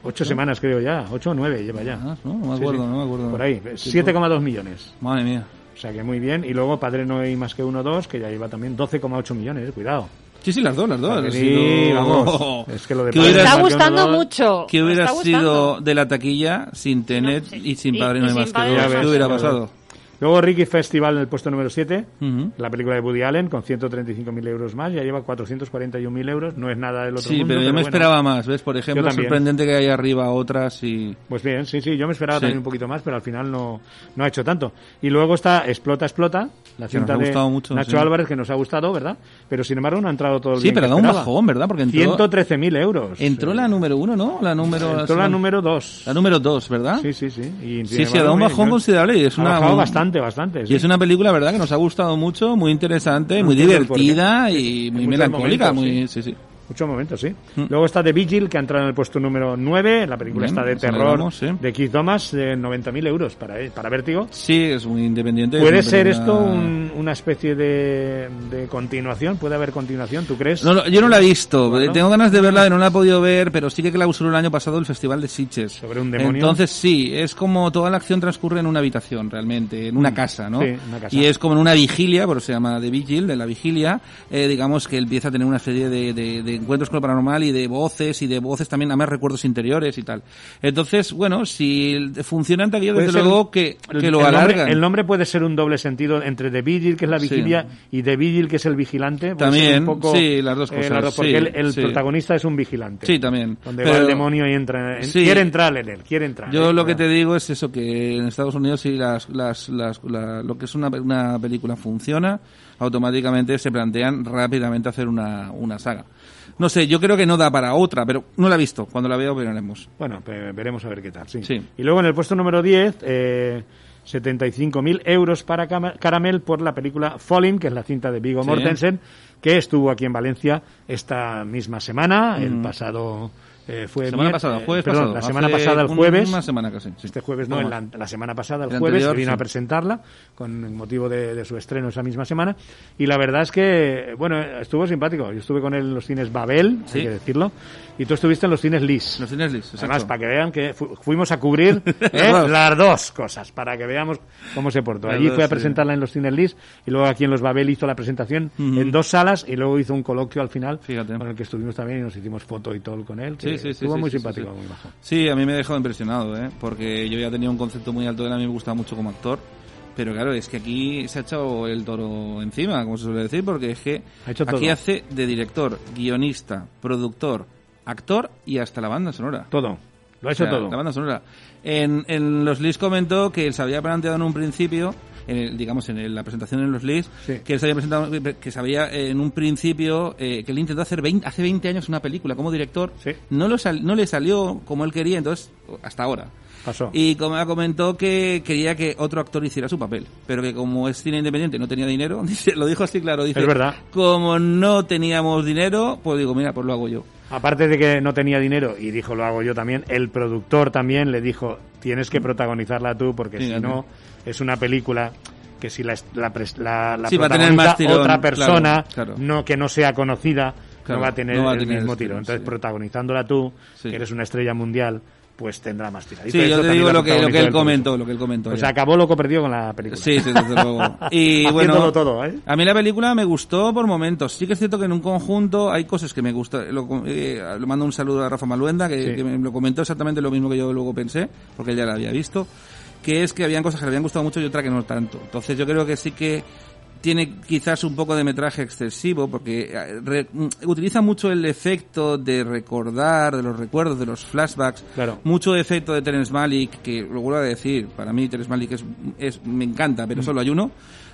[SPEAKER 3] Ocho semanas creo ya, ocho o nueve lleva ya.
[SPEAKER 7] Ah, no me acuerdo, no me acuerdo.
[SPEAKER 3] Por ahí,
[SPEAKER 7] Sí,
[SPEAKER 3] 7,2 millones.
[SPEAKER 7] Madre mía.
[SPEAKER 3] O sea que muy bien. Y luego Padre No hay más que uno, dos, que ya lleva también 12,8 millones, eh, cuidado.
[SPEAKER 7] Sí, sí, las dos, las dos.
[SPEAKER 3] Sí,
[SPEAKER 7] Ha sido-
[SPEAKER 3] vamos. Es que lo de
[SPEAKER 7] ¿Qué
[SPEAKER 3] Padre
[SPEAKER 7] hubiera-
[SPEAKER 3] No
[SPEAKER 2] Está
[SPEAKER 3] hay más que uno,
[SPEAKER 2] gustando
[SPEAKER 3] dos,
[SPEAKER 2] mucho.
[SPEAKER 7] ¿Qué
[SPEAKER 2] me
[SPEAKER 7] hubiera
[SPEAKER 2] está
[SPEAKER 7] sido de la taquilla sin Tenet y sin Padre
[SPEAKER 2] y-
[SPEAKER 7] No hay
[SPEAKER 2] y
[SPEAKER 7] más
[SPEAKER 2] sin
[SPEAKER 7] que
[SPEAKER 2] Padre
[SPEAKER 7] dos?
[SPEAKER 2] No hay
[SPEAKER 7] ¿Qué
[SPEAKER 2] más que
[SPEAKER 7] hubiera
[SPEAKER 2] dos.
[SPEAKER 7] pasado?
[SPEAKER 3] Luego Ricky Festival en el puesto número 7, la película de Woody Allen, con 135.000 euros más, ya lleva 441.000 euros, no es nada del otro
[SPEAKER 7] Sí,
[SPEAKER 3] mundo.
[SPEAKER 7] pero yo me
[SPEAKER 3] bueno.
[SPEAKER 7] esperaba más, ¿ves? Por
[SPEAKER 3] Yo
[SPEAKER 7] ejemplo,
[SPEAKER 3] también.
[SPEAKER 7] sorprendente que haya arriba otras y...
[SPEAKER 3] Pues bien, sí, sí, yo me esperaba
[SPEAKER 7] Sí.
[SPEAKER 3] también un poquito más, pero al final no, no ha hecho tanto. Y luego está Explota, Explota, la
[SPEAKER 7] Que
[SPEAKER 3] cinta
[SPEAKER 7] nos ha
[SPEAKER 3] de
[SPEAKER 7] gustado mucho,
[SPEAKER 3] Nacho
[SPEAKER 7] sí.
[SPEAKER 3] Álvarez, que nos ha gustado, ¿verdad? Pero sin embargo no ha entrado todo el
[SPEAKER 7] Sí,
[SPEAKER 3] bien
[SPEAKER 7] pero
[SPEAKER 3] que
[SPEAKER 7] da un
[SPEAKER 3] esperaba.
[SPEAKER 7] bajón, ¿verdad? Porque entró-
[SPEAKER 3] 113.000 euros.
[SPEAKER 7] Pues, Entró la número uno, ¿no? La número...
[SPEAKER 3] eh, Entró la número dos.
[SPEAKER 7] La número dos, ¿verdad?
[SPEAKER 3] Sí, sí, sí. Y, sin
[SPEAKER 7] Sí, sí, ha dado
[SPEAKER 3] embargo,
[SPEAKER 7] un bajón
[SPEAKER 3] yo-
[SPEAKER 7] considerable y es
[SPEAKER 3] ha
[SPEAKER 7] una...
[SPEAKER 3] bajado
[SPEAKER 7] un-
[SPEAKER 3] bastante, bastante. sí.
[SPEAKER 7] Y es una película, ¿verdad? Que nos ha gustado mucho, muy interesante,
[SPEAKER 3] No
[SPEAKER 7] muy
[SPEAKER 3] entiendo el porqué.
[SPEAKER 7] divertida y muy
[SPEAKER 3] muchos
[SPEAKER 7] melancólica,
[SPEAKER 3] momentos,
[SPEAKER 7] muy... Sí, sí.
[SPEAKER 3] Muchos momentos, sí. Luego está The Vigil, que ha entrado en el puesto número 9. La película
[SPEAKER 7] Mm. Bien,
[SPEAKER 3] está de
[SPEAKER 7] nos
[SPEAKER 3] terror
[SPEAKER 7] alegramos, sí.
[SPEAKER 3] de Keith Thomas, de 90.000 euros para, para Vértigo.
[SPEAKER 7] Sí, es muy independiente.
[SPEAKER 3] ¿Puede
[SPEAKER 7] es una
[SPEAKER 3] ser
[SPEAKER 7] película-
[SPEAKER 3] esto un- una especie de, de continuación? ¿Puede haber continuación, tú crees?
[SPEAKER 7] No, no, yo no la he visto.
[SPEAKER 3] Bueno.
[SPEAKER 7] Eh, Tengo ganas de verla, no la he podido ver, pero sí que la usó el año pasado el Festival de Sitges. Sobre
[SPEAKER 3] un demonio.
[SPEAKER 7] Entonces sí, es como toda la acción transcurre en una habitación realmente, en una
[SPEAKER 3] Mm.
[SPEAKER 7] casa, ¿no?
[SPEAKER 3] Sí, una casa.
[SPEAKER 7] Y es como en una vigilia, por eso se llama de Vigil, de la vigilia, eh, digamos que empieza a tener una serie de, de- de encuentros con lo paranormal y de voces, y de voces también, además recuerdos interiores y tal. Entonces, bueno, si funciona en taquilla,
[SPEAKER 3] Puede
[SPEAKER 7] desde
[SPEAKER 3] ser
[SPEAKER 7] luego que,
[SPEAKER 3] el-
[SPEAKER 7] que lo
[SPEAKER 3] el nombre-
[SPEAKER 7] alargan.
[SPEAKER 3] el nombre puede ser un doble sentido entre The Vigil, que es la
[SPEAKER 7] Sí.
[SPEAKER 3] vigilia, y The Vigil, que es el vigilante. Puede
[SPEAKER 7] También,
[SPEAKER 3] ser un poco,
[SPEAKER 7] sí, las dos
[SPEAKER 3] eh,
[SPEAKER 7] cosas,
[SPEAKER 3] porque
[SPEAKER 7] sí,
[SPEAKER 3] el, el
[SPEAKER 7] sí.
[SPEAKER 3] protagonista es un vigilante.
[SPEAKER 7] Sí, también.
[SPEAKER 3] Donde va
[SPEAKER 7] Pero-
[SPEAKER 3] el demonio y entra. en-
[SPEAKER 7] Sí.
[SPEAKER 3] Quiere entrar en él, quiere entrar.
[SPEAKER 7] Yo
[SPEAKER 3] eh,
[SPEAKER 7] lo que
[SPEAKER 3] claro.
[SPEAKER 7] te digo es eso, que en Estados Unidos si las, las, las- la- lo que es una, una película funciona, automáticamente se plantean rápidamente hacer una, una saga. No sé, yo creo que no da para otra, pero no la he visto. Cuando la veo, veremos.
[SPEAKER 3] Bueno, pe- veremos a ver qué tal, sí.
[SPEAKER 7] Sí.
[SPEAKER 3] Y luego en el puesto número 10, eh, 75.000 euros para Cama- Caramel por la película Falling, que es la cinta de Vigo
[SPEAKER 7] Sí.
[SPEAKER 3] Mortensen, que estuvo aquí en Valencia esta misma semana, el
[SPEAKER 7] Mm.
[SPEAKER 3] pasado... eh, fue
[SPEAKER 7] semana
[SPEAKER 3] mier-
[SPEAKER 7] pasada,
[SPEAKER 3] eh,
[SPEAKER 7] jueves
[SPEAKER 3] perdón,
[SPEAKER 7] pasado.
[SPEAKER 3] la semana
[SPEAKER 7] hace
[SPEAKER 3] pasada, el
[SPEAKER 7] un-
[SPEAKER 3] jueves.
[SPEAKER 7] Una semana casi. sí.
[SPEAKER 3] Este jueves, no,
[SPEAKER 7] Poco
[SPEAKER 3] en
[SPEAKER 7] más.
[SPEAKER 3] la, la semana pasada, el,
[SPEAKER 7] El
[SPEAKER 3] jueves,
[SPEAKER 7] anterior,
[SPEAKER 3] se vino
[SPEAKER 7] sí.
[SPEAKER 3] a presentarla con motivo de, de su estreno esa misma semana. Y la verdad es que, bueno, estuvo simpático. Yo estuve con él en los cines Babel,
[SPEAKER 7] Sí.
[SPEAKER 3] hay que decirlo, y tú estuviste en los cines Lis.
[SPEAKER 7] Los cines Lis, exacto.
[SPEAKER 3] Además, para que vean que fu- fuimos a cubrir ¿eh?
[SPEAKER 7] Las dos.
[SPEAKER 3] las dos cosas, para que veamos cómo se portó.
[SPEAKER 7] Las
[SPEAKER 3] Allí
[SPEAKER 7] dos,
[SPEAKER 3] fue a
[SPEAKER 7] sí.
[SPEAKER 3] presentarla en los cines Lis y luego aquí en los Babel hizo la presentación
[SPEAKER 7] Ujú.
[SPEAKER 3] en dos salas y luego hizo un coloquio al final con el que estuvimos también y nos hicimos foto y todo con él. que
[SPEAKER 7] Sí, sí, sí,
[SPEAKER 3] estuvo
[SPEAKER 7] sí,
[SPEAKER 3] muy
[SPEAKER 7] sí, sí,
[SPEAKER 3] simpático,
[SPEAKER 7] sí.
[SPEAKER 3] muy bajo.
[SPEAKER 7] Sí, a mí me ha dejado impresionado, ¿eh? porque yo ya tenía un concepto muy alto de él, a mí me gustaba mucho como actor. Pero claro, es que aquí se ha echado el toro encima, como se suele decir, porque es que
[SPEAKER 3] Ha hecho
[SPEAKER 7] aquí
[SPEAKER 3] todo.
[SPEAKER 7] hace de director, guionista, productor, actor y hasta la banda sonora.
[SPEAKER 3] Todo. Lo ha hecho
[SPEAKER 7] O sea,
[SPEAKER 3] todo.
[SPEAKER 7] La banda sonora. En, en los Leeds comentó que él se había planteado en un principio, en el- digamos en el- la presentación en los Leeds, que él se había presentado, que se había eh, en un principio, eh, que él intentó hacer 20 hace 20 años una película como director, no, lo sal- no le salió como él quería, entonces hasta ahora.
[SPEAKER 3] Pasó.
[SPEAKER 7] Y como comentó que quería que otro actor hiciera su papel, pero que como es cine independiente y no tenía dinero, dice- lo dijo así claro, dice,
[SPEAKER 3] Es verdad.
[SPEAKER 7] como no teníamos dinero, pues digo, mira, pues lo hago yo.
[SPEAKER 3] Aparte de que no tenía dinero, y dijo lo hago yo también, el productor también le dijo tienes que protagonizarla tú porque si
[SPEAKER 7] Fíjate.
[SPEAKER 3] no es una película que si la, est- la, pres- la- la
[SPEAKER 7] Sí, va a tener
[SPEAKER 3] protagoniza
[SPEAKER 7] más tirón,
[SPEAKER 3] otra
[SPEAKER 7] claro,
[SPEAKER 3] persona
[SPEAKER 7] claro.
[SPEAKER 3] No, que no sea conocida
[SPEAKER 7] Claro,
[SPEAKER 3] no va a tener
[SPEAKER 7] no va a
[SPEAKER 3] el
[SPEAKER 7] tener
[SPEAKER 3] mismo
[SPEAKER 7] ese
[SPEAKER 3] tiro.
[SPEAKER 7] tirón,
[SPEAKER 3] Entonces
[SPEAKER 7] sí.
[SPEAKER 3] protagonizándola tú,
[SPEAKER 7] Sí.
[SPEAKER 3] que eres una estrella mundial, pues tendrá más tiradita.
[SPEAKER 7] Sí,
[SPEAKER 3] Eso
[SPEAKER 7] yo te
[SPEAKER 3] también
[SPEAKER 7] digo
[SPEAKER 3] la
[SPEAKER 7] lo que, lo que
[SPEAKER 3] protagonizó
[SPEAKER 7] él
[SPEAKER 3] el productor.
[SPEAKER 7] comentó, lo que él comentó.
[SPEAKER 3] O
[SPEAKER 7] ya.
[SPEAKER 3] sea, acabó loco perdido con la película.
[SPEAKER 7] Sí, sí, desde luego. Y
[SPEAKER 3] Haciéndolo
[SPEAKER 7] bueno,
[SPEAKER 3] todo, ¿eh?
[SPEAKER 7] a mí la película me gustó por momentos. Sí que es cierto que en un conjunto hay cosas que me gustan. Lo, com- eh, le mando un saludo a Rafa Maluenda, que,
[SPEAKER 3] Sí.
[SPEAKER 7] que me lo comentó exactamente lo mismo que yo luego pensé, porque él ya la había visto, que es que habían cosas que le habían gustado mucho y otra que no tanto. Entonces yo creo que sí que tiene quizás un poco de metraje excesivo porque eh, re- mm, utiliza mucho el efecto de recordar, de los recuerdos, de los flashbacks, mucho efecto de Terence Malick, que lo vuelvo a decir, para mí Terence Malick es, es- me encanta, pero
[SPEAKER 3] Mm.
[SPEAKER 7] solo hay uno.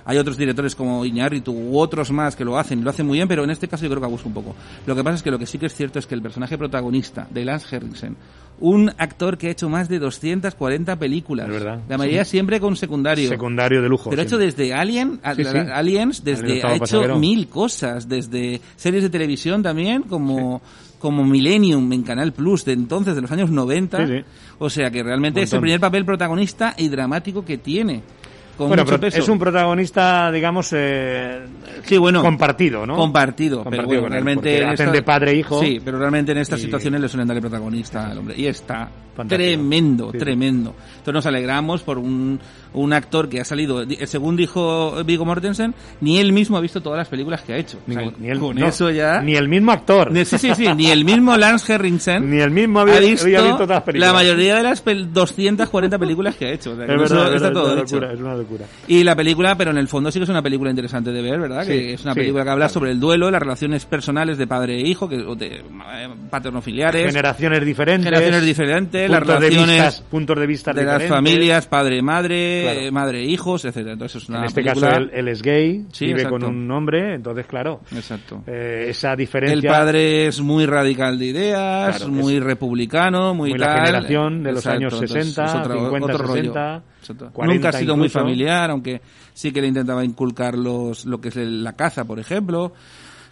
[SPEAKER 7] Hay otros directores como Iñárritu u otros más que lo hacen, y lo hacen muy bien, pero en este caso yo creo que abusa un poco. Lo que pasa es que lo que sí que es cierto es que el personaje protagonista de Lance Henriksen, un actor que ha hecho más de 240 películas, la mayoría
[SPEAKER 3] Sí.
[SPEAKER 7] siempre con secundario.
[SPEAKER 3] Secundario de lujo.
[SPEAKER 7] Pero ha hecho
[SPEAKER 3] siempre.
[SPEAKER 7] desde Alien, a-
[SPEAKER 3] Sí, sí.
[SPEAKER 7] la- Aliens,
[SPEAKER 3] Alien
[SPEAKER 7] desde,
[SPEAKER 3] octavo
[SPEAKER 7] ha
[SPEAKER 3] pasajero.
[SPEAKER 7] hecho mil cosas, desde series de televisión también, como, como Millennium en Canal Plus de entonces, de los años 90.
[SPEAKER 3] Sí, sí.
[SPEAKER 7] O sea que realmente es
[SPEAKER 3] Montón.
[SPEAKER 7] el primer papel protagonista y dramático que tiene. Con
[SPEAKER 3] Bueno,
[SPEAKER 7] mucho
[SPEAKER 3] pero
[SPEAKER 7] peso.
[SPEAKER 3] es un protagonista, digamos, eh,
[SPEAKER 7] Sí, bueno,
[SPEAKER 3] compartido, ¿no?
[SPEAKER 7] Compartido, pero
[SPEAKER 3] Compartido
[SPEAKER 7] bueno,
[SPEAKER 3] con él,
[SPEAKER 7] realmente...
[SPEAKER 3] porque
[SPEAKER 7] en
[SPEAKER 3] hacen
[SPEAKER 7] esta-
[SPEAKER 3] de padre e hijo.
[SPEAKER 7] Sí, pero realmente en estas
[SPEAKER 3] Y-
[SPEAKER 7] situaciones le suelen dar el protagonista al hombre. Y está
[SPEAKER 3] Fantástico.
[SPEAKER 7] tremendo,
[SPEAKER 3] Sí, sí.
[SPEAKER 7] tremendo. Entonces nos alegramos por un, un actor que ha salido, di- según dijo Vigo Mortensen, ni él mismo ha visto todas las películas que ha hecho. O sea, con
[SPEAKER 3] no,
[SPEAKER 7] eso ya...
[SPEAKER 3] Ni el mismo actor.
[SPEAKER 7] Ni- sí, sí, sí, ni el mismo Lance Henriksen
[SPEAKER 3] Ni el mismo
[SPEAKER 7] ha
[SPEAKER 3] había, había
[SPEAKER 7] visto,
[SPEAKER 3] visto, todas las películas.
[SPEAKER 7] la mayoría de las pel- 240 películas que ha hecho. O sea,
[SPEAKER 3] Es
[SPEAKER 7] con
[SPEAKER 3] verdad,
[SPEAKER 7] eso
[SPEAKER 3] es
[SPEAKER 7] está
[SPEAKER 3] verdad,
[SPEAKER 7] todo
[SPEAKER 3] es una
[SPEAKER 7] dicho.
[SPEAKER 3] locura, es una locura.
[SPEAKER 7] Y la película, pero en el fondo sí que es una película interesante de ver, ¿verdad?
[SPEAKER 3] Sí,
[SPEAKER 7] que es una
[SPEAKER 3] sí,
[SPEAKER 7] película que habla sobre el duelo, las relaciones personales de padre e hijo, que, o de eh, paternofiliares.
[SPEAKER 3] Generaciones diferentes.
[SPEAKER 7] Generaciones diferentes, las
[SPEAKER 3] puntos
[SPEAKER 7] relaciones
[SPEAKER 3] De vistas, puntos de vista
[SPEAKER 7] de las
[SPEAKER 3] diferentes.
[SPEAKER 7] familias, padre-madre,
[SPEAKER 3] Claro.
[SPEAKER 7] eh, madre-hijos, etcétera Entonces es una
[SPEAKER 3] En este
[SPEAKER 7] película-
[SPEAKER 3] caso él, él es gay,
[SPEAKER 7] Sí,
[SPEAKER 3] vive
[SPEAKER 7] exacto.
[SPEAKER 3] con un hombre, entonces claro,
[SPEAKER 7] Exacto.
[SPEAKER 3] eh, esa diferencia...
[SPEAKER 7] El padre es muy radical de ideas,
[SPEAKER 3] Claro,
[SPEAKER 7] muy republicano, muy,
[SPEAKER 3] muy la
[SPEAKER 7] tal.
[SPEAKER 3] generación de los años
[SPEAKER 7] entonces
[SPEAKER 3] 60,
[SPEAKER 7] es
[SPEAKER 3] 50,
[SPEAKER 7] rollo.
[SPEAKER 3] 60,
[SPEAKER 7] Exacto.
[SPEAKER 3] 40
[SPEAKER 7] Nunca ha sido muy
[SPEAKER 3] incluso.
[SPEAKER 7] familiar, aunque sí que le intentaba inculcar los, lo que es el- la caza, por ejemplo.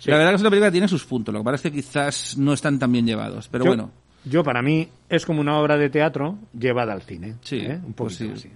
[SPEAKER 7] La verdad que es una película que tiene sus puntos, lo que parece que quizás no están tan bien llevados, pero
[SPEAKER 3] Yo-
[SPEAKER 7] bueno.
[SPEAKER 3] Yo para mí es como una obra de teatro llevada al cine.
[SPEAKER 7] Sí,
[SPEAKER 3] ¿eh? Un
[SPEAKER 7] pues
[SPEAKER 3] poquito
[SPEAKER 7] sí.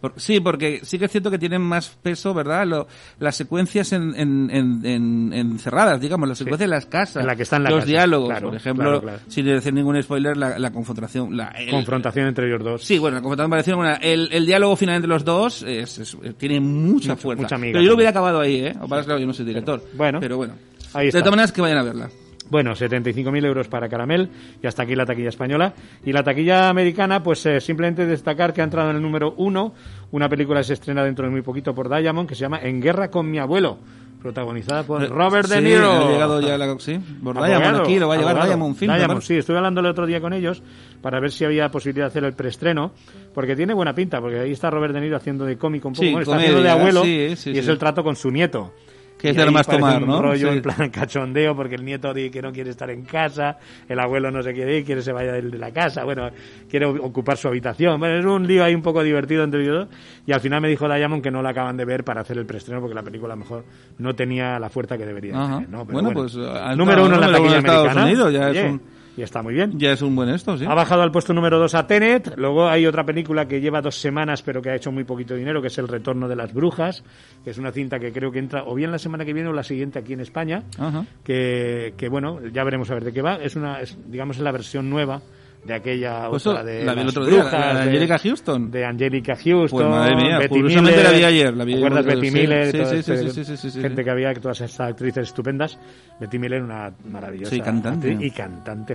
[SPEAKER 7] Por- sí, porque sí que es cierto que tienen más peso, ¿verdad? Lo- las secuencias en, en, en, en- encerradas, digamos, las secuencias en las casas.
[SPEAKER 3] En la que está en la
[SPEAKER 7] Los
[SPEAKER 3] casa,
[SPEAKER 7] diálogos,
[SPEAKER 3] claro,
[SPEAKER 7] por ejemplo,
[SPEAKER 3] claro, claro.
[SPEAKER 7] sin decir ningún spoiler, la, la confrontación. La, el-
[SPEAKER 3] Confrontación entre ellos dos.
[SPEAKER 7] Sí, bueno, la confrontación pareció una- el, el diálogo final entre los dos es- es- tiene mucha
[SPEAKER 3] Mucha-
[SPEAKER 7] fuerza.
[SPEAKER 3] mucha miga
[SPEAKER 7] pero yo lo
[SPEAKER 3] también.
[SPEAKER 7] hubiera acabado ahí, ¿eh? O para claro, yo no soy director.
[SPEAKER 3] Bueno.
[SPEAKER 7] Pero bueno.
[SPEAKER 3] Ahí
[SPEAKER 7] De
[SPEAKER 3] está.
[SPEAKER 7] todas maneras, que vayan a verla.
[SPEAKER 3] Bueno, 75.000 euros para Caramel y hasta aquí la taquilla española. Y la taquilla americana, pues eh, simplemente destacar que ha entrado en el número uno una película que se estrena dentro de muy poquito por Diamond que se llama En guerra con mi abuelo, protagonizada por Robert De
[SPEAKER 7] Eh, Sí,
[SPEAKER 3] Niro.
[SPEAKER 7] ha llegado ya la- sí, por
[SPEAKER 3] Abogado,
[SPEAKER 7] Diamond aquí, lo va a llevar
[SPEAKER 3] abogado.
[SPEAKER 7] Diamond Film.
[SPEAKER 3] Diamond,
[SPEAKER 7] además.
[SPEAKER 3] sí, estuve hablando el otro día con ellos para ver si había posibilidad de hacer el preestreno, porque tiene buena pinta, porque ahí está Robert De Niro haciendo de cómico un poco,
[SPEAKER 7] Sí,
[SPEAKER 3] bueno, está
[SPEAKER 7] comedia,
[SPEAKER 3] haciendo de abuelo
[SPEAKER 7] sí, sí,
[SPEAKER 3] y es
[SPEAKER 7] sí.
[SPEAKER 3] el trato con su nieto.
[SPEAKER 7] Que es
[SPEAKER 3] Y
[SPEAKER 7] de lo
[SPEAKER 3] ahí
[SPEAKER 7] más
[SPEAKER 3] parece
[SPEAKER 7] tomar,
[SPEAKER 3] un
[SPEAKER 7] ¿no?
[SPEAKER 3] rollo
[SPEAKER 7] Sí.
[SPEAKER 3] en plan cachondeo, porque el nieto dice que no quiere estar en casa, el abuelo no se quiere ir, quiere se vaya de la casa, bueno, quiere ocupar su habitación. Bueno, es un lío ahí un poco divertido entre ellos dos. Y al final me dijo Diamond que no la acaban de ver para hacer el preestreno, porque la película a lo mejor no tenía la fuerza que debería
[SPEAKER 7] Ajá.
[SPEAKER 3] tener, ¿no? Pero
[SPEAKER 7] Bueno, pues, ha
[SPEAKER 3] número
[SPEAKER 7] estado
[SPEAKER 3] uno en
[SPEAKER 7] número
[SPEAKER 3] la
[SPEAKER 7] uno
[SPEAKER 3] taquilla
[SPEAKER 7] en Estados
[SPEAKER 3] americana.
[SPEAKER 7] Unidos, ya es
[SPEAKER 3] Oye,
[SPEAKER 7] un-
[SPEAKER 3] y está muy bien.
[SPEAKER 7] Ya es un buen esto, sí.
[SPEAKER 3] Ha bajado al puesto número 2 a Tenet. Luego hay otra película que lleva dos semanas, pero que ha hecho muy poquito dinero, que es El Retorno de las Brujas, que es una cinta que creo que entra o bien la semana que viene o la siguiente aquí en España.
[SPEAKER 7] Ajá.
[SPEAKER 3] Que, que, bueno, ya veremos a ver de qué va. Es una, es, digamos, es la versión nueva de aquella
[SPEAKER 7] Pues
[SPEAKER 3] otra
[SPEAKER 7] eso,
[SPEAKER 3] de
[SPEAKER 7] la vi el
[SPEAKER 3] las
[SPEAKER 7] otro día,
[SPEAKER 3] brujas,
[SPEAKER 7] la de Angelica Houston.
[SPEAKER 3] de Angelica Houston
[SPEAKER 7] Pues madre mía,
[SPEAKER 3] Bette
[SPEAKER 7] curiosamente
[SPEAKER 3] Miller,
[SPEAKER 7] la vi ayer, la vi
[SPEAKER 3] ¿te acuerdas
[SPEAKER 7] ayer,
[SPEAKER 3] Betty
[SPEAKER 7] sí,
[SPEAKER 3] Miller
[SPEAKER 7] sí,
[SPEAKER 3] todo
[SPEAKER 7] sí,
[SPEAKER 3] este-
[SPEAKER 7] sí, sí, sí, sí, sí,
[SPEAKER 3] gente
[SPEAKER 7] sí.
[SPEAKER 3] que había todas estas actrices estupendas Betty Miller una maravillosa
[SPEAKER 7] Sí, cantante.
[SPEAKER 3] actriz y cantante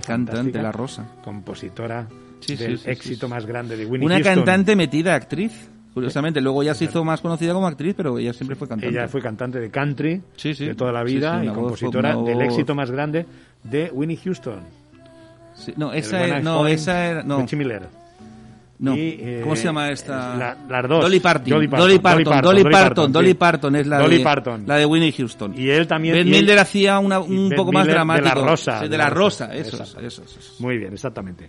[SPEAKER 7] Cantante,
[SPEAKER 3] fantástica,
[SPEAKER 7] La Rosa.
[SPEAKER 3] compositora
[SPEAKER 7] Sí, sí,
[SPEAKER 3] del
[SPEAKER 7] sí, sí,
[SPEAKER 3] éxito
[SPEAKER 7] sí.
[SPEAKER 3] más grande de Winnie
[SPEAKER 7] Una
[SPEAKER 3] Houston.
[SPEAKER 7] cantante metida a actriz, curiosamente. Luego ya se hizo más conocida como actriz, pero ella siempre fue cantante.
[SPEAKER 3] Ella fue cantante de country
[SPEAKER 7] Sí, sí.
[SPEAKER 3] de toda la
[SPEAKER 7] Sí, sí,
[SPEAKER 3] vida y
[SPEAKER 7] una voz,
[SPEAKER 3] compositora
[SPEAKER 7] una
[SPEAKER 3] del
[SPEAKER 7] voz.
[SPEAKER 3] éxito más grande de Winnie Houston.
[SPEAKER 7] Sí, no,
[SPEAKER 3] El
[SPEAKER 7] esa
[SPEAKER 3] When
[SPEAKER 7] era,
[SPEAKER 3] I
[SPEAKER 7] no,
[SPEAKER 3] Fall in
[SPEAKER 7] esa era, no.
[SPEAKER 3] Betty Miller.
[SPEAKER 7] No.
[SPEAKER 3] Y, eh,
[SPEAKER 7] ¿Cómo se llama esta?
[SPEAKER 3] la- las dos.
[SPEAKER 7] Dolly Parton. Dolly Parton. Dolly Parton. Dolly Parton, Dolly Parton es la
[SPEAKER 3] Dolly
[SPEAKER 7] de-
[SPEAKER 3] Parton.
[SPEAKER 7] la de Winnie Houston.
[SPEAKER 3] Y él también.
[SPEAKER 7] Ben
[SPEAKER 3] y él-
[SPEAKER 7] Miller hacía una- un
[SPEAKER 3] y Ben
[SPEAKER 7] poco más
[SPEAKER 3] Miller
[SPEAKER 7] dramático.
[SPEAKER 3] De la rosa.
[SPEAKER 7] Sí, de La Rosa, eso es,
[SPEAKER 3] Exacto. Muy bien, exactamente.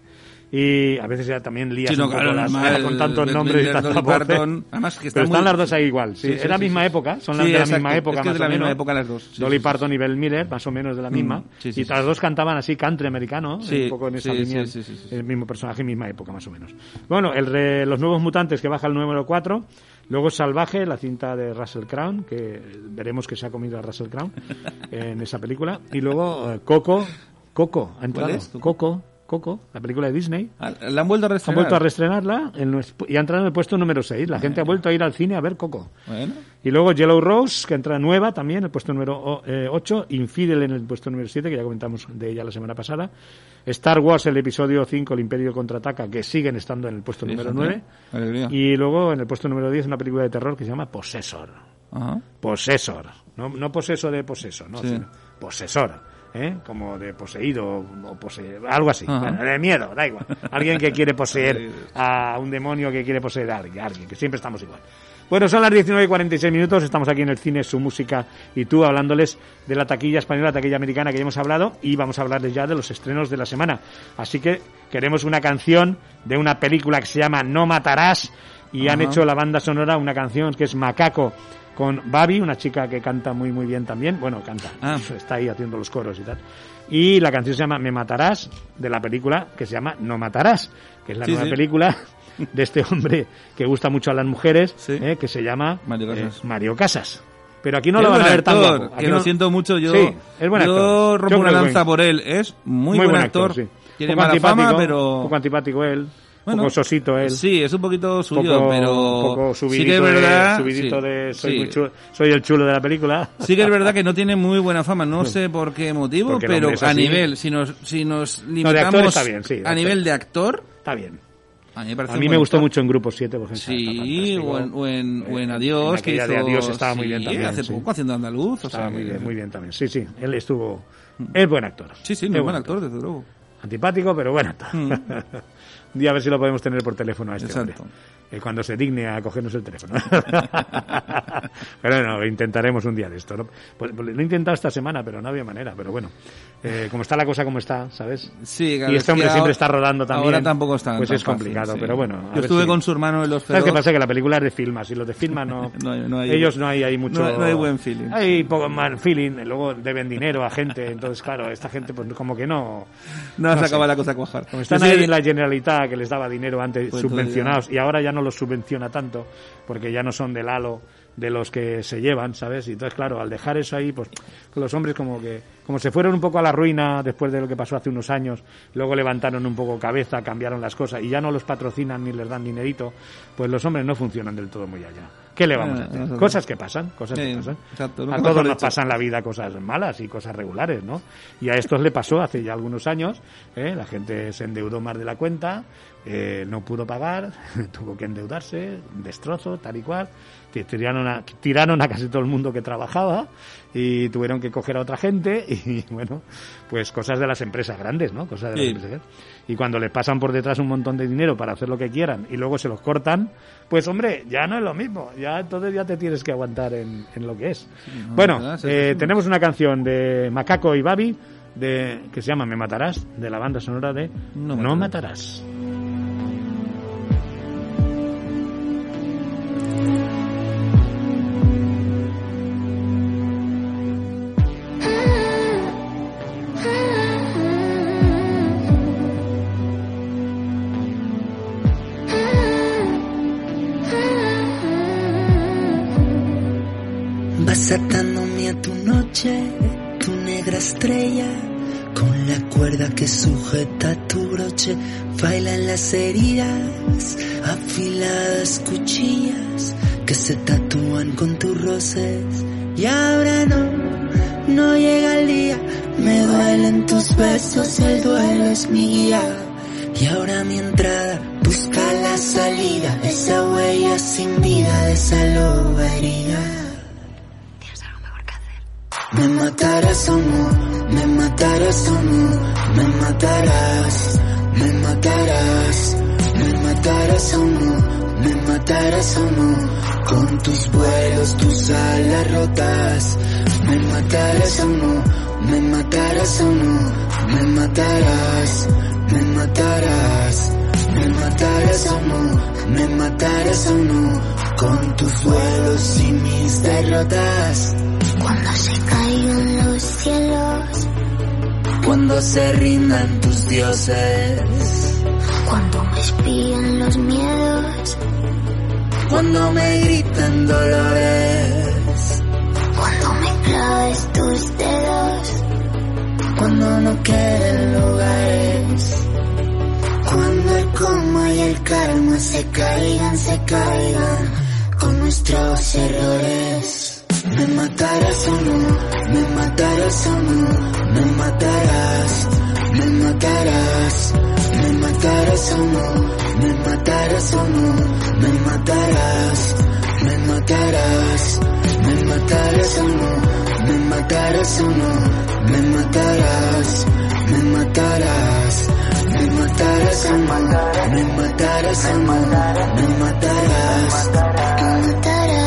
[SPEAKER 3] Y a veces ya también lías
[SPEAKER 7] Sí, no,
[SPEAKER 3] un poco
[SPEAKER 7] claro,
[SPEAKER 3] las-
[SPEAKER 7] normal,
[SPEAKER 3] con tantos
[SPEAKER 7] Ben
[SPEAKER 3] nombres
[SPEAKER 7] Miller,
[SPEAKER 3] y tantas
[SPEAKER 7] Dolly
[SPEAKER 3] voces.
[SPEAKER 7] Parton, además que está
[SPEAKER 3] Pero están
[SPEAKER 7] muy-
[SPEAKER 3] las dos ahí igual. Sí,
[SPEAKER 7] Sí,
[SPEAKER 3] es
[SPEAKER 7] sí,
[SPEAKER 3] la
[SPEAKER 7] sí,
[SPEAKER 3] misma
[SPEAKER 7] sí.
[SPEAKER 3] época, son
[SPEAKER 7] Sí,
[SPEAKER 3] las de la
[SPEAKER 7] exacto,
[SPEAKER 3] misma
[SPEAKER 7] es
[SPEAKER 3] época.
[SPEAKER 7] que es
[SPEAKER 3] más
[SPEAKER 7] de la
[SPEAKER 3] o
[SPEAKER 7] misma
[SPEAKER 3] menos.
[SPEAKER 7] época las dos, sí,
[SPEAKER 3] Dolly
[SPEAKER 7] sí, sí,
[SPEAKER 3] Parton y Bell Miller, más o menos de la misma.
[SPEAKER 7] sí, sí,
[SPEAKER 3] y
[SPEAKER 7] sí,
[SPEAKER 3] las dos cantaban así country americano,
[SPEAKER 7] Sí,
[SPEAKER 3] un poco en esa
[SPEAKER 7] sí,
[SPEAKER 3] línea.
[SPEAKER 7] sí, sí,
[SPEAKER 3] El mismo personaje, misma época, más o menos. Bueno, el re- Los Nuevos Mutantes, que baja el número 4. Luego Salvaje, la cinta de Russell Crown, que veremos que se ha comido a Russell Crown en esa película. Y luego eh, Coco, Coco, ha entrado.
[SPEAKER 7] es, Coco?
[SPEAKER 3] Coco, Coco, la película de Disney.
[SPEAKER 7] Ah, La han vuelto a
[SPEAKER 3] Han
[SPEAKER 7] restaurar.
[SPEAKER 3] vuelto a reestrenarla en nues- y ha entrado en el puesto número 6. La gente ha vuelto a ir al cine a ver Coco.
[SPEAKER 7] Bueno.
[SPEAKER 3] Y luego Yellow Rose, que entra nueva también, en el puesto número 8. Infidel en el puesto número 7, que ya comentamos de ella la semana pasada. Star Wars, el episodio 5, El Imperio contraataca, que siguen estando en el puesto número 9.
[SPEAKER 7] Alegría.
[SPEAKER 3] Y luego en el puesto número 10, una película de terror que se llama Possessor.
[SPEAKER 7] Ajá.
[SPEAKER 3] Possessor. No, no poseso de poseso, no,
[SPEAKER 7] Sí.
[SPEAKER 3] sino posesor. ¿eh? Como de poseído o pose- algo así. ¿eh?
[SPEAKER 7] Ajá.
[SPEAKER 3] Bueno, de miedo, da igual. Alguien que quiere poseer a un demonio que quiere poseer a alguien, a alguien, que siempre estamos igual. Bueno, son las 19 y 46 minutos, estamos aquí en el cine, su música y tú, hablándoles de la taquilla española, la taquilla americana que ya hemos hablado y vamos a hablarles ya de los estrenos de la semana. Así que queremos una canción de una película que se llama No Matarás y han
[SPEAKER 7] Ajá.
[SPEAKER 3] hecho la banda sonora una canción que es Macaco con Babi, una chica que canta muy muy bien también, bueno, canta,
[SPEAKER 7] Ah.
[SPEAKER 3] está ahí haciendo los coros y tal. Y la canción se llama Me matarás de la película que se llama No matarás, que es la
[SPEAKER 7] Sí,
[SPEAKER 3] nueva
[SPEAKER 7] sí.
[SPEAKER 3] película de este hombre que gusta mucho a las mujeres, eh, que se llama Mario Casas. Mario Casas. Pero aquí no
[SPEAKER 7] Es
[SPEAKER 3] lo van
[SPEAKER 7] buen
[SPEAKER 3] a ver tan
[SPEAKER 7] actor,
[SPEAKER 3] guapo. Aquí
[SPEAKER 7] Que
[SPEAKER 3] no-
[SPEAKER 7] lo siento mucho, yo,
[SPEAKER 3] Sí, es buen
[SPEAKER 7] yo
[SPEAKER 3] actor.
[SPEAKER 7] rompo
[SPEAKER 3] Yo
[SPEAKER 7] una
[SPEAKER 3] creo que-
[SPEAKER 7] lanza por él. Es muy, buen actor.
[SPEAKER 3] sí.
[SPEAKER 7] Tiene
[SPEAKER 3] Poco
[SPEAKER 7] mala fama,
[SPEAKER 3] antipático,
[SPEAKER 7] pero...
[SPEAKER 3] poco antipático él,
[SPEAKER 7] Bueno,
[SPEAKER 3] poco sosito él.
[SPEAKER 7] Sí, es un poquito suyo,
[SPEAKER 3] poco,
[SPEAKER 7] pero...
[SPEAKER 3] poco subidito,
[SPEAKER 7] sí que es verdad...
[SPEAKER 3] de, subidito
[SPEAKER 7] sí,
[SPEAKER 3] de soy,
[SPEAKER 7] sí.
[SPEAKER 3] muy chulo- soy el chulo de la película.
[SPEAKER 7] Sí que es verdad que no tiene muy buena fama, no sé por qué motivo,
[SPEAKER 3] Porque el
[SPEAKER 7] pero
[SPEAKER 3] hombre es
[SPEAKER 7] a
[SPEAKER 3] así.
[SPEAKER 7] nivel, si nos, si nos
[SPEAKER 3] No, de actor
[SPEAKER 7] limitamos
[SPEAKER 3] está bien, sí, de
[SPEAKER 7] a
[SPEAKER 3] actor.
[SPEAKER 7] nivel de actor...
[SPEAKER 3] Está bien.
[SPEAKER 7] A mí me, parece
[SPEAKER 3] A mí
[SPEAKER 7] un
[SPEAKER 3] me
[SPEAKER 7] buen
[SPEAKER 3] gustó
[SPEAKER 7] actor.
[SPEAKER 3] mucho en Grupo 7, por ejemplo.
[SPEAKER 7] Sí, o en, o en- o en
[SPEAKER 3] en
[SPEAKER 7] Adiós, que
[SPEAKER 3] aquella
[SPEAKER 7] hizo...
[SPEAKER 3] de Adiós estaba muy bien
[SPEAKER 7] sí,
[SPEAKER 3] también,
[SPEAKER 7] hace
[SPEAKER 3] sí.
[SPEAKER 7] poco, haciendo Andaluz, o
[SPEAKER 3] Estaba
[SPEAKER 7] sea
[SPEAKER 3] muy
[SPEAKER 7] que-
[SPEAKER 3] bien, muy bien también. Sí, sí, él estuvo... Es buen actor.
[SPEAKER 7] Mm. Sí, sí,
[SPEAKER 3] Es
[SPEAKER 7] no es
[SPEAKER 3] buen
[SPEAKER 7] buen actor, Mm. desde luego.
[SPEAKER 3] Antipático, pero bueno. Un día a ver si lo podemos tener por teléfono a este
[SPEAKER 7] Exacto.
[SPEAKER 3] hombre. Eh, cuando se digne a cogernos el teléfono. pero no, intentaremos un día de esto. ¿no? Pues, pues lo he intentado esta semana, pero no había manera. Pero bueno, eh, como está la cosa como está, ¿sabes?
[SPEAKER 7] Sí, claro,
[SPEAKER 3] y
[SPEAKER 7] es que
[SPEAKER 3] este hombre
[SPEAKER 7] ahora-
[SPEAKER 3] siempre está rodando también.
[SPEAKER 7] Ahora tampoco está
[SPEAKER 3] Pues
[SPEAKER 7] tan
[SPEAKER 3] es
[SPEAKER 7] fácil,
[SPEAKER 3] complicado,
[SPEAKER 7] sí.
[SPEAKER 3] pero bueno. a
[SPEAKER 7] Yo
[SPEAKER 3] ver
[SPEAKER 7] estuve
[SPEAKER 3] si-
[SPEAKER 7] con su hermano en los
[SPEAKER 3] ¿Sabes qué
[SPEAKER 7] Feroz.
[SPEAKER 3] pasa? Que la película es de filmas y los de filmas no,
[SPEAKER 7] No hay- no hay-
[SPEAKER 3] ellos no hay, hay mucho...
[SPEAKER 7] no- no hay buen feeling.
[SPEAKER 3] Hay poco mal feeling, luego deben dinero a gente, entonces claro, esta gente pues como que no...
[SPEAKER 7] No, se
[SPEAKER 3] sé.
[SPEAKER 7] acaba la cosa a cuajar.
[SPEAKER 3] Como están
[SPEAKER 7] Yo
[SPEAKER 3] ahí
[SPEAKER 7] soy-
[SPEAKER 3] en la Generalitat, que les daba dinero antes
[SPEAKER 7] Pues
[SPEAKER 3] subvencionados, y ahora ya no los subvenciona tanto, porque ya no son del halo de los que se llevan, ¿sabes? Y entonces, claro, al dejar eso ahí, pues los hombres como que como se fueron un poco a la ruina después de lo que pasó hace unos años, luego levantaron un poco cabeza, cambiaron las cosas y ya no los patrocinan ni les dan dinerito, pues los hombres no funcionan del todo muy allá. ¿Qué le vamos
[SPEAKER 7] Eh,
[SPEAKER 3] a hacer?
[SPEAKER 7] nosotros.
[SPEAKER 3] Cosas que pasan, cosas que
[SPEAKER 7] Eh,
[SPEAKER 3] pasan.
[SPEAKER 7] exacto, nunca
[SPEAKER 3] a
[SPEAKER 7] mejor
[SPEAKER 3] todos nos
[SPEAKER 7] dicho.
[SPEAKER 3] pasan en la vida cosas malas y cosas regulares, ¿no? Y a estos le pasó hace ya algunos años, ¿eh? la gente se endeudó más de la cuenta, eh, no pudo pagar, tuvo que endeudarse, destrozo, tal y cual, que tiraron a, tiraron a casi todo el mundo que trabajaba y tuvieron que coger a otra gente y bueno, pues cosas de las empresas grandes, ¿no? Cosas de las
[SPEAKER 7] Sí.
[SPEAKER 3] empresas grandes. Y cuando les pasan por detrás un montón de dinero para hacer lo que quieran y luego se los cortan, pues hombre, ya no es lo mismo, ya entonces ya te tienes que aguantar en, en lo que es.
[SPEAKER 7] no,
[SPEAKER 3] bueno,
[SPEAKER 7] ¿verdad? Sí,
[SPEAKER 3] eh,
[SPEAKER 7] sí, sí.
[SPEAKER 3] tenemos una canción de Macaco y Babi de, que se llama Me Matarás, de la banda sonora de No, Matarás.
[SPEAKER 14] Vas atándome a tu noche, tu negra estrella, con la cuerda que sujeta tu broche, bailan las heridas, afiladas cuchillas que se tatúan con tus roces. Y ahora no, no llega el día, me duelen tus besos, el duelo es mi guía. Y ahora mi entrada busca la salida, esa huella sin vida de esa loba herida. Me matarás o no, me matarás o no, me matarás, me matarás, me matarás matarás o no, con tus vuelos, tus alas rotas. Me matarás o no, me matarás o no, me matarás, me matarás. Me matarás o no, me matarás o no, con tus vuelos y mis derrotas.
[SPEAKER 8] Cuando se caigan los cielos,
[SPEAKER 14] Cuando se rindan tus dioses,
[SPEAKER 8] cuando me espían los miedos,
[SPEAKER 14] cuando me gritan dolores,
[SPEAKER 8] cuando me claves tus dedos,
[SPEAKER 14] cuando no queden lugares, cuando el coma y el karma se caigan, se caigan con nuestros errores. Me matarás o no, me matarás o no, me matarás, me matarás, me matarás o no, me matarás o no, me matarás, me matarás, me matarás o no, me matarás o no, me matarás, me matarás, me matarás o no, me matarás o no, me matarás, me matarás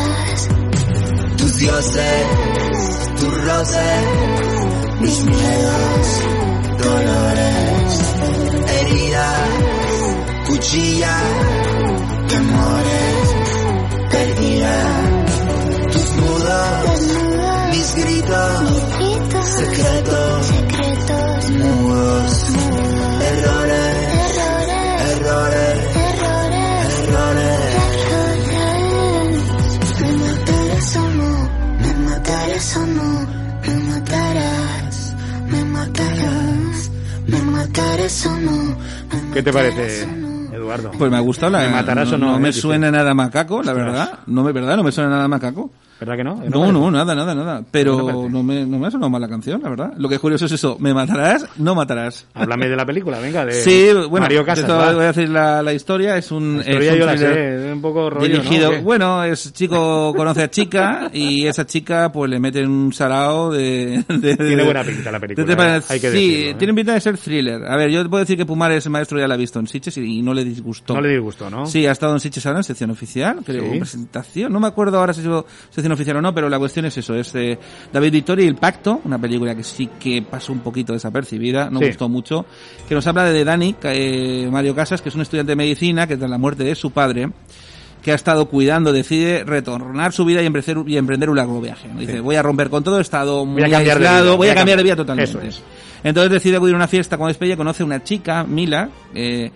[SPEAKER 14] tus dioses, tus roces, mis miedos, dolores, heridas, cuchillas, temores, perdidas, tus mudos, mis gritos, secretos, mudos, errores, errores, errores, me matarás o no, me matarás o no, me matarás, me matarás, me matarás o no.
[SPEAKER 3] ¿Qué te parece, Eduardo?
[SPEAKER 7] Pues me ha gustado la.
[SPEAKER 3] Me matarás
[SPEAKER 7] no,
[SPEAKER 3] o no,
[SPEAKER 7] no
[SPEAKER 3] eh,
[SPEAKER 7] me
[SPEAKER 3] dice.
[SPEAKER 7] suena nada macaco, la verdad. No me verdad, no me suena nada macaco.
[SPEAKER 3] ¿Verdad que no? ¿Que
[SPEAKER 7] No,
[SPEAKER 3] parece?
[SPEAKER 7] no, nada, nada, nada.
[SPEAKER 3] ¿No te
[SPEAKER 7] Pero
[SPEAKER 3] parece?
[SPEAKER 7] no me, no me ha sonado mal la canción, la verdad. Lo que es curioso es eso, ¿me matarás? No matarás.
[SPEAKER 3] Háblame de la película, venga, de
[SPEAKER 7] sí, bueno,
[SPEAKER 3] Eh, Mario
[SPEAKER 7] de
[SPEAKER 3] Casas.
[SPEAKER 7] todo
[SPEAKER 3] va.
[SPEAKER 7] voy a decir la, la historia, es un...
[SPEAKER 3] La historia
[SPEAKER 7] es un
[SPEAKER 3] yo la sé,
[SPEAKER 7] thriller
[SPEAKER 3] es un poco rollo, ¿no?
[SPEAKER 7] Dirigido,
[SPEAKER 3] ¿O qué?
[SPEAKER 7] bueno, es chico conoce a chica y esa chica pues le mete un sarao de... de-
[SPEAKER 3] Tiene
[SPEAKER 7] de-
[SPEAKER 3] buena pinta la película,
[SPEAKER 7] de- de-
[SPEAKER 3] ¿eh? Hay que
[SPEAKER 7] sí,
[SPEAKER 3] decirlo, ¿eh?
[SPEAKER 7] tiene pinta de ser thriller. A ver, yo te puedo decir que Pumar es maestro, ya la ha visto en Sitges y, y no le disgustó.
[SPEAKER 3] No le disgustó, ¿no?
[SPEAKER 7] Sí, ha estado en Sitges ahora en sección oficial, creo,
[SPEAKER 3] Sí.
[SPEAKER 7] en presentación. No me acuerdo ahora si es sección oficial o no, pero la cuestión es eso, es eh, David Vittori y El Pacto, una película que sí que pasó un poquito desapercibida, no
[SPEAKER 3] Sí.
[SPEAKER 7] gustó mucho, que nos habla de Dani, eh, Mario Casas, que es un estudiante de medicina que tras la muerte de su padre, que ha estado cuidando, decide retornar su vida y emprender, y emprender un largo viaje. ¿no? Dice, voy a romper con todo, he estado muy
[SPEAKER 3] a cambiar de
[SPEAKER 7] aislado,
[SPEAKER 3] vida,
[SPEAKER 7] voy a cambiar de vida totalmente.
[SPEAKER 3] Eso es.
[SPEAKER 7] Entonces decide acudir a una fiesta con despedida, conoce a una chica, Mila, eh,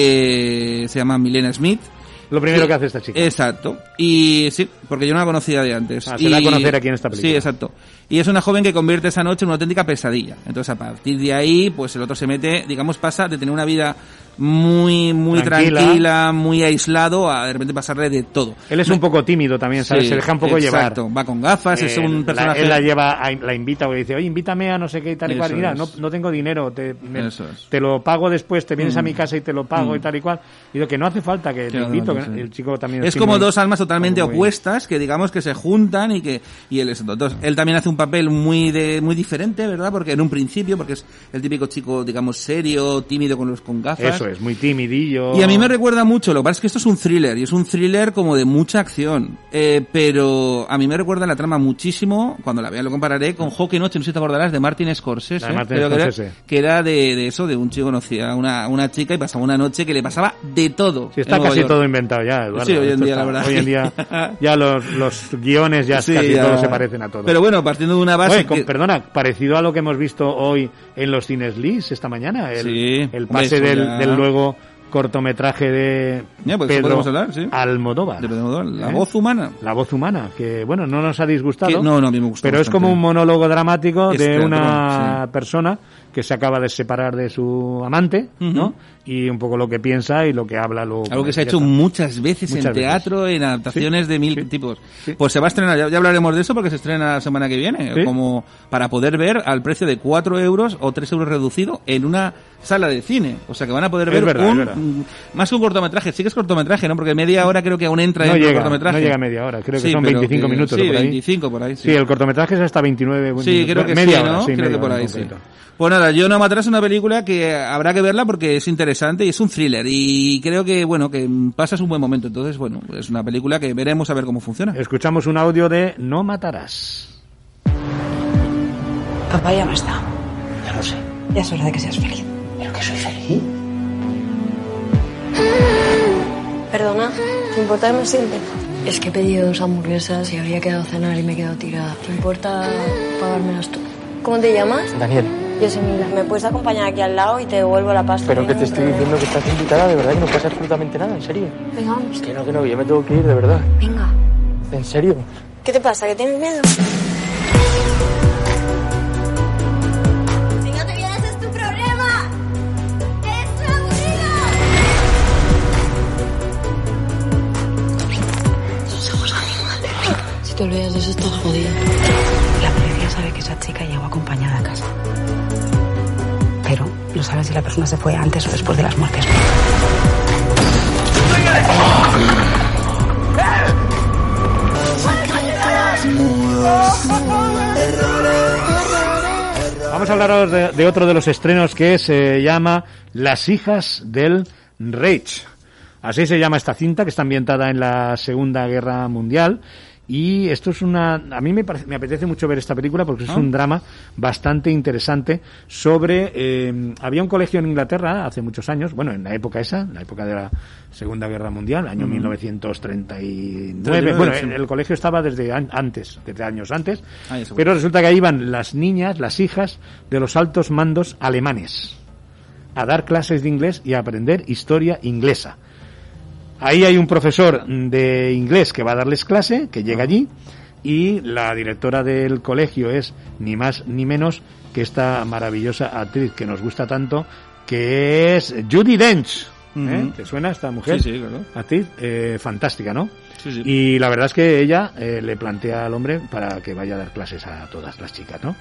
[SPEAKER 7] que se llama Milena Smith.
[SPEAKER 3] Lo primero que hace esta chica.
[SPEAKER 7] eh, Exacto. Y sí, porque yo no la conocía de antes.
[SPEAKER 3] Ah, se da a
[SPEAKER 7] Y-
[SPEAKER 3] conocer aquí en esta película.
[SPEAKER 7] Sí, exacto. Y es una joven que convierte esa noche en una auténtica pesadilla. Entonces, a partir de ahí, pues el otro se mete, digamos, pasa de tener una vida muy, muy
[SPEAKER 3] Tranquila.
[SPEAKER 7] tranquila, muy aislado, a de repente pasarle de todo.
[SPEAKER 3] Él es un poco tímido también, ¿sabes?
[SPEAKER 7] Sí,
[SPEAKER 3] se deja un poco
[SPEAKER 7] exacto.
[SPEAKER 3] llevar.
[SPEAKER 7] Va con gafas, es
[SPEAKER 3] Eh,
[SPEAKER 7] un
[SPEAKER 3] la-
[SPEAKER 7] personaje...
[SPEAKER 3] él la lleva, a- la invita o le dice, oye, invítame a no sé qué y tal y
[SPEAKER 7] Eso
[SPEAKER 3] cual. Mira,
[SPEAKER 7] es.
[SPEAKER 3] no, no tengo dinero, te, me-
[SPEAKER 7] Eso es.
[SPEAKER 3] te lo pago después, te vienes a
[SPEAKER 7] Mm.
[SPEAKER 3] mi casa y te lo pago
[SPEAKER 7] Mm.
[SPEAKER 3] y tal y cual. Y digo que no hace falta que te
[SPEAKER 7] Claro,
[SPEAKER 3] invito,
[SPEAKER 7] no
[SPEAKER 3] que
[SPEAKER 7] sé.
[SPEAKER 3] el chico también
[SPEAKER 7] Es
[SPEAKER 3] así
[SPEAKER 7] como
[SPEAKER 3] muy-
[SPEAKER 7] dos almas totalmente
[SPEAKER 3] muy-
[SPEAKER 7] opuestas que digamos que se juntan y que y él es entonces él también hace un papel muy de muy diferente, ¿verdad? Porque en un principio porque es el típico chico digamos serio, tímido con los con gafas.
[SPEAKER 3] Eso es, muy timidillo.
[SPEAKER 7] Y a mí me recuerda mucho, lo que pasa es que esto es un thriller, y es un thriller como de mucha acción, eh, pero a mí me recuerda la trama muchísimo, cuando la vea lo compararé, con Hockey Noche, no sé si te acordarás, de Martin Scorsese,
[SPEAKER 3] La de Martin
[SPEAKER 7] creo que era-
[SPEAKER 3] Scorsese.
[SPEAKER 7] que era de, de eso, de un chico conocía a una, una chica y pasaba una noche que le pasaba de todo.
[SPEAKER 3] Sí, está
[SPEAKER 7] en Nueva
[SPEAKER 3] casi
[SPEAKER 7] York.
[SPEAKER 3] todo inventado ya, Eduardo.
[SPEAKER 7] Sí, hoy en
[SPEAKER 3] Esto
[SPEAKER 7] día,
[SPEAKER 3] está-
[SPEAKER 7] la verdad.
[SPEAKER 3] Hoy en día ya los, los guiones ya
[SPEAKER 7] Sí,
[SPEAKER 3] casi
[SPEAKER 7] ya.
[SPEAKER 3] todos se parecen a todos.
[SPEAKER 7] Pero bueno, partiendo de una base...
[SPEAKER 3] Oye, con-
[SPEAKER 7] que-
[SPEAKER 3] Perdona, parecido a lo que hemos visto hoy en los cines Lis esta mañana, el,
[SPEAKER 7] Sí,
[SPEAKER 3] el
[SPEAKER 7] hombre,
[SPEAKER 3] pase
[SPEAKER 7] eso
[SPEAKER 3] del,
[SPEAKER 7] ya.
[SPEAKER 3] del luego cortometraje de
[SPEAKER 7] Ya, pues,
[SPEAKER 3] Pedro
[SPEAKER 7] podemos hablar, sí.
[SPEAKER 3] Almodóvar.
[SPEAKER 7] De Pedro Almodóvar, La
[SPEAKER 3] ¿Eh?
[SPEAKER 7] voz humana.
[SPEAKER 3] La voz humana, que bueno, no nos ha disgustado.
[SPEAKER 7] Que- no, no, a mí me gustó
[SPEAKER 3] Pero es
[SPEAKER 7] bastante.
[SPEAKER 3] como un monólogo dramático
[SPEAKER 7] Es
[SPEAKER 3] de
[SPEAKER 7] teatro,
[SPEAKER 3] una persona que se acaba de separar de su amante, ¿no? Y un poco lo que piensa y lo que habla luego.
[SPEAKER 7] Algo que se ha hecho muchas veces en
[SPEAKER 3] Muchas veces.
[SPEAKER 7] teatro, en adaptaciones de mil tipos. Pues se va a estrenar, ya, ya hablaremos de eso porque se estrena la semana que viene,
[SPEAKER 3] Sí.
[SPEAKER 7] como para poder ver al precio de 4 euros o 3 euros reducido en una sala de cine. O sea que van a poder
[SPEAKER 3] Es
[SPEAKER 7] ver
[SPEAKER 3] verdad, es
[SPEAKER 7] un
[SPEAKER 3] verdad.
[SPEAKER 7] Más que un cortometraje, sí que es cortometraje, ¿no? Porque media hora creo que aún entra
[SPEAKER 3] No
[SPEAKER 7] en
[SPEAKER 3] llega,
[SPEAKER 7] cortometraje.
[SPEAKER 3] no llega a media hora, creo que
[SPEAKER 7] Sí,
[SPEAKER 3] son
[SPEAKER 7] pero
[SPEAKER 3] 25 minutos
[SPEAKER 7] Sí,
[SPEAKER 3] o por ahí.
[SPEAKER 7] 25 por ahí.
[SPEAKER 3] Sí, el cortometraje es hasta 29
[SPEAKER 7] Sí, creo que
[SPEAKER 3] media
[SPEAKER 7] sí,
[SPEAKER 3] hora,
[SPEAKER 7] ¿no?
[SPEAKER 3] sí,
[SPEAKER 7] creo
[SPEAKER 3] media
[SPEAKER 7] que por
[SPEAKER 3] hora
[SPEAKER 7] ahí, sí.
[SPEAKER 3] completa.
[SPEAKER 7] Pues nada, Yo no matarás es una película que habrá que verla porque es interesante y es un thriller y creo que, bueno, que pasas un buen momento. Entonces, bueno, es una película que veremos a ver cómo funciona.
[SPEAKER 3] Escuchamos un audio de No matarás.
[SPEAKER 15] Papá ya no está.
[SPEAKER 6] Ya lo sé.
[SPEAKER 15] Ya es hora de que seas feliz.
[SPEAKER 6] Pero que soy feliz.
[SPEAKER 16] Perdona, ¿te importa que me siente? Es que he pedido dos hamburguesas y habría quedado a cenar y me he quedado tirada. ¿Te importa pagármelas tú? ¿Cómo te llamas?
[SPEAKER 17] Daniel,
[SPEAKER 16] Yo soy Mila. ¿Me puedes acompañar aquí al lado y te devuelvo la pasta?
[SPEAKER 17] pero
[SPEAKER 16] No
[SPEAKER 17] que
[SPEAKER 16] hay
[SPEAKER 17] te
[SPEAKER 16] ningún
[SPEAKER 17] estoy
[SPEAKER 16] problema.
[SPEAKER 17] diciendo que estás invitada, de verdad que no pasa absolutamente nada, en serio.
[SPEAKER 16] Venga, vamos.
[SPEAKER 17] Que no, que no, que yo me tengo que ir, de verdad.
[SPEAKER 16] Venga.
[SPEAKER 17] En serio.
[SPEAKER 16] ¿Qué te pasa? ¿Que tienes miedo?
[SPEAKER 18] Si no te vienes es tu problema.
[SPEAKER 16] Si te olvidas de eso, estás jodida.
[SPEAKER 15] La policía sabe que esa chica llegó acompañada a casa. Pero no saben si la persona se fue antes o después de las muertes.
[SPEAKER 3] Vamos a hablaros de, de otro de los estrenos que se llama Las hijas del Reich. Así se llama esta cinta que está ambientada en la Segunda Guerra Mundial. Y esto es una... A mí me, parece- me apetece mucho ver esta película porque es
[SPEAKER 19] Ah.
[SPEAKER 3] un drama bastante interesante sobre... eh, había un colegio en Inglaterra hace muchos años, bueno, en la época esa, en la época de la Segunda Guerra Mundial, año
[SPEAKER 19] Ujú.
[SPEAKER 3] 1939.
[SPEAKER 19] 39,
[SPEAKER 3] Bueno,
[SPEAKER 19] sí.
[SPEAKER 3] el, el colegio estaba desde an- antes, desde años antes.
[SPEAKER 19] Ah, ya seguro.
[SPEAKER 3] Pero resulta que ahí iban las niñas, las hijas de los altos mandos alemanes a dar clases de inglés y a aprender historia inglesa. Ahí hay un profesor de inglés que va a darles clase, que
[SPEAKER 7] Ah.
[SPEAKER 3] llega allí, y la directora del colegio es ni más ni menos que esta maravillosa actriz que nos gusta tanto, que es Judy Dench. ¿eh?
[SPEAKER 7] Ujú.
[SPEAKER 3] ¿Te suena esta mujer?
[SPEAKER 7] Sí, sí, claro.
[SPEAKER 3] Actriz eh, fantástica, ¿no?
[SPEAKER 7] Sí, sí.
[SPEAKER 3] Y la verdad es que ella eh, le plantea al hombre para que vaya a dar clases a todas las chicas, ¿no?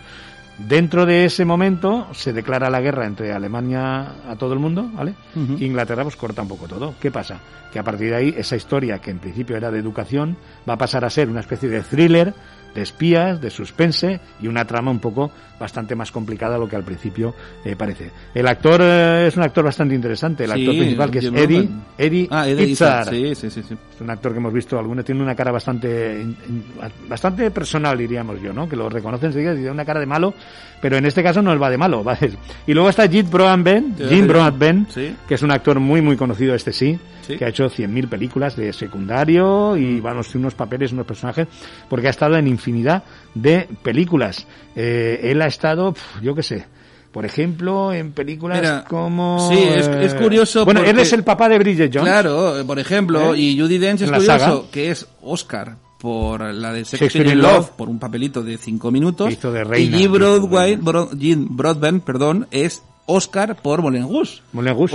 [SPEAKER 3] Dentro de ese momento se declara la guerra entre Alemania a todo el mundo, ¿vale? Inglaterra pues corta un poco todo. ¿Qué pasa? Que a partir de ahí esa historia que en principio era de educación va a pasar a ser una especie de thriller, de espías, de suspense y una trama un poco bastante más complicada de lo que al principio eh, parece. El actor eh, es un actor bastante interesante, el
[SPEAKER 7] Sí,
[SPEAKER 3] actor principal que es
[SPEAKER 7] Jim
[SPEAKER 3] Eddie,
[SPEAKER 7] Ruben.
[SPEAKER 3] Eddie,
[SPEAKER 7] Ah, Eddie Izzard,
[SPEAKER 3] Izzard.
[SPEAKER 7] sí, sí, sí, sí.
[SPEAKER 3] Es un actor que hemos visto alguna, tiene una cara bastante in- in- bastante personal, diríamos yo, ¿no? Que lo reconocen enseguida, tiene una cara de malo, pero en este caso no va de malo, va de- Y luego está Jim Broadbent,
[SPEAKER 19] Sí,
[SPEAKER 3] Jim
[SPEAKER 19] sí.
[SPEAKER 3] Broadbent,
[SPEAKER 19] Sí.
[SPEAKER 3] que es un actor muy muy conocido, este sí,
[SPEAKER 19] Sí.
[SPEAKER 3] que ha hecho 100.000 películas de secundario
[SPEAKER 7] Mm.
[SPEAKER 3] y vamos, tiene unos papeles, unos personajes, porque ha estado en infinidad de películas. Eh, él ha estado, pf, yo qué sé, por ejemplo, en películas
[SPEAKER 7] Mira,
[SPEAKER 3] como...
[SPEAKER 7] sí, es-
[SPEAKER 3] eh,
[SPEAKER 7] es curioso
[SPEAKER 3] Bueno, él
[SPEAKER 7] porque-
[SPEAKER 3] es el papá de Bridget Jones.
[SPEAKER 7] Claro, eh, por ejemplo,
[SPEAKER 3] ¿Eh?
[SPEAKER 7] y Judy Dench es
[SPEAKER 3] En la
[SPEAKER 7] curioso,
[SPEAKER 3] saga.
[SPEAKER 7] que es Oscar por la de Sex
[SPEAKER 3] Shakespeare
[SPEAKER 7] in
[SPEAKER 3] in
[SPEAKER 7] Love,
[SPEAKER 3] Love.
[SPEAKER 7] por un papelito de cinco minutos.
[SPEAKER 3] Hizo de reina.
[SPEAKER 7] y Jim Broadway, Bro- Jim Broadbent, perdón, es Oscar por Moulin Rouge.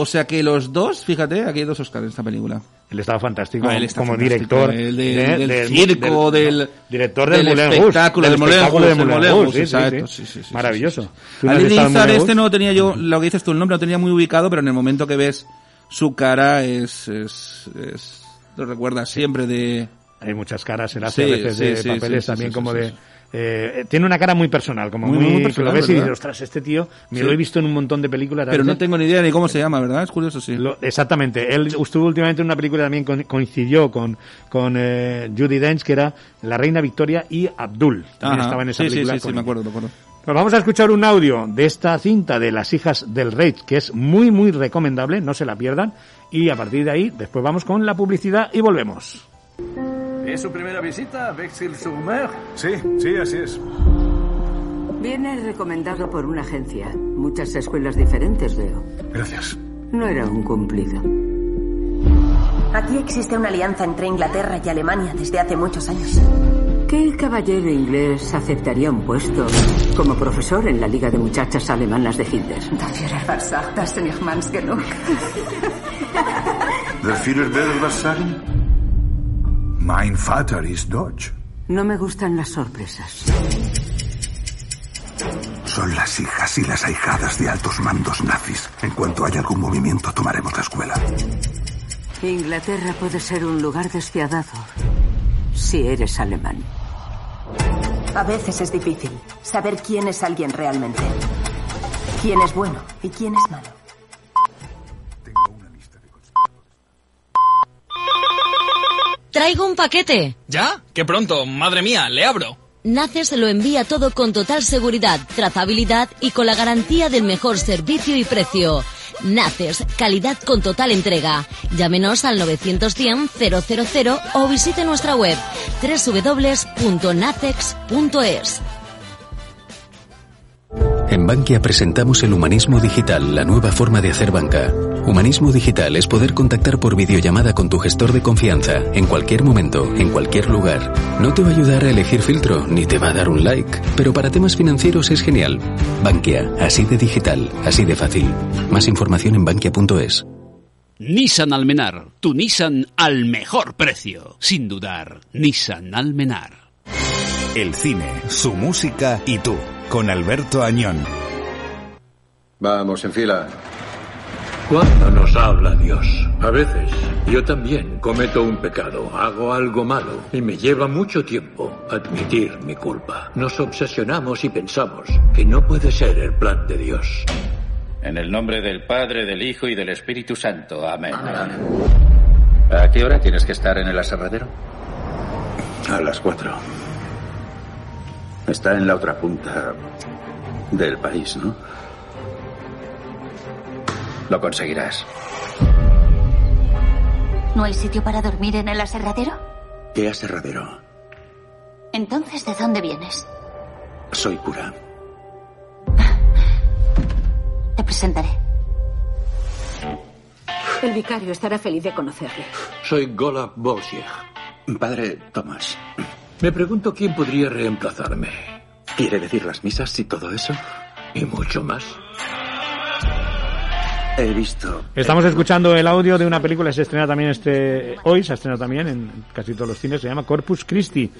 [SPEAKER 7] O sea que los dos, fíjate, aquí hay dos Oscars en esta película.
[SPEAKER 3] Él estaba fantástico
[SPEAKER 7] Ah, él
[SPEAKER 3] como-
[SPEAKER 7] está
[SPEAKER 3] como
[SPEAKER 7] fantástico.
[SPEAKER 3] director
[SPEAKER 7] El de-
[SPEAKER 3] de-
[SPEAKER 7] del,
[SPEAKER 3] del-
[SPEAKER 7] circo,
[SPEAKER 3] del-
[SPEAKER 7] del,
[SPEAKER 3] director del Moulin Rouge,
[SPEAKER 7] espectáculo,
[SPEAKER 3] del
[SPEAKER 7] del Moulin
[SPEAKER 3] espectáculo de
[SPEAKER 7] Rouge, del
[SPEAKER 3] Moulin
[SPEAKER 7] Moulin
[SPEAKER 3] Rouge,
[SPEAKER 7] Rouge,
[SPEAKER 3] sí, sí,
[SPEAKER 7] exacto,
[SPEAKER 3] sí.
[SPEAKER 7] sí, sí, sí,
[SPEAKER 3] Maravilloso.
[SPEAKER 7] sí, sí.
[SPEAKER 3] ¿Tú no has
[SPEAKER 7] Al
[SPEAKER 3] estado en
[SPEAKER 7] Izzard
[SPEAKER 3] Moulin
[SPEAKER 7] este
[SPEAKER 3] Rouge?
[SPEAKER 7] no lo tenía yo, lo que dices tú, el nombre lo tenía muy ubicado, pero en el momento que ves su cara es, es, es- lo recuerdas siempre de...
[SPEAKER 3] Hay muchas caras, él hace a veces de papeles también como de... eh, tiene una cara muy personal, como
[SPEAKER 7] Muy,
[SPEAKER 3] muy,
[SPEAKER 7] muy
[SPEAKER 3] que
[SPEAKER 7] personal,
[SPEAKER 3] lo ves y
[SPEAKER 7] ¿verdad?
[SPEAKER 3] dices, ostras, este tío me
[SPEAKER 7] Sí.
[SPEAKER 3] lo he visto en un montón de películas.
[SPEAKER 7] Pero no
[SPEAKER 3] ¿verdad?".
[SPEAKER 7] tengo ni idea ni cómo se llama, ¿verdad? Es curioso, sí.
[SPEAKER 3] Lo- exactamente. Él estuvo últimamente en una película también con- coincidió con, con eh, Judy Dench, que era La Reina Victoria y Abdul. También
[SPEAKER 7] Ajá.
[SPEAKER 3] estaba en esa
[SPEAKER 7] sí, sí,
[SPEAKER 3] película.
[SPEAKER 7] sí, sí,
[SPEAKER 3] con
[SPEAKER 7] me
[SPEAKER 3] ella.
[SPEAKER 7] acuerdo, me acuerdo.
[SPEAKER 3] Pues vamos a escuchar un audio de esta cinta de Las hijas del rey, que es muy, muy recomendable, no se la pierdan. Y a partir de ahí, después vamos con la publicidad y volvemos.
[SPEAKER 20] ¿Es su primera visita a Bexhill-sur-Mer? Sí, sí, así es.
[SPEAKER 21] Viene recomendado por una agencia. Muchas escuelas diferentes veo.
[SPEAKER 20] Gracias.
[SPEAKER 21] No era un cumplido.
[SPEAKER 22] Aquí existe una alianza entre Inglaterra y Alemania desde hace muchos años.
[SPEAKER 21] ¿Qué caballero inglés aceptaría un puesto como profesor en la Liga de Muchachas Alemanas de Hitler?
[SPEAKER 23] Der Führer will was sagen? Mein Vater ist Deutsch.
[SPEAKER 21] No me gustan las sorpresas.
[SPEAKER 24] son las hijas y las ahijadas de altos mandos nazis. En cuanto haya algún movimiento, tomaremos la escuela.
[SPEAKER 21] Inglaterra puede ser un lugar despiadado si eres alemán.
[SPEAKER 18] A veces es difícil saber quién es alguien realmente. Quién es bueno y quién es malo.
[SPEAKER 15] Traigo un paquete.
[SPEAKER 25] ¿Ya? ¡Qué pronto! ¡Madre mía! ¡Le abro!
[SPEAKER 15] Naces lo envía todo con total seguridad, trazabilidad y con la garantía del mejor servicio y precio. Naces, calidad con total entrega. Llámenos al 910-000 o visite nuestra web www.nacex.es.
[SPEAKER 26] En Bankia presentamos el humanismo digital, la nueva forma de hacer banca. Humanismo digital es poder contactar por videollamada con tu gestor de confianza, en cualquier momento, en cualquier lugar. No te va a ayudar a elegir filtro, ni te va a dar un like, pero para temas financieros es genial. Bankia, así de digital, así de fácil. Más información en bankia.es.
[SPEAKER 9] Nissan Almenar, tu Nissan al mejor precio. Sin dudar, Nissan Almenar.
[SPEAKER 27] El cine, su música y tú, con Alberto Añón.
[SPEAKER 1] Vamos, en fila. Cuando nos habla Dios, a veces yo también cometo un pecado, hago algo malo y me lleva mucho tiempo admitir mi culpa. Nos obsesionamos y pensamos que no puede ser el plan de Dios.
[SPEAKER 28] En el nombre del Padre, del Hijo y del Espíritu Santo. Amén. ¿A qué hora tienes que estar en el aserradero?
[SPEAKER 1] A las cuatro. Está en la otra punta del país, ¿no?
[SPEAKER 28] Lo conseguirás.
[SPEAKER 29] ¿No hay sitio para dormir en el aserradero?
[SPEAKER 1] ¿Qué aserradero?
[SPEAKER 29] Entonces, ¿de dónde vienes?
[SPEAKER 1] Soy cura.
[SPEAKER 29] Te presentaré.
[SPEAKER 18] El vicario estará feliz de conocerle.
[SPEAKER 1] Soy Golab Bolsiech. Padre Tomás. Me pregunto quién podría reemplazarme. ¿Quiere decir las misas y todo eso? Y mucho más. He visto.
[SPEAKER 3] Estamos escuchando el audio de una película que se estrena también este hoy, se estrena también en casi todos los cines, se llama Corpus Christi.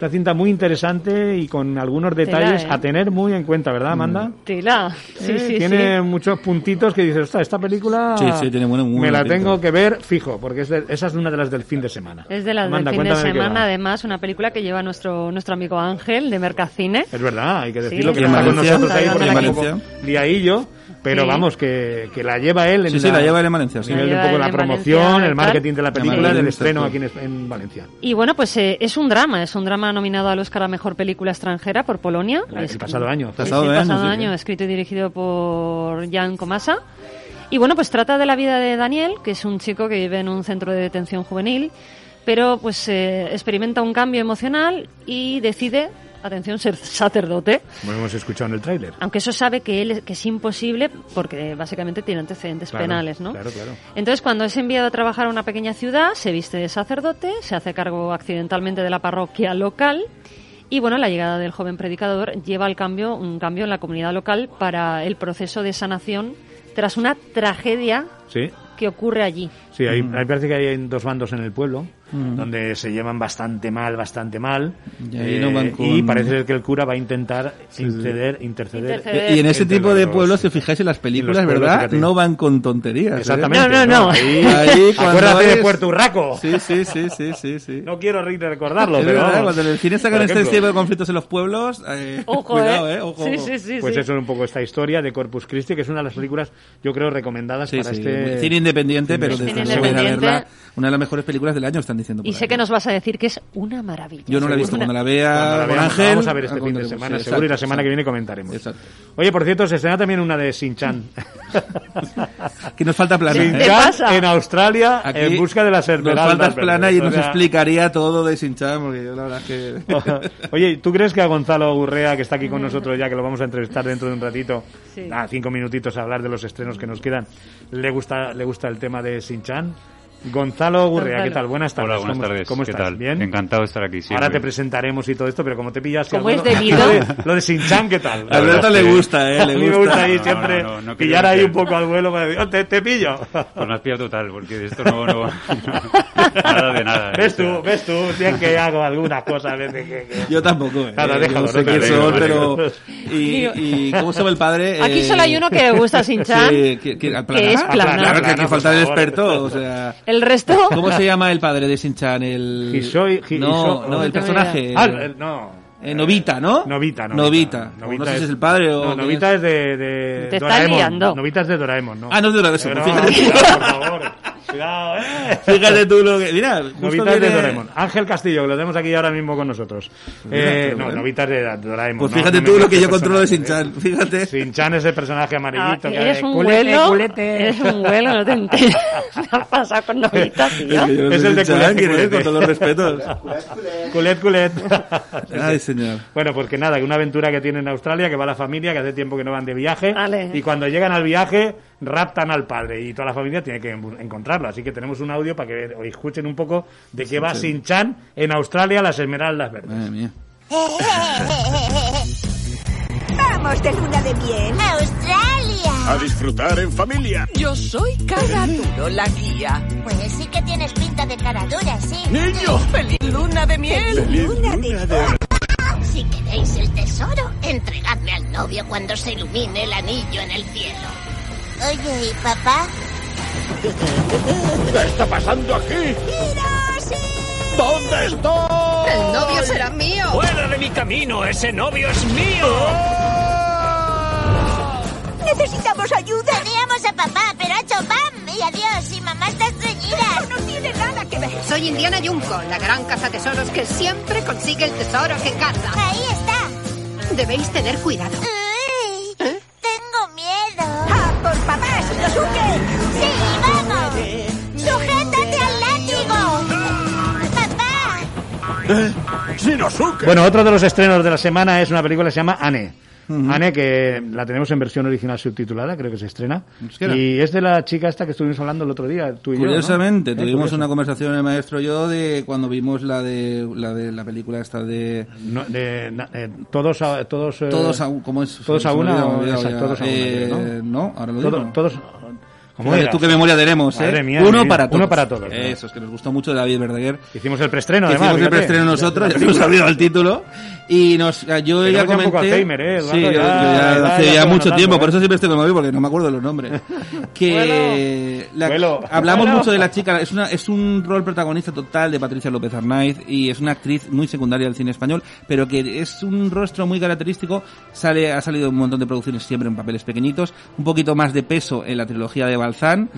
[SPEAKER 3] Una cinta muy interesante y con algunos
[SPEAKER 2] Tela,
[SPEAKER 3] detalles
[SPEAKER 2] ¿eh?
[SPEAKER 3] a tener muy en cuenta, ¿verdad,
[SPEAKER 7] Mm.
[SPEAKER 3] Amanda?
[SPEAKER 2] Tela. Sí,
[SPEAKER 3] Eh,
[SPEAKER 2] sí,
[SPEAKER 3] tiene
[SPEAKER 2] sí.
[SPEAKER 3] muchos puntitos que dices, "Ostras, esta película
[SPEAKER 7] Sí, sí, tiene buena- muy
[SPEAKER 3] me
[SPEAKER 7] buena
[SPEAKER 3] la
[SPEAKER 7] pinta".
[SPEAKER 3] tengo que ver fijo, porque es de- esa es una de las del fin de semana.
[SPEAKER 2] Es de las
[SPEAKER 3] Amanda,
[SPEAKER 2] del fin de
[SPEAKER 3] cuéntame qué va.
[SPEAKER 2] semana, además, una película que lleva nuestro, nuestro amigo Ángel de Mercacine.
[SPEAKER 3] Es verdad, hay que
[SPEAKER 2] Sí,
[SPEAKER 3] decirlo que
[SPEAKER 2] en
[SPEAKER 3] está con
[SPEAKER 2] Valencia.
[SPEAKER 3] nosotros ahí
[SPEAKER 2] Está
[SPEAKER 3] porque
[SPEAKER 2] dando la
[SPEAKER 3] tampoco liaillo, pero
[SPEAKER 2] Sí.
[SPEAKER 3] vamos, que, que la lleva él en
[SPEAKER 7] Sí, sí, la lleva él en Valencia, sí.
[SPEAKER 3] a nivel de
[SPEAKER 7] La
[SPEAKER 3] un poco
[SPEAKER 7] lleva él
[SPEAKER 3] la
[SPEAKER 7] en
[SPEAKER 3] promoción,
[SPEAKER 7] Valencia,
[SPEAKER 3] el
[SPEAKER 7] tal.
[SPEAKER 3] marketing de la
[SPEAKER 7] La
[SPEAKER 3] película
[SPEAKER 7] maravilla
[SPEAKER 3] y el
[SPEAKER 7] del
[SPEAKER 3] estreno
[SPEAKER 7] sector.
[SPEAKER 3] aquí en, es- en Valencia.
[SPEAKER 2] Y bueno, pues eh, es un drama, es un drama nominado al Oscar a Mejor Película Extranjera por Polonia.
[SPEAKER 3] Ah, El
[SPEAKER 2] Es-
[SPEAKER 3] pasado año.
[SPEAKER 2] Sí, sí,
[SPEAKER 3] Pasado
[SPEAKER 2] el
[SPEAKER 3] año,
[SPEAKER 2] pasado
[SPEAKER 3] sí,
[SPEAKER 2] año,
[SPEAKER 3] sí.
[SPEAKER 2] escrito y dirigido por Jan Komasa. Y bueno, pues trata de la vida de Daniel, que es un chico que vive en un centro de detención juvenil, pero pues eh, experimenta un cambio emocional y decide, atención, ser sacerdote.
[SPEAKER 3] Como hemos escuchado en el tráiler.
[SPEAKER 2] Aunque eso sabe que él que es imposible porque básicamente tiene antecedentes
[SPEAKER 3] Claro,
[SPEAKER 2] penales, ¿no?
[SPEAKER 3] Claro, claro.
[SPEAKER 2] Entonces, cuando es enviado a trabajar a una pequeña ciudad, se viste de sacerdote, se hace cargo accidentalmente de la parroquia local y, bueno, la llegada del joven predicador lleva al cambio, un cambio en la comunidad local para el proceso de sanación tras una tragedia
[SPEAKER 3] Sí.
[SPEAKER 2] que ocurre allí.
[SPEAKER 3] Sí, hay,
[SPEAKER 7] Mm.
[SPEAKER 3] hay- parece que hay dos bandos en el pueblo donde se llevan bastante mal, bastante mal. eh,
[SPEAKER 7] Y ahí no van
[SPEAKER 3] y
[SPEAKER 7] con-
[SPEAKER 3] parece ser que el cura va a intentar inceder, interceder.
[SPEAKER 7] Y en ese
[SPEAKER 3] entre
[SPEAKER 7] tipo de
[SPEAKER 3] los-
[SPEAKER 7] pueblos, si os fijáis en las películas,
[SPEAKER 3] pueblos,
[SPEAKER 7] ¿verdad?
[SPEAKER 3] fíjate.
[SPEAKER 7] No van con tonterías. ¿eh?
[SPEAKER 3] Exactamente. Ahí- acuérdate de Puerto Urraco.
[SPEAKER 7] Sí, sí, sí, sí, sí, sí.
[SPEAKER 3] No quiero re- recordarlo,
[SPEAKER 7] Es
[SPEAKER 3] pero
[SPEAKER 7] verdad,
[SPEAKER 3] vamos.
[SPEAKER 7] cuando en el cine sacan
[SPEAKER 3] Por
[SPEAKER 7] este
[SPEAKER 3] ejemplo.
[SPEAKER 7] tipo de conflictos en los pueblos, eh,
[SPEAKER 2] Ojo,
[SPEAKER 7] cuidado,
[SPEAKER 2] ¿eh?
[SPEAKER 7] eh, ojo.
[SPEAKER 2] Sí, sí, sí,
[SPEAKER 3] Pues
[SPEAKER 2] sí.
[SPEAKER 3] eso es un poco esta historia de Corpus Christi, que es una de las películas, yo creo, recomendadas
[SPEAKER 7] Sí,
[SPEAKER 3] para
[SPEAKER 7] sí,
[SPEAKER 3] este...
[SPEAKER 7] Cine independiente,
[SPEAKER 3] Sí,
[SPEAKER 7] pero
[SPEAKER 3] sí,
[SPEAKER 7] desde
[SPEAKER 3] sí.
[SPEAKER 7] luego vais a
[SPEAKER 2] independiente.
[SPEAKER 7] verla. Una de las mejores películas del año, están diciendo. por
[SPEAKER 2] Y sé que nos vas a decir que es una maravilla.
[SPEAKER 7] Yo no la he visto. Cuando la
[SPEAKER 3] Cuando
[SPEAKER 7] vea
[SPEAKER 3] la
[SPEAKER 7] con
[SPEAKER 3] veamos,
[SPEAKER 7] Ángel.
[SPEAKER 3] vamos a ver este fin de
[SPEAKER 7] contaremos.
[SPEAKER 3] semana,
[SPEAKER 7] Sí,
[SPEAKER 3] seguro, y la
[SPEAKER 7] exacto,
[SPEAKER 3] semana que viene
[SPEAKER 7] exacto.
[SPEAKER 3] comentaremos.
[SPEAKER 7] Exacto.
[SPEAKER 3] Oye, por cierto, se estrena también una de Sinchan.
[SPEAKER 7] Que nos falta plana.
[SPEAKER 3] Sin
[SPEAKER 7] ¿eh?
[SPEAKER 3] Chan en Australia
[SPEAKER 7] Aquí
[SPEAKER 3] en busca de las
[SPEAKER 7] Nos
[SPEAKER 3] esmeraldas.
[SPEAKER 7] faltas plana y
[SPEAKER 3] verdes.
[SPEAKER 7] nos
[SPEAKER 3] O sea,
[SPEAKER 7] explicaría todo de Sinchan, porque yo la verdad es que.
[SPEAKER 3] Oye, ¿tú crees que a Gonzalo Urrea, que está aquí con nosotros ya, que lo vamos a entrevistar dentro de un ratito,
[SPEAKER 2] Sí.
[SPEAKER 3] nada, cinco minutitos a hablar de los estrenos que nos quedan, le gusta, le gusta el tema de Sinchan? Gonzalo Urrea, ¿qué
[SPEAKER 2] Gonzalo.
[SPEAKER 3] tal? Buenas tardes.
[SPEAKER 29] Hola, buenas
[SPEAKER 3] ¿Cómo-
[SPEAKER 29] tardes.
[SPEAKER 3] ¿Cómo
[SPEAKER 29] ¿Qué
[SPEAKER 3] estás?
[SPEAKER 29] tal?
[SPEAKER 3] ¿Bien?
[SPEAKER 29] Encantado de estar aquí. siempre.
[SPEAKER 3] Ahora te presentaremos y todo esto, pero como te pillas...
[SPEAKER 2] Como es
[SPEAKER 3] alguno-
[SPEAKER 2] debido.
[SPEAKER 3] Lo de- Lo de Sinchan, ¿qué tal?
[SPEAKER 29] La verdad es que-
[SPEAKER 3] A mí me gusta ahí
[SPEAKER 29] No,
[SPEAKER 3] siempre
[SPEAKER 29] no, no, no quería
[SPEAKER 3] pillar ahí
[SPEAKER 29] meter.
[SPEAKER 3] un poco al vuelo para decir, "Oh, te, te pillo.
[SPEAKER 29] Pues me has pillado total, porque de esto no... no-
[SPEAKER 3] Nada de nada. ¿Ves tú? ¿Ves tú? Tienes que hago algunas cosas a veces que... que-
[SPEAKER 7] Yo tampoco. eh.
[SPEAKER 3] Nada,
[SPEAKER 7] Eh,
[SPEAKER 3] déjalo,
[SPEAKER 7] yo sé
[SPEAKER 3] no te
[SPEAKER 7] quién
[SPEAKER 3] alegres,
[SPEAKER 7] son,
[SPEAKER 3] vale.
[SPEAKER 7] pero. Y, y ¿Cómo se llama el padre? Eh,
[SPEAKER 2] Aquí solo hay uno que le gusta a Shin-chan,
[SPEAKER 7] Sí, que, que, Plana.
[SPEAKER 2] que es
[SPEAKER 7] Ah,
[SPEAKER 2] Plana.
[SPEAKER 7] Claro, que
[SPEAKER 2] Plana,
[SPEAKER 7] aquí
[SPEAKER 2] por
[SPEAKER 7] falta el
[SPEAKER 2] favor.
[SPEAKER 7] experto. O sea.
[SPEAKER 2] El resto. ah,
[SPEAKER 7] ¿Cómo se llama el padre de Shin-chan? El...
[SPEAKER 3] Hisoi- Hi-
[SPEAKER 7] no, no,
[SPEAKER 3] Hiso-
[SPEAKER 7] el
[SPEAKER 3] no tengo
[SPEAKER 7] personaje.
[SPEAKER 3] idea. Ah, el- no.
[SPEAKER 7] Eh, Novita, ¿no?
[SPEAKER 3] Novita,
[SPEAKER 7] Novita. no sé si es el padre o.
[SPEAKER 3] No,
[SPEAKER 7] quién
[SPEAKER 3] Novita es de, de
[SPEAKER 7] Te estás
[SPEAKER 3] Doraemon.
[SPEAKER 7] liando.
[SPEAKER 3] Novita es de Doraemon, ¿no?
[SPEAKER 7] Ah, no es de Doraemon,
[SPEAKER 3] Pero,
[SPEAKER 7] fíjate.
[SPEAKER 3] cuidado, por favor. Cuidado, eh.
[SPEAKER 7] Fíjate tú lo que. Mira, justo
[SPEAKER 3] Novita es de
[SPEAKER 7] viene-
[SPEAKER 3] Doraemon. Ángel Castillo, que lo tenemos aquí ahora mismo con nosotros. Eh,
[SPEAKER 7] Fíjate,
[SPEAKER 3] no,
[SPEAKER 7] bueno.
[SPEAKER 3] Novita es de Doraemon.
[SPEAKER 7] Pues
[SPEAKER 3] no,
[SPEAKER 7] fíjate
[SPEAKER 3] no me
[SPEAKER 7] tú lo
[SPEAKER 3] digas
[SPEAKER 7] que
[SPEAKER 3] qué
[SPEAKER 7] yo controlo de
[SPEAKER 3] personaje.
[SPEAKER 7] Shin-chan. Fíjate.
[SPEAKER 3] Shin-chan es el personaje amarillito. que
[SPEAKER 2] Ah, Eres un
[SPEAKER 3] culete,
[SPEAKER 2] huelo,
[SPEAKER 3] culete.
[SPEAKER 2] eres un huelo, no te enteras. Me ha pasado con Novita, tío.
[SPEAKER 7] que yo no
[SPEAKER 3] Es
[SPEAKER 7] soy
[SPEAKER 3] el de
[SPEAKER 7] Shin-chan,
[SPEAKER 3] Culet,
[SPEAKER 7] que
[SPEAKER 3] Culet.
[SPEAKER 7] con todos los respetos.
[SPEAKER 3] Culet, culet.
[SPEAKER 7] Ay, señor.
[SPEAKER 3] Bueno, pues que nada, que una aventura que tienen en Australia, que va la familia, que hace tiempo que no van de viaje. Y cuando llegan al viaje, raptan al padre y toda la familia tiene que en- encontrarlo. Así que tenemos un audio para que escuchen un poco de qué va
[SPEAKER 7] Sin
[SPEAKER 3] Sin-Chan en Australia, las Esmeraldas Verdes.
[SPEAKER 7] Madre mía.
[SPEAKER 18] Vamos de luna de miel. Australia.
[SPEAKER 1] A disfrutar en familia.
[SPEAKER 18] Yo soy cara duro, la guía. Pues sí que tienes pinta de cara dura, sí.
[SPEAKER 1] Niño.
[SPEAKER 18] ¡Feliz luna de miel!
[SPEAKER 1] Feliz
[SPEAKER 18] luna,
[SPEAKER 1] luna
[SPEAKER 18] de,
[SPEAKER 1] de-
[SPEAKER 18] miel! Si queréis el tesoro, entregadme al novio cuando se ilumine el anillo en el cielo. Oye, ¿y papá?
[SPEAKER 1] ¿Qué está pasando aquí? ¿Dónde estoy?
[SPEAKER 18] El novio será mío.
[SPEAKER 1] ¡Fuera de mi camino! ¡Ese novio es mío!
[SPEAKER 18] ¡Necesitamos ayuda! Teníamos a papá, pero ha hecho ¡pam! Y adiós, y mamá está estreñida. no tiene nada que ver.
[SPEAKER 8] Soy Indiana Junco, la gran cazatesoros que siempre consigue el tesoro que caza.
[SPEAKER 18] Ahí está.
[SPEAKER 8] Debéis tener cuidado.
[SPEAKER 18] Tengo miedo. ¿Eh? ¡Ah, por papá, Eh, Shinosuke! ¡Sí, vamos! ¡Sujétate al látigo! ¡Papá!
[SPEAKER 3] Bueno, otro de los estrenos de la semana es una película que se llama Anne. Anne, que la tenemos en versión original subtitulada, creo que se estrena.
[SPEAKER 7] Euskera.
[SPEAKER 3] Y es de la chica esta que estuvimos hablando el otro día, tú y yo, ¿no?
[SPEAKER 7] Curiosamente,
[SPEAKER 3] Eh,
[SPEAKER 7] tuvimos
[SPEAKER 3] curioso.
[SPEAKER 7] una conversación el maestro y yo de cuando vimos la de la, de, la película esta de...
[SPEAKER 3] No, de na- eh, todos a, todos, eh,
[SPEAKER 7] Todos a, un- ¿cómo es?
[SPEAKER 3] todos
[SPEAKER 7] Se
[SPEAKER 3] a
[SPEAKER 7] me
[SPEAKER 3] una
[SPEAKER 7] olvidaba,
[SPEAKER 3] o
[SPEAKER 7] olvidaba
[SPEAKER 3] esa-
[SPEAKER 7] ya.
[SPEAKER 3] todos a una,
[SPEAKER 7] Eh,
[SPEAKER 3] creo,
[SPEAKER 7] no, ahora lo
[SPEAKER 3] Todo-
[SPEAKER 7] digo.
[SPEAKER 3] todos ¿Cómo
[SPEAKER 7] Fíjate
[SPEAKER 3] era?
[SPEAKER 7] tú qué memoria tenemos, ¿eh?
[SPEAKER 3] Madre mía,
[SPEAKER 7] uno,
[SPEAKER 3] mía.
[SPEAKER 7] para todos.
[SPEAKER 3] Uno para todos, ¿no?
[SPEAKER 7] Eso, es que nos gustó mucho de David Verdaguer.
[SPEAKER 3] Hicimos el preestreno,
[SPEAKER 7] Que
[SPEAKER 3] además.
[SPEAKER 7] Hicimos el
[SPEAKER 3] fíjate.
[SPEAKER 7] preestreno nosotros, ya nos ha olvidado el título. Y nos, eh, yo ya
[SPEAKER 3] Tenemos ya un
[SPEAKER 7] comenté...
[SPEAKER 3] poco Alzheimer, ¿eh, Eduardo?
[SPEAKER 7] Sí, yo-
[SPEAKER 3] Ya-
[SPEAKER 7] yo
[SPEAKER 3] ya-
[SPEAKER 7] ya,
[SPEAKER 3] ya
[SPEAKER 7] hace ya
[SPEAKER 3] estamos
[SPEAKER 7] mucho
[SPEAKER 3] notando,
[SPEAKER 7] tiempo,
[SPEAKER 3] ¿eh?
[SPEAKER 7] por eso siempre estoy con el móvil, porque no me acuerdo los nombres. que la- hablamos
[SPEAKER 3] Vuelo.
[SPEAKER 7] mucho de la chica, es, una, es un rol protagonista total de Patricia López Arnaiz y es una actriz muy secundaria del cine español, pero que es un rostro muy característico, sale ha salido en un montón de producciones siempre en papeles pequeñitos, un poquito más de peso en la trilogía de Balzán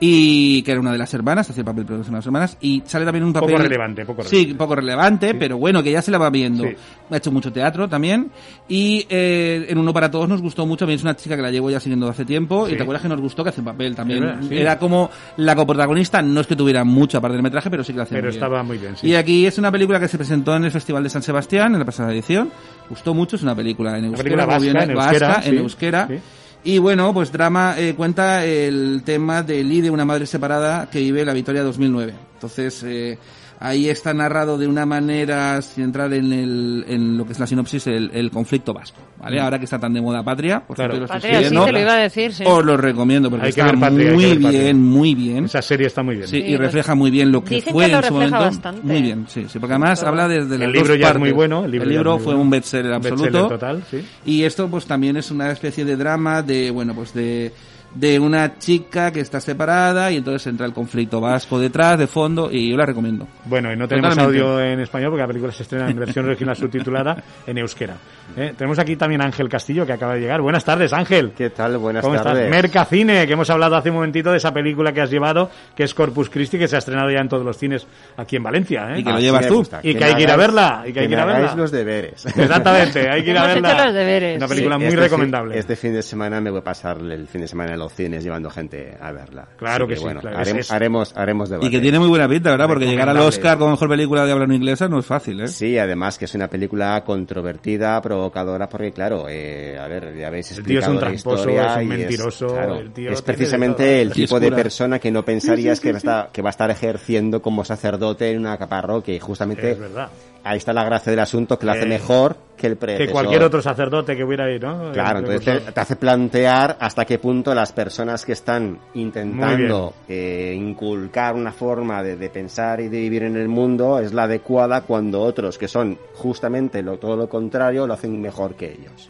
[SPEAKER 7] y que era una de las hermanas, hacía el papel de una de las hermanas y sale también un
[SPEAKER 3] Poco
[SPEAKER 7] papel
[SPEAKER 3] relevante, poco
[SPEAKER 7] Sí, poco relevante, pero bueno, que ya se la va viendo.
[SPEAKER 3] Sí.
[SPEAKER 7] Ha hecho mucho teatro también. Y eh, en Uno para Todos nos gustó mucho. A mí es una chica que la llevo ya siguiendo hace tiempo.
[SPEAKER 3] Sí.
[SPEAKER 7] Y te acuerdas que nos gustó que hace un papel
[SPEAKER 3] Es verdad,
[SPEAKER 7] también.
[SPEAKER 3] sí.
[SPEAKER 7] Era como la coprotagonista. No es que tuviera mucho aparte del metraje, pero sí que la hacía
[SPEAKER 3] Pero
[SPEAKER 7] muy bien.
[SPEAKER 3] estaba muy bien, sí.
[SPEAKER 7] Y aquí es una película que se presentó en el Festival de San Sebastián, en la pasada edición. Gustó mucho, es una película en euskera,
[SPEAKER 3] película
[SPEAKER 7] muy bien,
[SPEAKER 3] vasca, en
[SPEAKER 7] vasca,
[SPEAKER 3] euskera,
[SPEAKER 7] en
[SPEAKER 3] sí,
[SPEAKER 7] euskera.
[SPEAKER 3] sí.
[SPEAKER 7] Y bueno, pues drama eh, cuenta el tema de Lee, de una madre separada que vive la Victoria 2009. Entonces, eh, ahí está narrado de una manera, sin entrar en, el, en lo que es la sinopsis, el, el conflicto vasco. ¿vale?
[SPEAKER 3] Mm.
[SPEAKER 7] Ahora que está tan de moda Patria, por
[SPEAKER 3] Claro.
[SPEAKER 7] cierto, lo estoy
[SPEAKER 2] Patria, sí,
[SPEAKER 7] siguiendo,
[SPEAKER 2] te lo iba a decir, sí.
[SPEAKER 7] Os lo recomiendo porque
[SPEAKER 3] Hay que
[SPEAKER 7] está
[SPEAKER 3] ver Patria, hay que
[SPEAKER 7] muy
[SPEAKER 3] ver
[SPEAKER 7] bien,
[SPEAKER 3] Patria.
[SPEAKER 7] muy bien.
[SPEAKER 3] Esa serie está muy bien.
[SPEAKER 7] Sí,
[SPEAKER 3] Sí,
[SPEAKER 7] y
[SPEAKER 3] pues,
[SPEAKER 7] refleja muy bien lo que
[SPEAKER 2] dicen
[SPEAKER 7] fue
[SPEAKER 2] que lo
[SPEAKER 7] en su
[SPEAKER 2] refleja
[SPEAKER 7] momento.
[SPEAKER 2] bastante.
[SPEAKER 7] Muy bien, sí, sí, porque además habla desde las
[SPEAKER 3] El
[SPEAKER 7] dos
[SPEAKER 3] libro ya es muy
[SPEAKER 7] partes.
[SPEAKER 3] bueno, el libro ya es muy
[SPEAKER 7] fue
[SPEAKER 3] bueno.
[SPEAKER 7] un bestseller
[SPEAKER 3] Un
[SPEAKER 7] absoluto.
[SPEAKER 3] bestseller total, sí.
[SPEAKER 7] Y esto pues también es una especie de drama de, bueno, pues de de una chica que está separada y entonces entra el conflicto vasco detrás, de fondo, y yo la recomiendo.
[SPEAKER 3] Bueno, y no tenemos
[SPEAKER 7] Totalmente.
[SPEAKER 3] audio en español porque la película se estrena en versión original subtitulada en euskera. Eh, Tenemos aquí también a Ángel Castillo que acaba de llegar. Buenas tardes, Ángel.
[SPEAKER 10] ¿Qué tal? Buenas
[SPEAKER 3] ¿Cómo
[SPEAKER 10] tardes.
[SPEAKER 3] estás? Merca Cine, que hemos hablado hace un momentito de esa película que has llevado, que es Corpus Christi, que se ha estrenado ya en todos los cines aquí en Valencia. ¿eh?
[SPEAKER 10] Así me gusta,
[SPEAKER 3] Y que hay
[SPEAKER 10] me
[SPEAKER 3] que ir a
[SPEAKER 10] hagáis-
[SPEAKER 3] verla. Y que hay que ir a
[SPEAKER 10] me
[SPEAKER 3] verla.
[SPEAKER 10] hagáis los deberes.
[SPEAKER 3] Exactamente, hay que ir a Hemos hecho verla. los deberes. Una película muy
[SPEAKER 10] este fi-
[SPEAKER 3] recomendable.
[SPEAKER 10] este fin de semana me voy a pasar el fin de semana en los cines llevando gente a verla.
[SPEAKER 3] Claro
[SPEAKER 10] Así
[SPEAKER 3] que sí,
[SPEAKER 10] bueno,
[SPEAKER 3] claro,
[SPEAKER 10] haremos,
[SPEAKER 3] es eso.
[SPEAKER 10] haremos, haremos debate.
[SPEAKER 7] Y que tiene muy buena pinta, ¿verdad? Porque llegar al
[SPEAKER 10] Recomendable.
[SPEAKER 7] Oscar con mejor película de habla no inglesa no es fácil, ¿eh?
[SPEAKER 10] Sí, además que es una película controvertida, provocadora, porque claro, eh, a ver, ya habéis
[SPEAKER 3] tío es
[SPEAKER 10] explicado
[SPEAKER 3] un
[SPEAKER 10] la
[SPEAKER 3] tramposo,
[SPEAKER 10] historia
[SPEAKER 3] es un
[SPEAKER 10] y
[SPEAKER 3] mentiroso,
[SPEAKER 10] claro,
[SPEAKER 3] el tío
[SPEAKER 10] es
[SPEAKER 3] tiene de
[SPEAKER 10] precisamente
[SPEAKER 3] todo.
[SPEAKER 10] el tipo de
[SPEAKER 3] Frescura.
[SPEAKER 10] persona que no pensarías que va, a estar, que va a estar ejerciendo como sacerdote en una parroquia y justamente
[SPEAKER 3] Es verdad.
[SPEAKER 10] ahí está la gracia del asunto que lo hace
[SPEAKER 3] Eh,
[SPEAKER 10] mejor que el predecesor.
[SPEAKER 3] Que cualquier otro sacerdote que hubiera ahí, ¿no?
[SPEAKER 10] Claro,
[SPEAKER 3] El
[SPEAKER 10] entonces te,
[SPEAKER 3] precursor.
[SPEAKER 10] te hace plantear hasta qué punto las personas que están intentando
[SPEAKER 3] Muy
[SPEAKER 10] eh, inculcar una forma de, de pensar y de vivir en el mundo es la adecuada cuando otros que son justamente lo, todo lo contrario lo hacen mejor que ellos.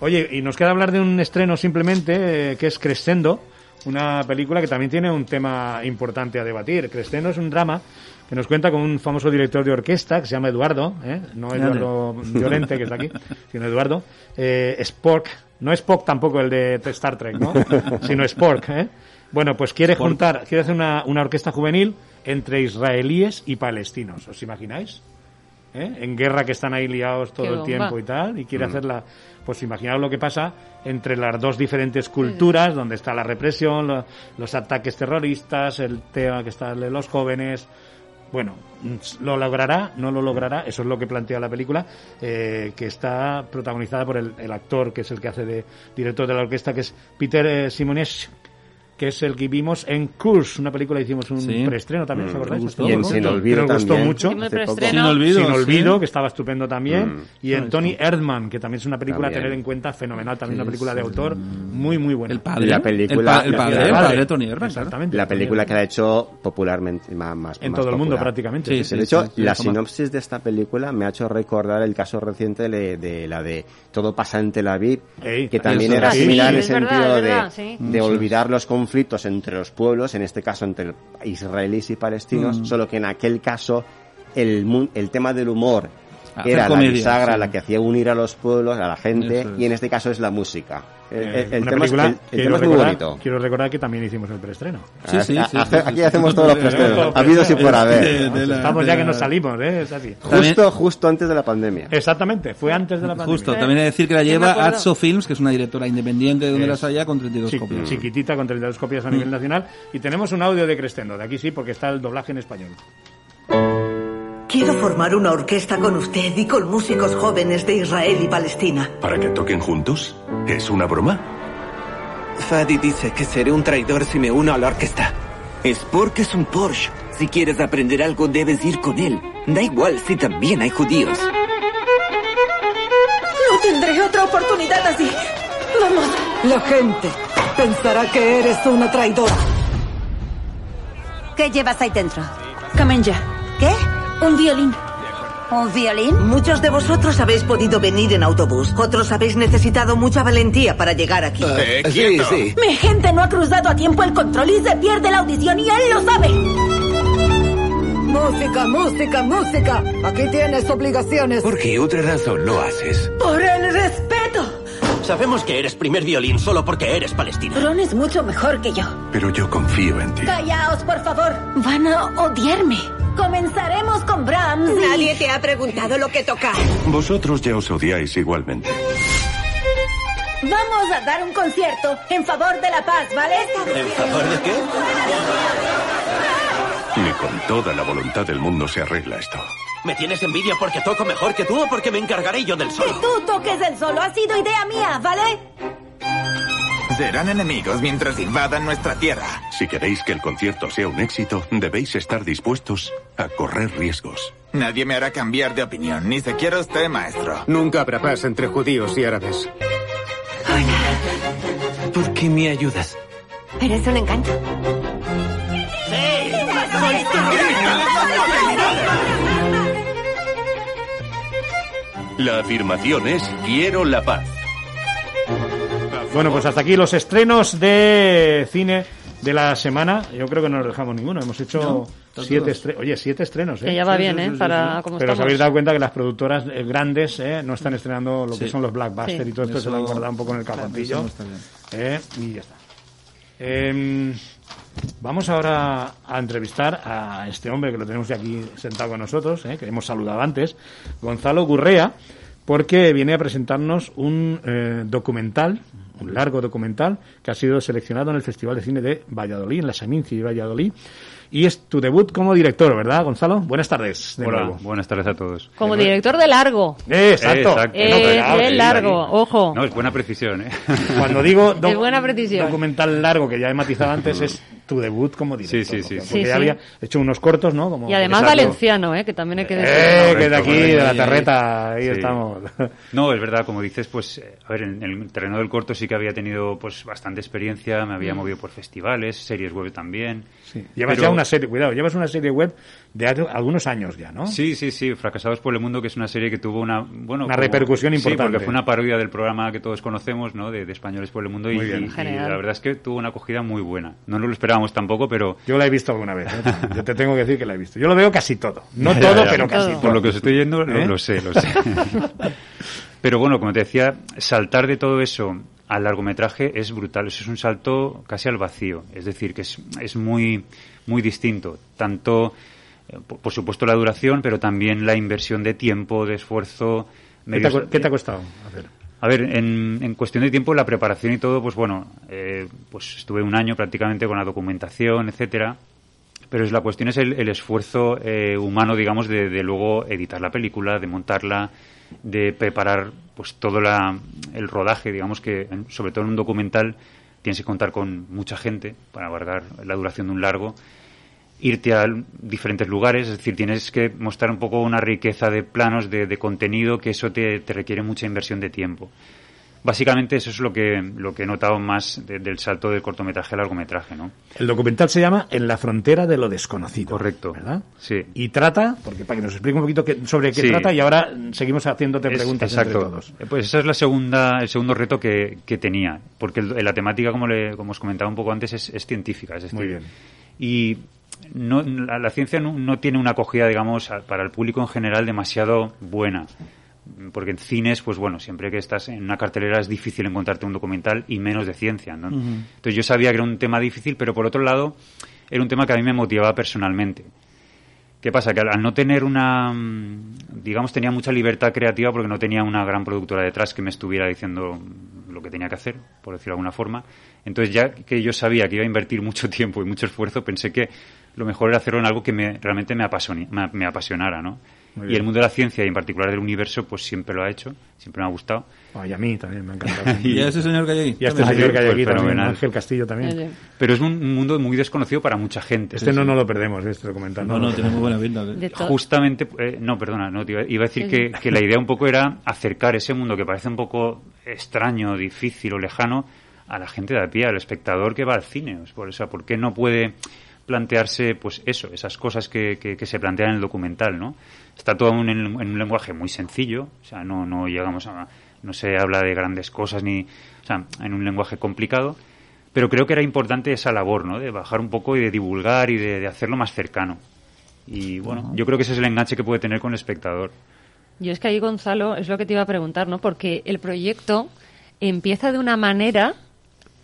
[SPEAKER 3] Oye, y nos queda hablar de un estreno simplemente eh, que es Crescendo, una película que también tiene un tema importante a debatir. Crescendo es un drama que nos cuenta con un famoso director de orquesta que se llama Eduardo, ¿eh? no
[SPEAKER 7] Grande.
[SPEAKER 3] Eduardo Llorente, que está aquí, sino Eduardo. Eh, Spork, no Spock tampoco el de Star Trek, ¿no? sino Spork. ¿eh? Bueno, pues quiere
[SPEAKER 7] Spork.
[SPEAKER 3] juntar, quiere hacer una, una orquesta juvenil entre israelíes y palestinos, ¿os imagináis? ¿Eh? En guerra que están ahí liados todo
[SPEAKER 7] Qué
[SPEAKER 3] el
[SPEAKER 7] bomba.
[SPEAKER 3] tiempo y tal, y quiere
[SPEAKER 7] Mm.
[SPEAKER 3] hacerla. Pues imaginaos lo que pasa entre las dos diferentes culturas, donde está la represión, lo- los ataques terroristas, el tema que está de los jóvenes. Bueno, mm, ¿lo logrará? ¿No lo logrará? Eso es lo que plantea la película, eh, que está protagonizada por el, el actor, que es el que hace de director de la orquesta, que es Peter eh, Simonesch, que es el que vimos en Curse, una película que hicimos un
[SPEAKER 10] Sí.
[SPEAKER 3] preestreno también, ¿os
[SPEAKER 10] Mm,
[SPEAKER 3] acordáis?
[SPEAKER 10] me gustó,
[SPEAKER 3] Que
[SPEAKER 10] Y en
[SPEAKER 3] nos
[SPEAKER 10] Sin
[SPEAKER 3] gustó,
[SPEAKER 10] Olvido
[SPEAKER 3] que nos gustó
[SPEAKER 10] también,
[SPEAKER 3] mucho.
[SPEAKER 10] Hicimos el preestreno. Sin Olvido,
[SPEAKER 3] Sin
[SPEAKER 10] sí.
[SPEAKER 3] Olvido, que estaba estupendo también.
[SPEAKER 10] Mm.
[SPEAKER 3] Y en
[SPEAKER 10] Ah,
[SPEAKER 3] Tony Erdman, que también es una película a
[SPEAKER 10] También.
[SPEAKER 3] tener en cuenta, fenomenal, también
[SPEAKER 10] Sí,
[SPEAKER 3] una película de
[SPEAKER 10] sí.
[SPEAKER 3] autor muy, muy buena. El
[SPEAKER 10] padre. La película- El pa- el padre, el padre de Tony
[SPEAKER 3] Erdman. Exactamente.
[SPEAKER 10] La película que la ha hecho popularmente más, más
[SPEAKER 3] En
[SPEAKER 10] más
[SPEAKER 3] todo el mundo,
[SPEAKER 10] popular.
[SPEAKER 3] prácticamente. Sí, sí,
[SPEAKER 10] de hecho,
[SPEAKER 3] sí, sí,
[SPEAKER 10] la
[SPEAKER 3] sí,
[SPEAKER 10] sinopsis de esta película me ha hecho recordar el caso reciente de, de la de Todo pasa en Tel Aviv,
[SPEAKER 3] Ey,
[SPEAKER 10] que también
[SPEAKER 3] eso
[SPEAKER 10] era
[SPEAKER 3] sí. Eh,
[SPEAKER 10] similar en el
[SPEAKER 3] Sí, es verdad,
[SPEAKER 10] sentido
[SPEAKER 3] es
[SPEAKER 10] de,
[SPEAKER 3] verdad, sí.
[SPEAKER 10] de
[SPEAKER 3] Mm, sí.
[SPEAKER 10] olvidar los conflictos entre los pueblos, en este caso entre israelíes y palestinos,
[SPEAKER 7] Mm.
[SPEAKER 10] solo que en aquel caso el, mun- el tema del humor
[SPEAKER 7] Hacer
[SPEAKER 10] era
[SPEAKER 7] comedia,
[SPEAKER 10] la bisagra
[SPEAKER 7] sí.
[SPEAKER 10] la que hacía unir a los pueblos, a la gente,
[SPEAKER 3] Eso es.
[SPEAKER 10] y en este caso es la música. El,
[SPEAKER 3] Eh,
[SPEAKER 10] el- el
[SPEAKER 3] una
[SPEAKER 10] tema, es,
[SPEAKER 3] película
[SPEAKER 10] el- el
[SPEAKER 3] que
[SPEAKER 10] tema
[SPEAKER 3] quiero
[SPEAKER 10] es muy
[SPEAKER 3] recordar-
[SPEAKER 10] bonito.
[SPEAKER 3] Quiero recordar que también hicimos el preestreno.
[SPEAKER 10] Sí, Ah, sí, sí, hace- sí, sí, aquí sí. hacemos todos los preestrenos, ha habido sí por haber. De- de la-
[SPEAKER 3] Estamos ya
[SPEAKER 10] de
[SPEAKER 3] que
[SPEAKER 10] la-
[SPEAKER 3] nos salimos, ¿eh? Es así.
[SPEAKER 10] Justo, justo antes de la pandemia.
[SPEAKER 3] Exactamente, fue antes de la pandemia.
[SPEAKER 7] Justo, también he de decir que la
[SPEAKER 3] Sí, me
[SPEAKER 7] lleva
[SPEAKER 3] acuerdo.
[SPEAKER 7] Atso Films, que es una directora independiente de donde
[SPEAKER 3] Es.
[SPEAKER 7] las haya, con 32
[SPEAKER 3] Chi-
[SPEAKER 7] copias. Mm.
[SPEAKER 3] Chiquitita con 32 copias a nivel nacional. Y tenemos un audio de Crescendo, de aquí sí, porque está el doblaje en español.
[SPEAKER 8] Quiero formar una orquesta con usted y con músicos jóvenes de Israel y Palestina.
[SPEAKER 1] ¿Para que toquen juntos? ¿Es una broma?
[SPEAKER 30] Fadi dice que seré un traidor si me uno a la orquesta. Es porque es un Porsche. Si quieres aprender algo, debes ir con él. Da igual si también hay judíos.
[SPEAKER 18] No tendré otra oportunidad así. Vamos.
[SPEAKER 8] La gente pensará que eres una traidora.
[SPEAKER 31] ¿Qué llevas ahí dentro?
[SPEAKER 18] Comen ya.
[SPEAKER 31] ¿Qué? Un violín.
[SPEAKER 8] ¿Un violín? Muchos de vosotros habéis podido venir en autobús. Otros habéis necesitado mucha valentía para llegar aquí.
[SPEAKER 1] Eh, Sí, quieto. sí.
[SPEAKER 18] Mi gente no ha cruzado a tiempo el control y se pierde la audición y él lo sabe.
[SPEAKER 8] Música, música, música. Aquí tienes obligaciones.
[SPEAKER 1] ¿Por qué otra razón lo haces?
[SPEAKER 18] Por el respeto.
[SPEAKER 32] Sabemos que eres primer violín solo porque eres palestino.
[SPEAKER 18] Ron es mucho mejor que yo.
[SPEAKER 1] Pero yo confío en ti.
[SPEAKER 18] Callaos, por favor. Van a odiarme. Comenzaremos con Brahms. Nadie te ha preguntado lo que tocar.
[SPEAKER 1] Vosotros ya os odiáis igualmente.
[SPEAKER 18] Vamos a dar un concierto en favor de la paz, ¿vale?
[SPEAKER 1] ¿En favor de qué? Ni con toda la voluntad del mundo se arregla esto.
[SPEAKER 32] ¿Me tienes envidia porque toco mejor que tú o porque me encargaré yo del
[SPEAKER 18] Que
[SPEAKER 32] solo?
[SPEAKER 18] tú toques el solo ha sido idea mía, ¿vale?
[SPEAKER 33] Serán enemigos mientras invadan nuestra tierra.
[SPEAKER 1] Si queréis que el concierto sea un éxito, debéis estar dispuestos a correr riesgos.
[SPEAKER 33] Nadie me hará cambiar de opinión, ni siquiera usted, maestro. Nunca habrá paz entre judíos y árabes.
[SPEAKER 32] ¿Por qué me ayudas?
[SPEAKER 30] Eres un encanto.
[SPEAKER 1] La afirmación es quiero la paz.
[SPEAKER 3] Bueno, pues hasta aquí los estrenos de cine de la semana. Yo creo que no nos dejamos ninguno. Hemos hecho
[SPEAKER 2] todos.
[SPEAKER 3] siete estrenos. Oye, siete estrenos, ¿eh?
[SPEAKER 2] Que ya va bien, ¿eh? Para como
[SPEAKER 3] Pero os
[SPEAKER 2] estamos.
[SPEAKER 3] habéis dado cuenta que las productoras eh, grandes eh, no están estrenando lo que
[SPEAKER 7] Sí.
[SPEAKER 3] son los blackbusters
[SPEAKER 7] Sí.
[SPEAKER 3] y todo esto se lo han
[SPEAKER 7] Eso-
[SPEAKER 3] guardado un poco en el
[SPEAKER 7] claro,
[SPEAKER 3] cajoncillo.
[SPEAKER 7] eso no está bien.
[SPEAKER 3] Eh, y ya está. Eh, vamos ahora a entrevistar a este hombre que lo tenemos ya aquí sentado con nosotros, eh, que hemos saludado antes, Gonzalo Gurrea, porque viene a presentarnos un eh, documental, un largo documental, que ha sido seleccionado en el Festival de Cine de Valladolid, en la Saminci de Valladolid, Y es tu debut como director, ¿verdad, Gonzalo? Buenas tardes. de
[SPEAKER 29] Hola,
[SPEAKER 3] nuevo.
[SPEAKER 29] buenas tardes a todos.
[SPEAKER 2] Como director de largo.
[SPEAKER 3] Eh, exacto.
[SPEAKER 2] Eh, de largo, ojo.
[SPEAKER 29] No, es buena precisión, ¿eh?
[SPEAKER 3] Cuando digo
[SPEAKER 2] Es
[SPEAKER 3] doc-
[SPEAKER 2] buena precisión.
[SPEAKER 3] documental largo, que ya he matizado antes, es tu debut como director.
[SPEAKER 29] Sí, sí, sí.
[SPEAKER 3] ¿no?
[SPEAKER 29] Sí,
[SPEAKER 3] Porque
[SPEAKER 2] sí.
[SPEAKER 3] ya había hecho unos cortos, ¿no? Como-
[SPEAKER 2] Y además
[SPEAKER 29] Exacto.
[SPEAKER 2] valenciano, ¿eh? que también hay que decir.
[SPEAKER 3] Eh, que de
[SPEAKER 29] Correcto,
[SPEAKER 3] aquí,
[SPEAKER 29] correcto,
[SPEAKER 3] de la
[SPEAKER 29] ahí,
[SPEAKER 3] terreta, ahí
[SPEAKER 29] Sí.
[SPEAKER 3] estamos.
[SPEAKER 29] No, es verdad, como dices, pues, eh, a ver, en el terreno del corto sí que había tenido, pues, bastante experiencia, me había
[SPEAKER 3] Mm.
[SPEAKER 29] movido por festivales, series web también.
[SPEAKER 3] Llevas
[SPEAKER 29] Pero-
[SPEAKER 3] ya una serie, cuidado, llevas una serie web de hace algunos años ya, ¿no?
[SPEAKER 29] Sí, sí, sí, Fracasados por el Mundo, que es una serie que tuvo una, bueno,
[SPEAKER 3] Una repercusión importante.
[SPEAKER 29] Sí, porque fue una parodia del programa que todos conocemos, ¿no? De, de Españoles por el Mundo. y,
[SPEAKER 3] Muy bien.
[SPEAKER 29] y- y
[SPEAKER 3] Genial.
[SPEAKER 29] la verdad es que tuvo una acogida muy buena. No lo esperábamos tampoco, pero...
[SPEAKER 3] Yo la he visto alguna vez, ¿eh? yo te tengo que decir que la he visto. Yo lo veo casi todo, no
[SPEAKER 29] Ya,
[SPEAKER 3] todo,
[SPEAKER 29] ya,
[SPEAKER 3] pero
[SPEAKER 29] ya.
[SPEAKER 3] casi todo.
[SPEAKER 29] Por lo que os estoy yendo, lo,
[SPEAKER 3] ¿Eh?
[SPEAKER 29] lo sé, lo sé. pero bueno, como te decía, saltar de todo eso al largometraje es brutal. Eso es un salto casi al vacío. Es decir, que es, es muy, muy distinto. Tanto, eh, por, por supuesto, la duración, pero también la inversión de tiempo, de esfuerzo.
[SPEAKER 3] ¿Qué, te ha,
[SPEAKER 29] medios-
[SPEAKER 3] cu- qué te ha costado? A ver.
[SPEAKER 29] a ver, en, en cuestión de tiempo, la preparación y todo, pues bueno, eh, pues estuve un año prácticamente con la documentación, etcétera. Pero es, la cuestión es el, el esfuerzo eh, humano, digamos, de, de luego editar la película, de montarla, de preparar pues todo la, el rodaje, digamos que en- sobre todo en un documental tienes que contar con mucha gente para abordar la duración de un largo irte a diferentes lugares, es decir, tienes que mostrar un poco una riqueza de planos, de, de contenido, que eso te, te requiere mucha inversión de tiempo. Básicamente eso es lo que, lo que he notado más de- del salto del cortometraje al largometraje, ¿no?
[SPEAKER 3] El documental se llama En la frontera de lo desconocido. Correcto. ¿Verdad?
[SPEAKER 29] Sí.
[SPEAKER 3] Y trata, porque para que nos explique un poquito qué- sobre qué
[SPEAKER 29] Sí.
[SPEAKER 3] trata, y ahora mm, seguimos haciéndote
[SPEAKER 29] Es-
[SPEAKER 3] preguntas
[SPEAKER 29] exacto.
[SPEAKER 3] entre todos.
[SPEAKER 29] Eh, Pues esa es la segunda, el segundo reto que, que tenía, porque el- la temática, como, le, como os comentaba un poco antes, es, es científica. Es decir,
[SPEAKER 3] Muy bien.
[SPEAKER 29] Y no, la, la ciencia no, no tiene una acogida, digamos, a- para el público en general demasiado buena. Porque en cines, pues bueno, siempre que estás en una cartelera es difícil encontrarte un documental y menos de ciencia, ¿no?
[SPEAKER 34] Ujú.
[SPEAKER 29] Entonces yo sabía que era un tema difícil, pero por otro lado era un tema que a mí me motivaba personalmente. ¿Qué pasa? Que al, al no tener una, mm, digamos, tenía mucha libertad creativa porque no tenía una gran productora detrás que me estuviera diciendo mm, lo que tenía que hacer, por decirlo de alguna forma. Entonces ya que yo sabía que iba a invertir mucho tiempo y mucho esfuerzo, pensé que lo mejor era hacerlo en algo que me, realmente me, apasioni- me, me apasionara, ¿no?
[SPEAKER 3] Muy
[SPEAKER 29] Y
[SPEAKER 3] bien.
[SPEAKER 29] el mundo de la ciencia y en particular del universo, pues siempre lo ha hecho, siempre me ha gustado.
[SPEAKER 3] Ay, a mí también me ha encantado.
[SPEAKER 29] Y-
[SPEAKER 3] Y a ese señor que hay ahí. Y a este señor que hay
[SPEAKER 29] Pues
[SPEAKER 3] aquí también, Ángel Castillo también. Oye.
[SPEAKER 29] Pero es un mundo muy desconocido para mucha gente.
[SPEAKER 3] Este no, no lo perdemos, este documental.
[SPEAKER 29] No, no, tiene muy buena
[SPEAKER 3] pinta.
[SPEAKER 29] De to- Justamente, eh, no, perdona, no, te iba, iba a decir que, que la idea un poco era acercar ese mundo que parece un poco extraño, difícil o lejano a la gente de a pie, al espectador que va al cine. Es por- O sea, ¿por qué no puede plantearse pues eso, esas cosas que, que- que se plantean en el documental, ¿no? Está todo aún en, en un lenguaje muy sencillo, o sea, no, no llegamos a... no se habla de grandes cosas ni... o sea, en un lenguaje complicado, pero creo que era importante esa labor, ¿no? De bajar un poco y de divulgar y de- de hacerlo más cercano. Y bueno, yo creo que ese es el enganche que puede tener con el espectador.
[SPEAKER 2] Yo es que ahí, Gonzalo, es lo que te iba a preguntar, ¿no? Porque el proyecto empieza de una manera,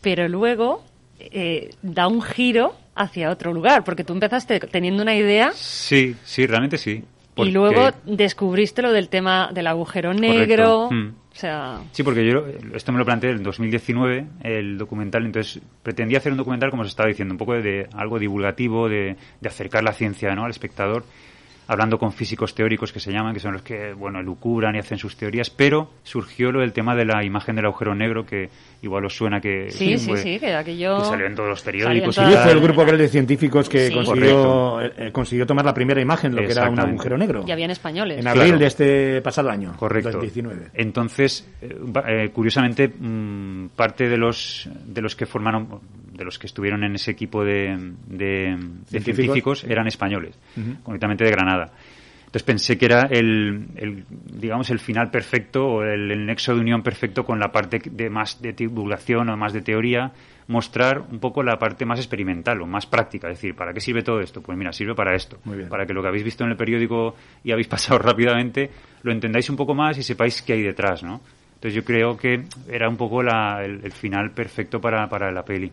[SPEAKER 2] pero luego eh, da un giro hacia otro lugar, porque tú empezaste teniendo una idea
[SPEAKER 29] Sí, sí, realmente sí.
[SPEAKER 2] y
[SPEAKER 29] Porque-
[SPEAKER 2] luego descubriste lo del tema del agujero negro.
[SPEAKER 29] Mm.
[SPEAKER 2] O sea,
[SPEAKER 29] Sí, porque yo esto me lo planteé en 2019, el documental, entonces pretendía hacer un documental, como os estaba diciendo, un poco de, de algo divulgativo, de, de acercar la ciencia ¿no? al espectador, hablando con físicos teóricos que se llaman, que son los que, bueno, lucubran y hacen sus teorías, pero surgió lo del tema de la imagen del agujero negro, que igual os suena que...
[SPEAKER 2] sí, sí,
[SPEAKER 29] fue-
[SPEAKER 2] sí, que aquello...
[SPEAKER 29] pues, que salió en todos los
[SPEAKER 2] salió en
[SPEAKER 29] periódicos y
[SPEAKER 2] todas-
[SPEAKER 29] tal.
[SPEAKER 3] Pues Fue el grupo aquel de científicos que
[SPEAKER 29] Sí.
[SPEAKER 3] consiguió, eh, consiguió tomar la primera imagen, lo que era un
[SPEAKER 29] Exactamente.
[SPEAKER 3] agujero negro.
[SPEAKER 2] Y habían españoles.
[SPEAKER 3] En abril
[SPEAKER 29] Claro.
[SPEAKER 3] de este pasado año.
[SPEAKER 29] Correcto.
[SPEAKER 3] 2019.
[SPEAKER 29] Entonces, eh, va- eh, curiosamente, mm, parte de los de los que formaron, de los que estuvieron en ese equipo de, de- de
[SPEAKER 3] Científicos.
[SPEAKER 29] científicos eran españoles,
[SPEAKER 3] Ujú.
[SPEAKER 29] concretamente de Granada. Entonces pensé que era el, el, digamos el final perfecto o el, el nexo de unión perfecto con la parte de más de divulgación o más de teoría, mostrar un poco la parte más experimental o más práctica, es decir, ¿para qué sirve todo esto? Pues mira, sirve para esto,
[SPEAKER 3] Muy bien.
[SPEAKER 29] para que lo que habéis visto en el periódico y habéis pasado rápidamente lo entendáis un poco más y sepáis qué hay detrás, ¿no? Entonces yo creo que era un poco la- el, el final perfecto para, para la peli.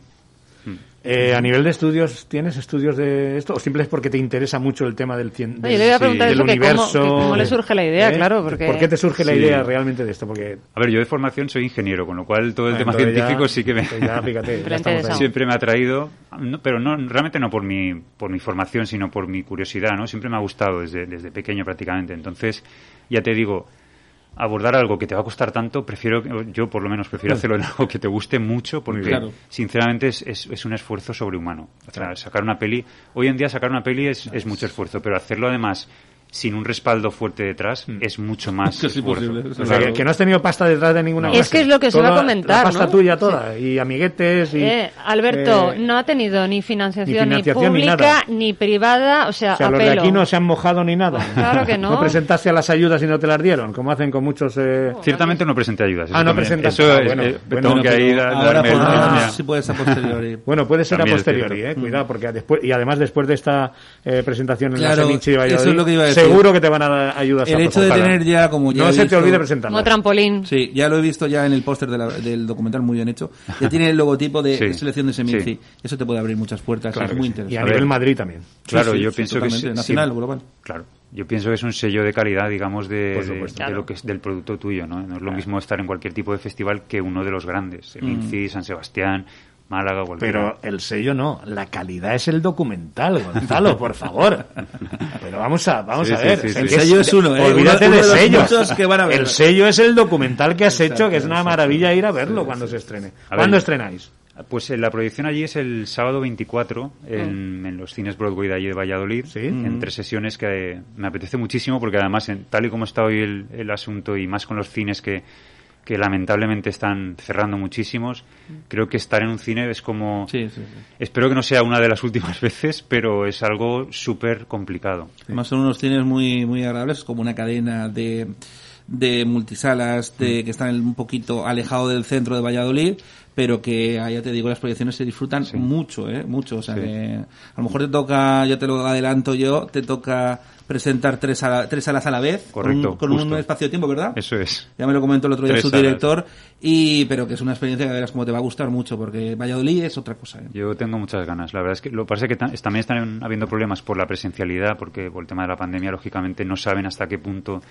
[SPEAKER 3] Eh, a nivel de estudios, ¿tienes estudios de esto? ¿O simple es porque te interesa mucho el tema del, cien-
[SPEAKER 2] No,
[SPEAKER 3] del-
[SPEAKER 2] yo le voy a preguntar
[SPEAKER 3] del
[SPEAKER 2] eso, que cómo-
[SPEAKER 3] universo? ¿Eh?
[SPEAKER 2] que cómo le surge la idea, claro, porque-
[SPEAKER 3] ¿Por qué te surge la
[SPEAKER 29] Sí.
[SPEAKER 3] idea realmente de esto? Porque
[SPEAKER 29] A ver, yo de formación soy ingeniero, con lo cual todo el
[SPEAKER 3] Ah,
[SPEAKER 29] tema
[SPEAKER 3] entonces ya-
[SPEAKER 29] científico sí que me...
[SPEAKER 3] entonces ya, fíjate, ya Siempre estamos ahí. interesado.
[SPEAKER 29] siempre me ha atraído, no- pero no realmente no por mi, por mi formación, sino por mi curiosidad, ¿no? Siempre me ha gustado desde, desde pequeño prácticamente. Entonces, ya te digo, abordar algo que te va a costar tanto, prefiero, yo por lo menos prefiero hacerlo en algo que te guste mucho, porque
[SPEAKER 3] bien. Mm. Claro.
[SPEAKER 29] sinceramente es, es- es un esfuerzo sobrehumano. O sea, sacar una peli, hoy en día sacar una peli es, es mucho esfuerzo, pero hacerlo además sin un respaldo fuerte detrás es mucho más
[SPEAKER 3] Es
[SPEAKER 29] esfuerzo.
[SPEAKER 3] Mm. imposible, es
[SPEAKER 29] O sea,
[SPEAKER 3] verdad.
[SPEAKER 29] que- que
[SPEAKER 3] no has tenido pasta detrás de ninguna
[SPEAKER 29] No.
[SPEAKER 3] clase.
[SPEAKER 29] Es que
[SPEAKER 2] es lo que se iba a
[SPEAKER 3] Toda-
[SPEAKER 2] comentar,
[SPEAKER 3] La pasta
[SPEAKER 2] ¿no?
[SPEAKER 3] tuya toda, y amiguetes, y...
[SPEAKER 2] Eh, Alberto,
[SPEAKER 3] eh,
[SPEAKER 2] no ha tenido ni financiación ni,
[SPEAKER 3] financiación, ni
[SPEAKER 2] pública,
[SPEAKER 3] nada.
[SPEAKER 2] ni, privada, o sea,
[SPEAKER 3] o sea,
[SPEAKER 2] a
[SPEAKER 3] los de
[SPEAKER 2] pelo.
[SPEAKER 3] aquí no se han mojado ni nada.
[SPEAKER 2] Claro que no.
[SPEAKER 3] No presentaste a las ayudas y no te las dieron, como hacen con muchos... eh,
[SPEAKER 29] Ciertamente no presenté ayudas. eso
[SPEAKER 3] Ah, no
[SPEAKER 29] también.
[SPEAKER 3] presentaste.
[SPEAKER 29] Eso
[SPEAKER 3] Ah,
[SPEAKER 29] es-
[SPEAKER 3] bueno,
[SPEAKER 29] eh,
[SPEAKER 3] bueno,
[SPEAKER 29] tengo que
[SPEAKER 3] pero
[SPEAKER 29] ahí dar-
[SPEAKER 3] ahora
[SPEAKER 29] darme el-
[SPEAKER 3] podrás-
[SPEAKER 29] darme el-
[SPEAKER 3] si puedes a posteriori. Bueno, puede ser
[SPEAKER 29] También
[SPEAKER 3] a
[SPEAKER 29] es cierto.
[SPEAKER 3] posteriori, eh, cuidado, porque después, y además después de esta eh, presentación en
[SPEAKER 7] Claro,
[SPEAKER 3] la Senichi de
[SPEAKER 7] eso es
[SPEAKER 3] Valladolid,
[SPEAKER 7] lo que iba a decir.
[SPEAKER 3] seguro que te van a dar ayudas.
[SPEAKER 7] El
[SPEAKER 3] a
[SPEAKER 7] hecho de
[SPEAKER 3] presentar.
[SPEAKER 7] tener ya como ya
[SPEAKER 3] No
[SPEAKER 7] he
[SPEAKER 3] se te
[SPEAKER 7] visto-
[SPEAKER 3] olvide presentarla.
[SPEAKER 2] Como trampolín.
[SPEAKER 7] Sí, ya lo he visto ya en el póster de la- del documental muy bien hecho. Ya tiene el logotipo de
[SPEAKER 29] Sí,
[SPEAKER 7] selección de Seminci.
[SPEAKER 29] sí.
[SPEAKER 7] Eso te puede abrir muchas puertas,
[SPEAKER 3] Claro
[SPEAKER 7] es
[SPEAKER 3] que
[SPEAKER 7] muy
[SPEAKER 3] sí.
[SPEAKER 7] interesante.
[SPEAKER 3] Y a nivel Madrid también.
[SPEAKER 29] Claro,
[SPEAKER 7] Sí, sí,
[SPEAKER 29] yo
[SPEAKER 7] sí,
[SPEAKER 29] pienso que
[SPEAKER 7] totalmente,
[SPEAKER 29] sí-
[SPEAKER 7] nacional,
[SPEAKER 29] sí,
[SPEAKER 7] global.
[SPEAKER 29] Claro. Yo pienso que es un sello de calidad, digamos, de,
[SPEAKER 7] Por
[SPEAKER 29] de-
[SPEAKER 7] supuesto.
[SPEAKER 29] de
[SPEAKER 7] Claro.
[SPEAKER 29] lo que es del producto tuyo, ¿no? No es lo mismo estar en cualquier tipo de festival que uno de los grandes, el
[SPEAKER 3] Mm.
[SPEAKER 29] INCI, San Sebastián, Málaga, cualquiera.
[SPEAKER 3] Pero el sello no, la calidad es el documental, Gonzalo, por favor. Pero vamos a, vamos
[SPEAKER 29] Sí,
[SPEAKER 3] a
[SPEAKER 29] sí,
[SPEAKER 3] ver.
[SPEAKER 29] sí, sí.
[SPEAKER 3] El
[SPEAKER 29] El sello es uno, ¿eh?
[SPEAKER 3] Olvídate
[SPEAKER 29] Uno- uno de
[SPEAKER 3] de
[SPEAKER 29] los
[SPEAKER 3] sellos.
[SPEAKER 29] muchos que van a ver.
[SPEAKER 3] El sello es el documental que has hecho, que es una maravilla ir a verlo cuando se estrene.
[SPEAKER 29] A ver,
[SPEAKER 3] ¿Cuándo estrenáis?
[SPEAKER 29] Pues eh, la proyección allí es el sábado 24 en, en los cines Broadway de allí de Valladolid, en
[SPEAKER 3] Mm.
[SPEAKER 29] tres sesiones que eh, me apetece muchísimo porque además, en- tal y como está hoy el, el asunto y más con los cines que, que lamentablemente están cerrando muchísimos, creo que estar en un cine es como... Espero que no sea una de las últimas veces, pero es algo súper complicado.
[SPEAKER 7] Además son unos cines muy, muy agradables, como una cadena de, de multisalas
[SPEAKER 29] Mm.
[SPEAKER 7] de, que están un poquito alejado del centro de Valladolid, pero que, ah, ya te digo, las proyecciones se disfrutan mucho, ¿eh? Mucho. O sea,
[SPEAKER 29] Sí.
[SPEAKER 7] que a lo mejor te toca, ya te lo adelanto yo, te toca presentar tres, sala- tres salas a la vez. con un-
[SPEAKER 29] Correcto,
[SPEAKER 7] Con un,
[SPEAKER 29] justo.
[SPEAKER 7] espacio de tiempo, ¿verdad?
[SPEAKER 29] Eso es.
[SPEAKER 7] Ya me lo comentó el otro día
[SPEAKER 29] Tres
[SPEAKER 7] su
[SPEAKER 29] salas.
[SPEAKER 7] director, y, pero que es una experiencia que verás como te va a gustar mucho, porque Valladolid es otra cosa, ¿eh?
[SPEAKER 29] Yo tengo muchas ganas. La verdad es que lo que pasa es que ta- también están habiendo problemas por la presencialidad, porque por el tema de la pandemia, lógicamente, no saben hasta qué punto.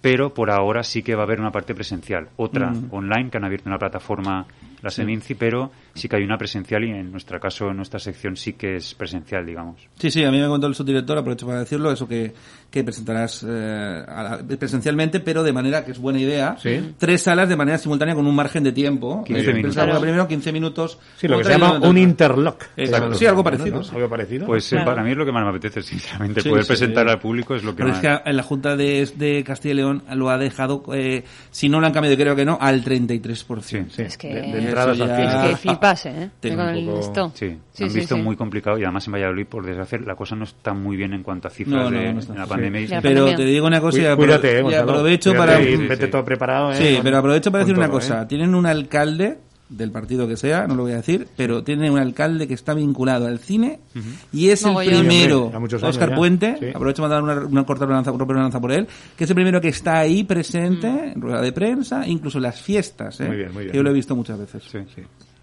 [SPEAKER 29] Pero por ahora sí que va a haber una parte presencial. Otra
[SPEAKER 34] Ujú.
[SPEAKER 29] online, que han abierto una plataforma, la
[SPEAKER 7] Mm. Sí.
[SPEAKER 29] Seminci, pero sí que hay una presencial y en nuestro caso, en nuestra sección, sí que es presencial, digamos.
[SPEAKER 7] Sí, sí, a mí me contó el subdirector, aprovecho para decirlo, eso que, que presentarás eh, a la- presencialmente, pero de manera que es buena idea.
[SPEAKER 3] Sí.
[SPEAKER 7] Tres salas de manera simultánea con un margen de tiempo.
[SPEAKER 3] 15
[SPEAKER 7] Eh,
[SPEAKER 3] minutos.
[SPEAKER 7] pensar una primero 15 minutos.
[SPEAKER 3] Sí, lo que se
[SPEAKER 7] otra y
[SPEAKER 3] llama
[SPEAKER 7] otra.
[SPEAKER 3] un interlock.
[SPEAKER 7] Exacto. Sí, algo parecido.
[SPEAKER 3] ¿No? ¿Algo parecido?
[SPEAKER 29] Pues eh, para mí es lo que más me apetece, sinceramente.
[SPEAKER 7] Ah. Sí,
[SPEAKER 29] poder
[SPEAKER 7] sí,
[SPEAKER 29] presentar
[SPEAKER 7] sí.
[SPEAKER 29] al público es lo que
[SPEAKER 7] Pero
[SPEAKER 29] más.
[SPEAKER 7] es que en la Junta de, de Castilla y León lo ha dejado, eh, si no lo han cambiado, creo que no, al 33%.
[SPEAKER 2] Es que- De- de entradas
[SPEAKER 7] Eso
[SPEAKER 29] al
[SPEAKER 7] ya-
[SPEAKER 29] cine.
[SPEAKER 2] Es que flipas, ¿eh?
[SPEAKER 29] Tengo
[SPEAKER 2] Con
[SPEAKER 29] un
[SPEAKER 2] el
[SPEAKER 29] poco-
[SPEAKER 2] esto.
[SPEAKER 29] Sí,
[SPEAKER 2] Sí,
[SPEAKER 29] han
[SPEAKER 2] sí,
[SPEAKER 29] visto
[SPEAKER 2] sí.
[SPEAKER 29] muy complicado y además en Valladolid, por desgracia, la cosa no está muy bien en cuanto a
[SPEAKER 7] No,
[SPEAKER 29] cifras
[SPEAKER 7] no,
[SPEAKER 29] de,
[SPEAKER 7] no está.
[SPEAKER 29] de la
[SPEAKER 7] Sí.
[SPEAKER 29] pandemia. y-
[SPEAKER 7] La Pues Pero pandemia. te digo una cosa y
[SPEAKER 3] Cuí-
[SPEAKER 7] apro-
[SPEAKER 3] Cuídate, eh,
[SPEAKER 7] y
[SPEAKER 3] Gonzalo.
[SPEAKER 7] aprovecho
[SPEAKER 3] Cuídate
[SPEAKER 7] para-
[SPEAKER 3] y
[SPEAKER 7] Sí,
[SPEAKER 3] vete
[SPEAKER 7] sí.
[SPEAKER 3] todo preparado. eh,
[SPEAKER 7] Sí,
[SPEAKER 3] con-
[SPEAKER 7] pero aprovecho para
[SPEAKER 3] con
[SPEAKER 7] decir una
[SPEAKER 3] todo,
[SPEAKER 7] cosa.
[SPEAKER 3] eh.
[SPEAKER 7] Tienen un alcalde, del partido que sea, no lo voy a decir, pero tienen un alcalde que está vinculado al cine
[SPEAKER 3] Ujú.
[SPEAKER 7] y es el
[SPEAKER 3] Mogollón.
[SPEAKER 7] primero,
[SPEAKER 3] Hombre, a muchos años
[SPEAKER 7] Oscar
[SPEAKER 3] ya.
[SPEAKER 7] Puente,
[SPEAKER 3] Sí.
[SPEAKER 7] aprovecho para dar una, una corta lanza, una pequeña lanza por él, que es el primero que está ahí presente, en rueda de prensa, incluso en las fiestas. ¿eh?
[SPEAKER 3] Muy bien, muy bien.
[SPEAKER 7] Que Yo lo he visto muchas veces.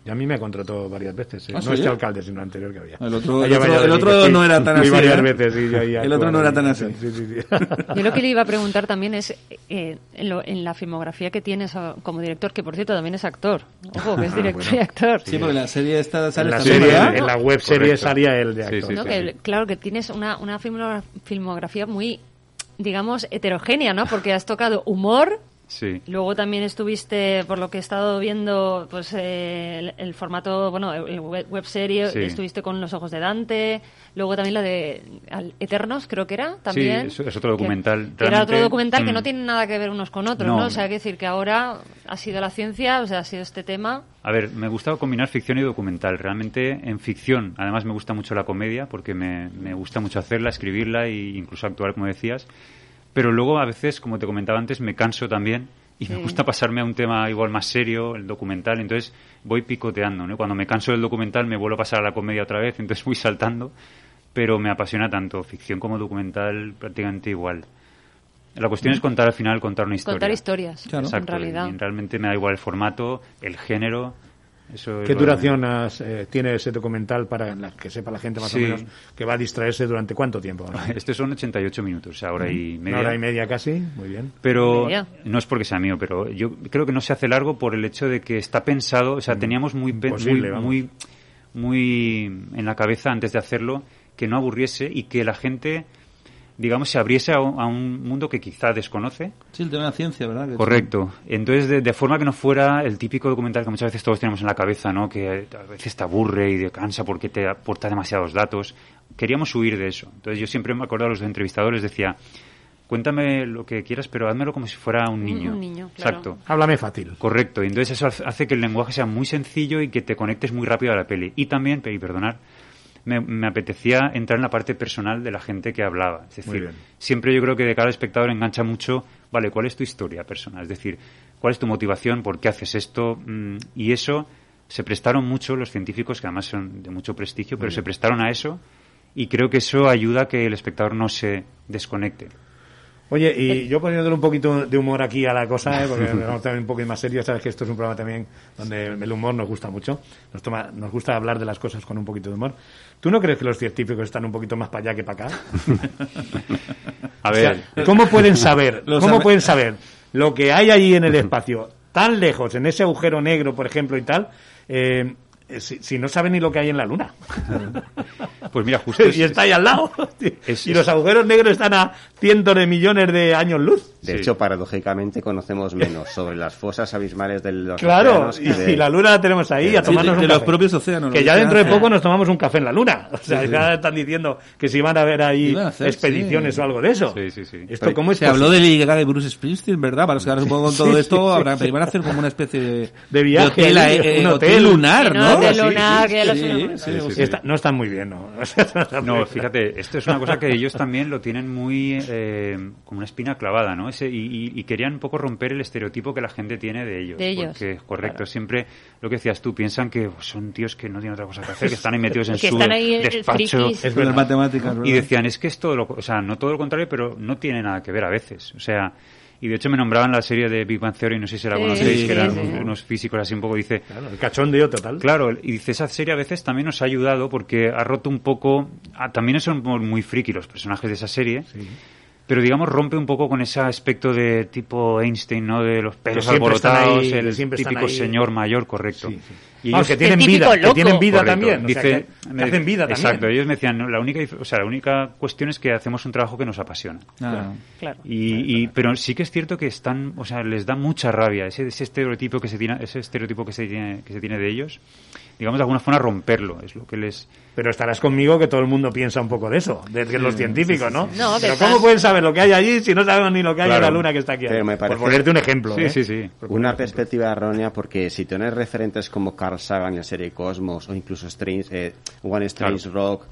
[SPEAKER 3] Y a mí me contrató varias veces. eh.
[SPEAKER 7] ¿Ah,
[SPEAKER 3] no
[SPEAKER 7] sí?
[SPEAKER 3] este alcalde, sino el anterior que había.
[SPEAKER 7] El otro, el otro-
[SPEAKER 3] Allá
[SPEAKER 7] el
[SPEAKER 3] Valladolid,
[SPEAKER 7] otro
[SPEAKER 3] que sí,
[SPEAKER 7] no era tan
[SPEAKER 3] fui
[SPEAKER 7] así.
[SPEAKER 3] varias
[SPEAKER 7] ¿eh?
[SPEAKER 3] veces y yo ahí
[SPEAKER 7] el otro no era tan así.
[SPEAKER 3] actuando. Sí, sí, sí.
[SPEAKER 2] Yo lo que le iba a preguntar también es eh, en, lo- en la filmografía que tienes ah, como director, que por cierto también es actor. Ojo, que es
[SPEAKER 7] Ah,
[SPEAKER 2] director y
[SPEAKER 7] bueno.
[SPEAKER 2] actor.
[SPEAKER 7] Sí, porque la serie esta sale
[SPEAKER 3] En la,
[SPEAKER 7] esta
[SPEAKER 3] serie-
[SPEAKER 7] semana,
[SPEAKER 3] en
[SPEAKER 7] ¿no?
[SPEAKER 3] la web serie salía el de actor.
[SPEAKER 2] ¿no? Que, Claro que tienes una, una filmo- filmografía muy, digamos, heterogénea, ¿no? Porque has tocado humor,
[SPEAKER 29] Sí.
[SPEAKER 2] luego también estuviste, por lo que he estado viendo, pues eh, el, el formato, bueno, el- el web, web serie,
[SPEAKER 29] Sí.
[SPEAKER 2] estuviste con Los Ojos de Dante, luego también la de al- Eternos, creo que era,
[SPEAKER 29] Sí,
[SPEAKER 2] también.
[SPEAKER 29] es, es otro
[SPEAKER 2] que-
[SPEAKER 29] documental.
[SPEAKER 2] que era otro
[SPEAKER 29] realmente,
[SPEAKER 2] documental que
[SPEAKER 29] mm,
[SPEAKER 2] no tiene nada que ver unos con otros, ¿no?
[SPEAKER 29] No.
[SPEAKER 2] O sea, hay que decir que ahora ha sido la ciencia, o sea, ha sido este tema.
[SPEAKER 29] A ver, me gusta combinar ficción y documental. Realmente en ficción, además me gusta mucho la comedia, porque me, me gusta mucho hacerla, escribirla e incluso actuar, como decías. Pero luego a veces, como te comentaba antes, me canso también y me
[SPEAKER 4] Sí.
[SPEAKER 29] gusta pasarme a un tema igual más serio, el documental. Entonces voy picoteando, ¿no? Cuando me canso del documental me vuelvo a pasar a la comedia otra vez, entonces voy saltando. Pero me apasiona tanto ficción como documental prácticamente igual. La cuestión es contar al final, contar una historia.
[SPEAKER 2] Contar historias, Claro. en
[SPEAKER 29] Exacto,
[SPEAKER 2] realidad.
[SPEAKER 29] y realmente me da igual el formato, el género, Eso es
[SPEAKER 3] ¿Qué
[SPEAKER 29] lo-
[SPEAKER 3] duración has, eh, tiene ese documental para la- que sepa la gente más
[SPEAKER 29] Sí.
[SPEAKER 3] o menos que va a distraerse durante cuánto tiempo?
[SPEAKER 29] Estos son 88 minutos, o sea, hora y
[SPEAKER 3] Una
[SPEAKER 29] media.
[SPEAKER 3] hora y media casi, muy bien.
[SPEAKER 29] Pero
[SPEAKER 3] Media.
[SPEAKER 29] no es porque sea mío, pero yo creo que no se hace largo por el hecho de que está pensado, o sea,
[SPEAKER 3] Mm.
[SPEAKER 29] teníamos muy, pe-
[SPEAKER 3] Imposible,
[SPEAKER 29] muy,
[SPEAKER 3] vamos.
[SPEAKER 29] muy, muy en la cabeza antes de hacerlo que no aburriese y que la gente, digamos, se abriese a un- a un mundo que quizá desconoce.
[SPEAKER 7] Sí, el tema de la ciencia, ¿verdad? Que-
[SPEAKER 29] Correcto. Entonces, de, de forma que no fuera el típico documental que muchas veces todos tenemos en la cabeza, ¿no? Que a veces te aburre y te cansa porque te aporta demasiados datos. Queríamos huir de eso. Entonces, yo siempre me acuerdo a los entrevistadores, decía, cuéntame lo que quieras, pero házmelo como si fuera un niño.
[SPEAKER 3] un niño, claro.
[SPEAKER 29] Exacto.
[SPEAKER 3] Háblame fácil.
[SPEAKER 29] Correcto. Y entonces eso hace- hace que el lenguaje sea muy sencillo y que te conectes muy rápido a la peli. Y también, pe- y perdonar, me, me apetecía entrar en la parte personal de la gente que hablaba. Es
[SPEAKER 3] Muy
[SPEAKER 29] decir,
[SPEAKER 3] bien.
[SPEAKER 29] siempre yo creo que de cara al espectador engancha mucho, vale, ¿cuál es tu historia personal? Es decir, ¿cuál es tu motivación? ¿Por qué haces esto? Mm, Y eso se prestaron mucho los científicos, que además son de mucho prestigio,
[SPEAKER 3] Muy
[SPEAKER 29] pero se
[SPEAKER 3] bien.
[SPEAKER 29] prestaron a eso. Y creo que eso ayuda a que el espectador no se desconecte.
[SPEAKER 3] Oye,
[SPEAKER 29] Eh.
[SPEAKER 3] y yo poniéndole un poquito de humor aquí a la cosa, ¿eh? porque nos vamos también un poco más serio, sabes que esto es un programa también donde el humor nos gusta mucho, nos, toma, nos gusta hablar de las cosas con un poquito de humor. ¿Tú no crees que los científicos están un poquito más para allá que para acá?
[SPEAKER 29] A
[SPEAKER 3] O sea,
[SPEAKER 29] ver.
[SPEAKER 3] ¿Cómo pueden saber?
[SPEAKER 29] Los
[SPEAKER 3] ¿Cómo
[SPEAKER 29] ame-
[SPEAKER 3] pueden saber lo que hay allí en el espacio, tan lejos, en ese agujero negro, por ejemplo, y tal, eh, si, si no saben ni lo que hay en la luna?
[SPEAKER 29] Pues mira, justo es-
[SPEAKER 3] y está ahí al lado.
[SPEAKER 29] es-
[SPEAKER 3] y los agujeros negros están a cientos de millones de años luz.
[SPEAKER 10] De hecho, paradójicamente conocemos menos sobre las fosas abismales de los
[SPEAKER 3] Claro,
[SPEAKER 10] océanos que
[SPEAKER 3] y,
[SPEAKER 10] de-
[SPEAKER 3] y la luna la tenemos ahí a
[SPEAKER 10] Sí,
[SPEAKER 3] tomarnos
[SPEAKER 10] de-
[SPEAKER 3] un
[SPEAKER 10] de los
[SPEAKER 3] café.
[SPEAKER 10] propios océanos,
[SPEAKER 3] Que
[SPEAKER 10] los
[SPEAKER 3] ya
[SPEAKER 10] que
[SPEAKER 3] dentro de
[SPEAKER 10] hacen.
[SPEAKER 3] poco nos tomamos un café en la luna. O sea,
[SPEAKER 10] Sí, sí.
[SPEAKER 3] ya están diciendo que si van a haber ahí
[SPEAKER 7] Iban a hacer,
[SPEAKER 3] expediciones
[SPEAKER 7] sí.
[SPEAKER 3] o algo de eso. ¿Esto cómo es
[SPEAKER 7] Se habló de
[SPEAKER 3] posible?
[SPEAKER 7] la llegada de Bruce Springsteen, ¿verdad? Para los que ahora supongo con
[SPEAKER 3] Sí,
[SPEAKER 7] todo
[SPEAKER 3] sí,
[SPEAKER 7] esto,
[SPEAKER 3] sí,
[SPEAKER 7] habrá,
[SPEAKER 3] sí.
[SPEAKER 7] pero iban a hacer como una especie de,
[SPEAKER 3] de viaje,
[SPEAKER 7] hotel,
[SPEAKER 3] ahí,
[SPEAKER 7] eh, eh,
[SPEAKER 3] un
[SPEAKER 7] hotel lunar, ¿no?
[SPEAKER 3] Algo así.
[SPEAKER 7] Sí, sí, sí, sí, sí.
[SPEAKER 3] Está- no están muy bien, ¿no?
[SPEAKER 29] No, fíjate, esto es una cosa que ellos también lo tienen muy eh, como una espina clavada, ¿no? Ese, y, y- y querían un poco romper el estereotipo que la gente tiene de ellos.
[SPEAKER 2] De ellos,
[SPEAKER 29] Porque, correcto, siempre lo que decías tú, piensan que pues, son tíos que no tienen otra cosa que hacer, que están ahí metidos en
[SPEAKER 2] Que
[SPEAKER 29] su
[SPEAKER 2] están ahí, eh,
[SPEAKER 29] despacho.
[SPEAKER 2] frikis. Es verdad.
[SPEAKER 7] Las matemáticas,
[SPEAKER 29] Y
[SPEAKER 7] ¿verdad?
[SPEAKER 29] decían, es que es todo lo, o sea, no todo lo contrario, pero no tiene nada que ver a veces. O sea, y de hecho me nombraban la serie de Big Bang Theory, no sé si la
[SPEAKER 3] Sí,
[SPEAKER 29] conocéis,
[SPEAKER 3] sí,
[SPEAKER 29] que eran
[SPEAKER 3] sí.
[SPEAKER 29] unos físicos así un poco, dice...
[SPEAKER 3] el cachondeo total.
[SPEAKER 29] Claro, y dice, esa serie a veces también nos ha ayudado porque ha roto un poco... ah, también son muy muy friki los personajes de esa serie. Pero digamos rompe un poco con ese aspecto de tipo Einstein, ¿no? De los pelos
[SPEAKER 3] Que siempre están
[SPEAKER 29] alborotados,
[SPEAKER 3] ahí, que
[SPEAKER 29] el
[SPEAKER 3] siempre están
[SPEAKER 29] típico
[SPEAKER 3] ahí.
[SPEAKER 29] señor mayor, correcto. Y ellos-
[SPEAKER 3] Vamos, que tienen El típico vida, que loco. tienen vida
[SPEAKER 29] Correcto.
[SPEAKER 3] también, o sea,
[SPEAKER 29] Dice-
[SPEAKER 3] que- que hacen vida también.
[SPEAKER 29] Exacto, ellos me decían, "No, la única, dif- o sea, la única cuestión es que hacemos un trabajo que nos apasiona.
[SPEAKER 7] Claro.
[SPEAKER 2] Claro.
[SPEAKER 29] Y, y- pero sí que es cierto que están, o sea, les da mucha rabia ese, ese estereotipo que se tiene, ese estereotipo que se tiene, que se tiene de ellos. Digamos de alguna forma romperlo es lo que les.
[SPEAKER 3] Pero estarás conmigo que todo el mundo piensa un poco de eso, de que los científicos,
[SPEAKER 2] No,
[SPEAKER 3] ¿no? pero
[SPEAKER 2] pero
[SPEAKER 3] ¿cómo
[SPEAKER 2] estás-
[SPEAKER 3] pueden saber lo que hay allí si no sabemos ni lo que hay en la
[SPEAKER 10] Claro.
[SPEAKER 3] luna que está aquí?
[SPEAKER 10] Pero me
[SPEAKER 3] Por
[SPEAKER 10] parece-
[SPEAKER 3] ponerte un ejemplo. ¿eh?
[SPEAKER 10] Una perspectiva errónea porque si tenés referentes como Carl Sagan en la serie Cosmos o incluso Strings, eh, One Strange Rock,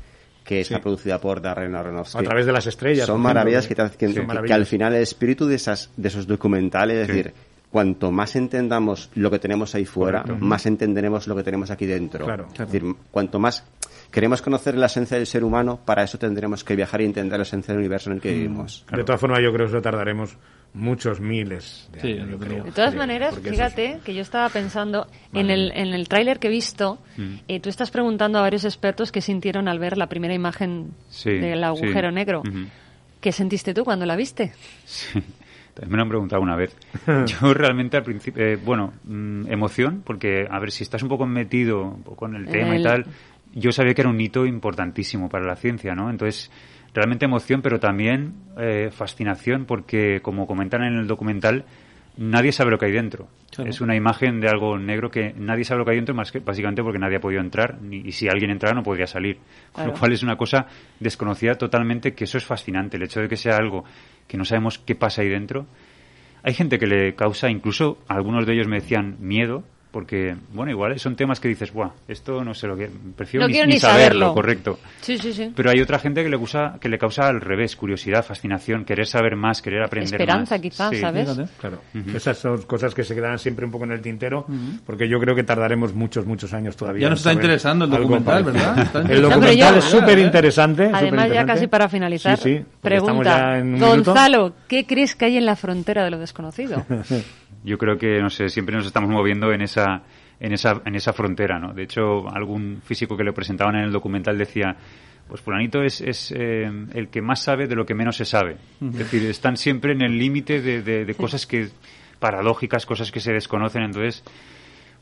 [SPEAKER 10] que está producida por Darren Aronofsky.
[SPEAKER 3] A través de las estrellas,
[SPEAKER 10] Son
[SPEAKER 3] por ejemplo,
[SPEAKER 10] maravillas
[SPEAKER 3] ¿no?
[SPEAKER 10] que, te hacen-
[SPEAKER 3] Sí.
[SPEAKER 10] que- que
[SPEAKER 3] Maravillas.
[SPEAKER 10] al final el espíritu de, esas, de esos documentales, es decir, cuanto más entendamos lo que tenemos ahí fuera,
[SPEAKER 3] Correcto.
[SPEAKER 10] más entenderemos lo que tenemos aquí dentro.
[SPEAKER 3] Claro.
[SPEAKER 10] Es decir, cuanto más queremos conocer la esencia del ser humano, para eso tendremos que viajar y entender la esencia del universo en el que vivimos.
[SPEAKER 3] De todas formas, yo creo que eso tardaremos muchos miles de años, yo creo.
[SPEAKER 2] De todas
[SPEAKER 3] Creo,
[SPEAKER 2] maneras,
[SPEAKER 3] porque eso es-
[SPEAKER 2] fíjate que yo estaba pensando en
[SPEAKER 3] Madre
[SPEAKER 2] el, en el tráiler que he visto,
[SPEAKER 3] Mm.
[SPEAKER 2] eh, tú estás preguntando a varios expertos qué sintieron al ver la primera imagen
[SPEAKER 29] Sí,
[SPEAKER 2] del agujero
[SPEAKER 29] sí.
[SPEAKER 2] negro.
[SPEAKER 29] Ujú.
[SPEAKER 2] ¿Qué sentiste tú cuando la viste?
[SPEAKER 29] También me lo han preguntado una vez. Yo realmente al principio, eh, bueno, mm, emoción, porque a ver si estás un poco metido un poco en el tema
[SPEAKER 2] El-
[SPEAKER 29] y tal, yo sabía que era un hito importantísimo para la ciencia, ¿no? Entonces, realmente emoción, pero también eh, fascinación, porque como comentan en el documental, nadie sabe lo que hay dentro.
[SPEAKER 7] Claro.
[SPEAKER 29] Es una imagen de algo negro que nadie sabe lo que hay dentro, más que básicamente porque nadie ha podido entrar, ni- y si alguien entrara no podría salir. Con lo
[SPEAKER 7] Claro.
[SPEAKER 29] cual es una cosa desconocida totalmente, que eso es fascinante, el hecho de que sea algo que no sabemos qué pasa ahí dentro. Hay gente que le causa, incluso algunos de ellos me decían miedo, porque, bueno, igual son temas que dices, buah, esto no sé lo que... Prefiero
[SPEAKER 2] No
[SPEAKER 29] ni,
[SPEAKER 2] quiero
[SPEAKER 29] ni
[SPEAKER 2] ni
[SPEAKER 29] saberlo,
[SPEAKER 2] saberlo.
[SPEAKER 29] correcto.
[SPEAKER 2] Sí, sí, sí.
[SPEAKER 29] Pero hay otra gente que le, causa, que le causa al revés, curiosidad, fascinación, querer saber más, querer aprender
[SPEAKER 2] Esperanza,
[SPEAKER 29] más.
[SPEAKER 2] quizás,
[SPEAKER 29] Sí.
[SPEAKER 2] ¿sabes?
[SPEAKER 3] Claro.
[SPEAKER 29] Ujú.
[SPEAKER 3] Esas son cosas que se quedan siempre un poco en el tintero,
[SPEAKER 29] Ujú.
[SPEAKER 3] porque yo creo que tardaremos muchos, muchos años todavía.
[SPEAKER 29] Ya nos
[SPEAKER 3] en
[SPEAKER 29] está
[SPEAKER 3] saber
[SPEAKER 29] interesando el
[SPEAKER 3] algo
[SPEAKER 29] documental,
[SPEAKER 3] parecido.
[SPEAKER 29] ¿verdad? Está
[SPEAKER 3] El
[SPEAKER 29] interesante.
[SPEAKER 3] documental
[SPEAKER 29] No, pero ya-
[SPEAKER 3] es súper interesante.
[SPEAKER 2] Además, ya casi para finalizar,
[SPEAKER 3] Sí, sí, porque estamos
[SPEAKER 2] pregunta,
[SPEAKER 3] ya en un
[SPEAKER 2] Gonzalo, ¿qué crees que hay en la frontera de lo desconocido?
[SPEAKER 29] Yo creo que, no sé, siempre nos estamos moviendo en esa en esa, en esa frontera, ¿no? De hecho, algún físico que le presentaban en el documental decía, pues fulanito es, es eh, el que más sabe de lo que menos se sabe.
[SPEAKER 34] Ujú.
[SPEAKER 29] Es decir, están siempre en el límite de, de- de cosas que paradójicas, cosas que se desconocen. Entonces,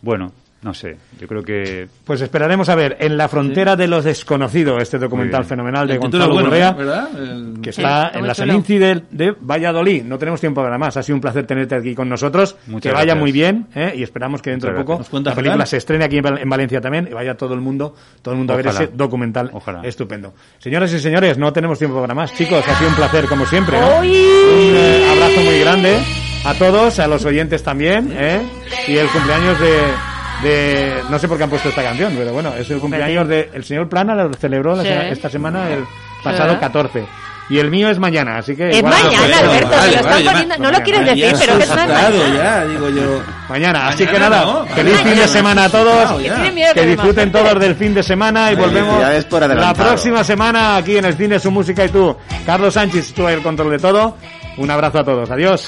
[SPEAKER 29] bueno, no sé, yo creo que
[SPEAKER 3] Pues esperaremos a ver en la frontera de los desconocidos este documental
[SPEAKER 29] Muy bien.
[SPEAKER 3] fenomenal de
[SPEAKER 29] El título
[SPEAKER 3] Gonzalo
[SPEAKER 29] bueno,
[SPEAKER 3] Correa,
[SPEAKER 29] ¿verdad? El-
[SPEAKER 3] que
[SPEAKER 29] Sí,
[SPEAKER 3] está
[SPEAKER 29] está
[SPEAKER 3] en
[SPEAKER 29] muy
[SPEAKER 3] la
[SPEAKER 29] chulo.
[SPEAKER 3] Salinci de, de Valladolid. No tenemos tiempo para más. Ha sido un placer tenerte aquí con nosotros.
[SPEAKER 29] Muchas
[SPEAKER 3] que vaya
[SPEAKER 29] gracias.
[SPEAKER 3] muy bien ¿eh? y esperamos que dentro
[SPEAKER 29] Muchas
[SPEAKER 3] de poco
[SPEAKER 29] gracias. ¿Nos cuentas
[SPEAKER 3] la película
[SPEAKER 29] final?
[SPEAKER 3] se estrene aquí en Val- en Valencia también y vaya todo el mundo, todo el mundo a ver
[SPEAKER 29] Ojalá.
[SPEAKER 3] ese documental estupendo. Señoras y señores, no tenemos tiempo para más. Chicos, ha sido un placer como siempre. ¿no?
[SPEAKER 2] ¡Ay!
[SPEAKER 3] Un eh, abrazo muy grande a todos, a los oyentes también. ¿eh? Y el cumpleaños de, de- No sé por qué han puesto esta canción, pero bueno, es el cumpleaños del señor Plana, lo celebró la
[SPEAKER 2] Sí.
[SPEAKER 3] se- esta semana, el pasado
[SPEAKER 2] Sí.
[SPEAKER 3] 14. Y el mío es mañana, así que...
[SPEAKER 2] Es
[SPEAKER 3] igual-
[SPEAKER 2] mañana, Alberto, te lo están
[SPEAKER 3] vale,
[SPEAKER 2] poniendo-
[SPEAKER 3] ma-
[SPEAKER 2] no lo quieres decir,
[SPEAKER 3] Ya
[SPEAKER 2] pero que es mañana.
[SPEAKER 3] asustado,
[SPEAKER 7] ya, digo yo.
[SPEAKER 3] Mañana, así
[SPEAKER 7] Mañana,
[SPEAKER 3] que nada,
[SPEAKER 7] ¿no?
[SPEAKER 3] feliz fin de
[SPEAKER 7] Mañana.
[SPEAKER 3] semana a todos.
[SPEAKER 7] Que
[SPEAKER 2] tiene miedo,
[SPEAKER 3] Que
[SPEAKER 2] además,
[SPEAKER 3] disfruten
[SPEAKER 2] gente.
[SPEAKER 3] todos del fin de semana y volvemos
[SPEAKER 10] Felicidades por
[SPEAKER 3] la
[SPEAKER 10] adelantado.
[SPEAKER 3] próxima semana aquí en el cine, su música y tú. Carlos Sánchez, tú el control de todo. Un abrazo a todos, adiós.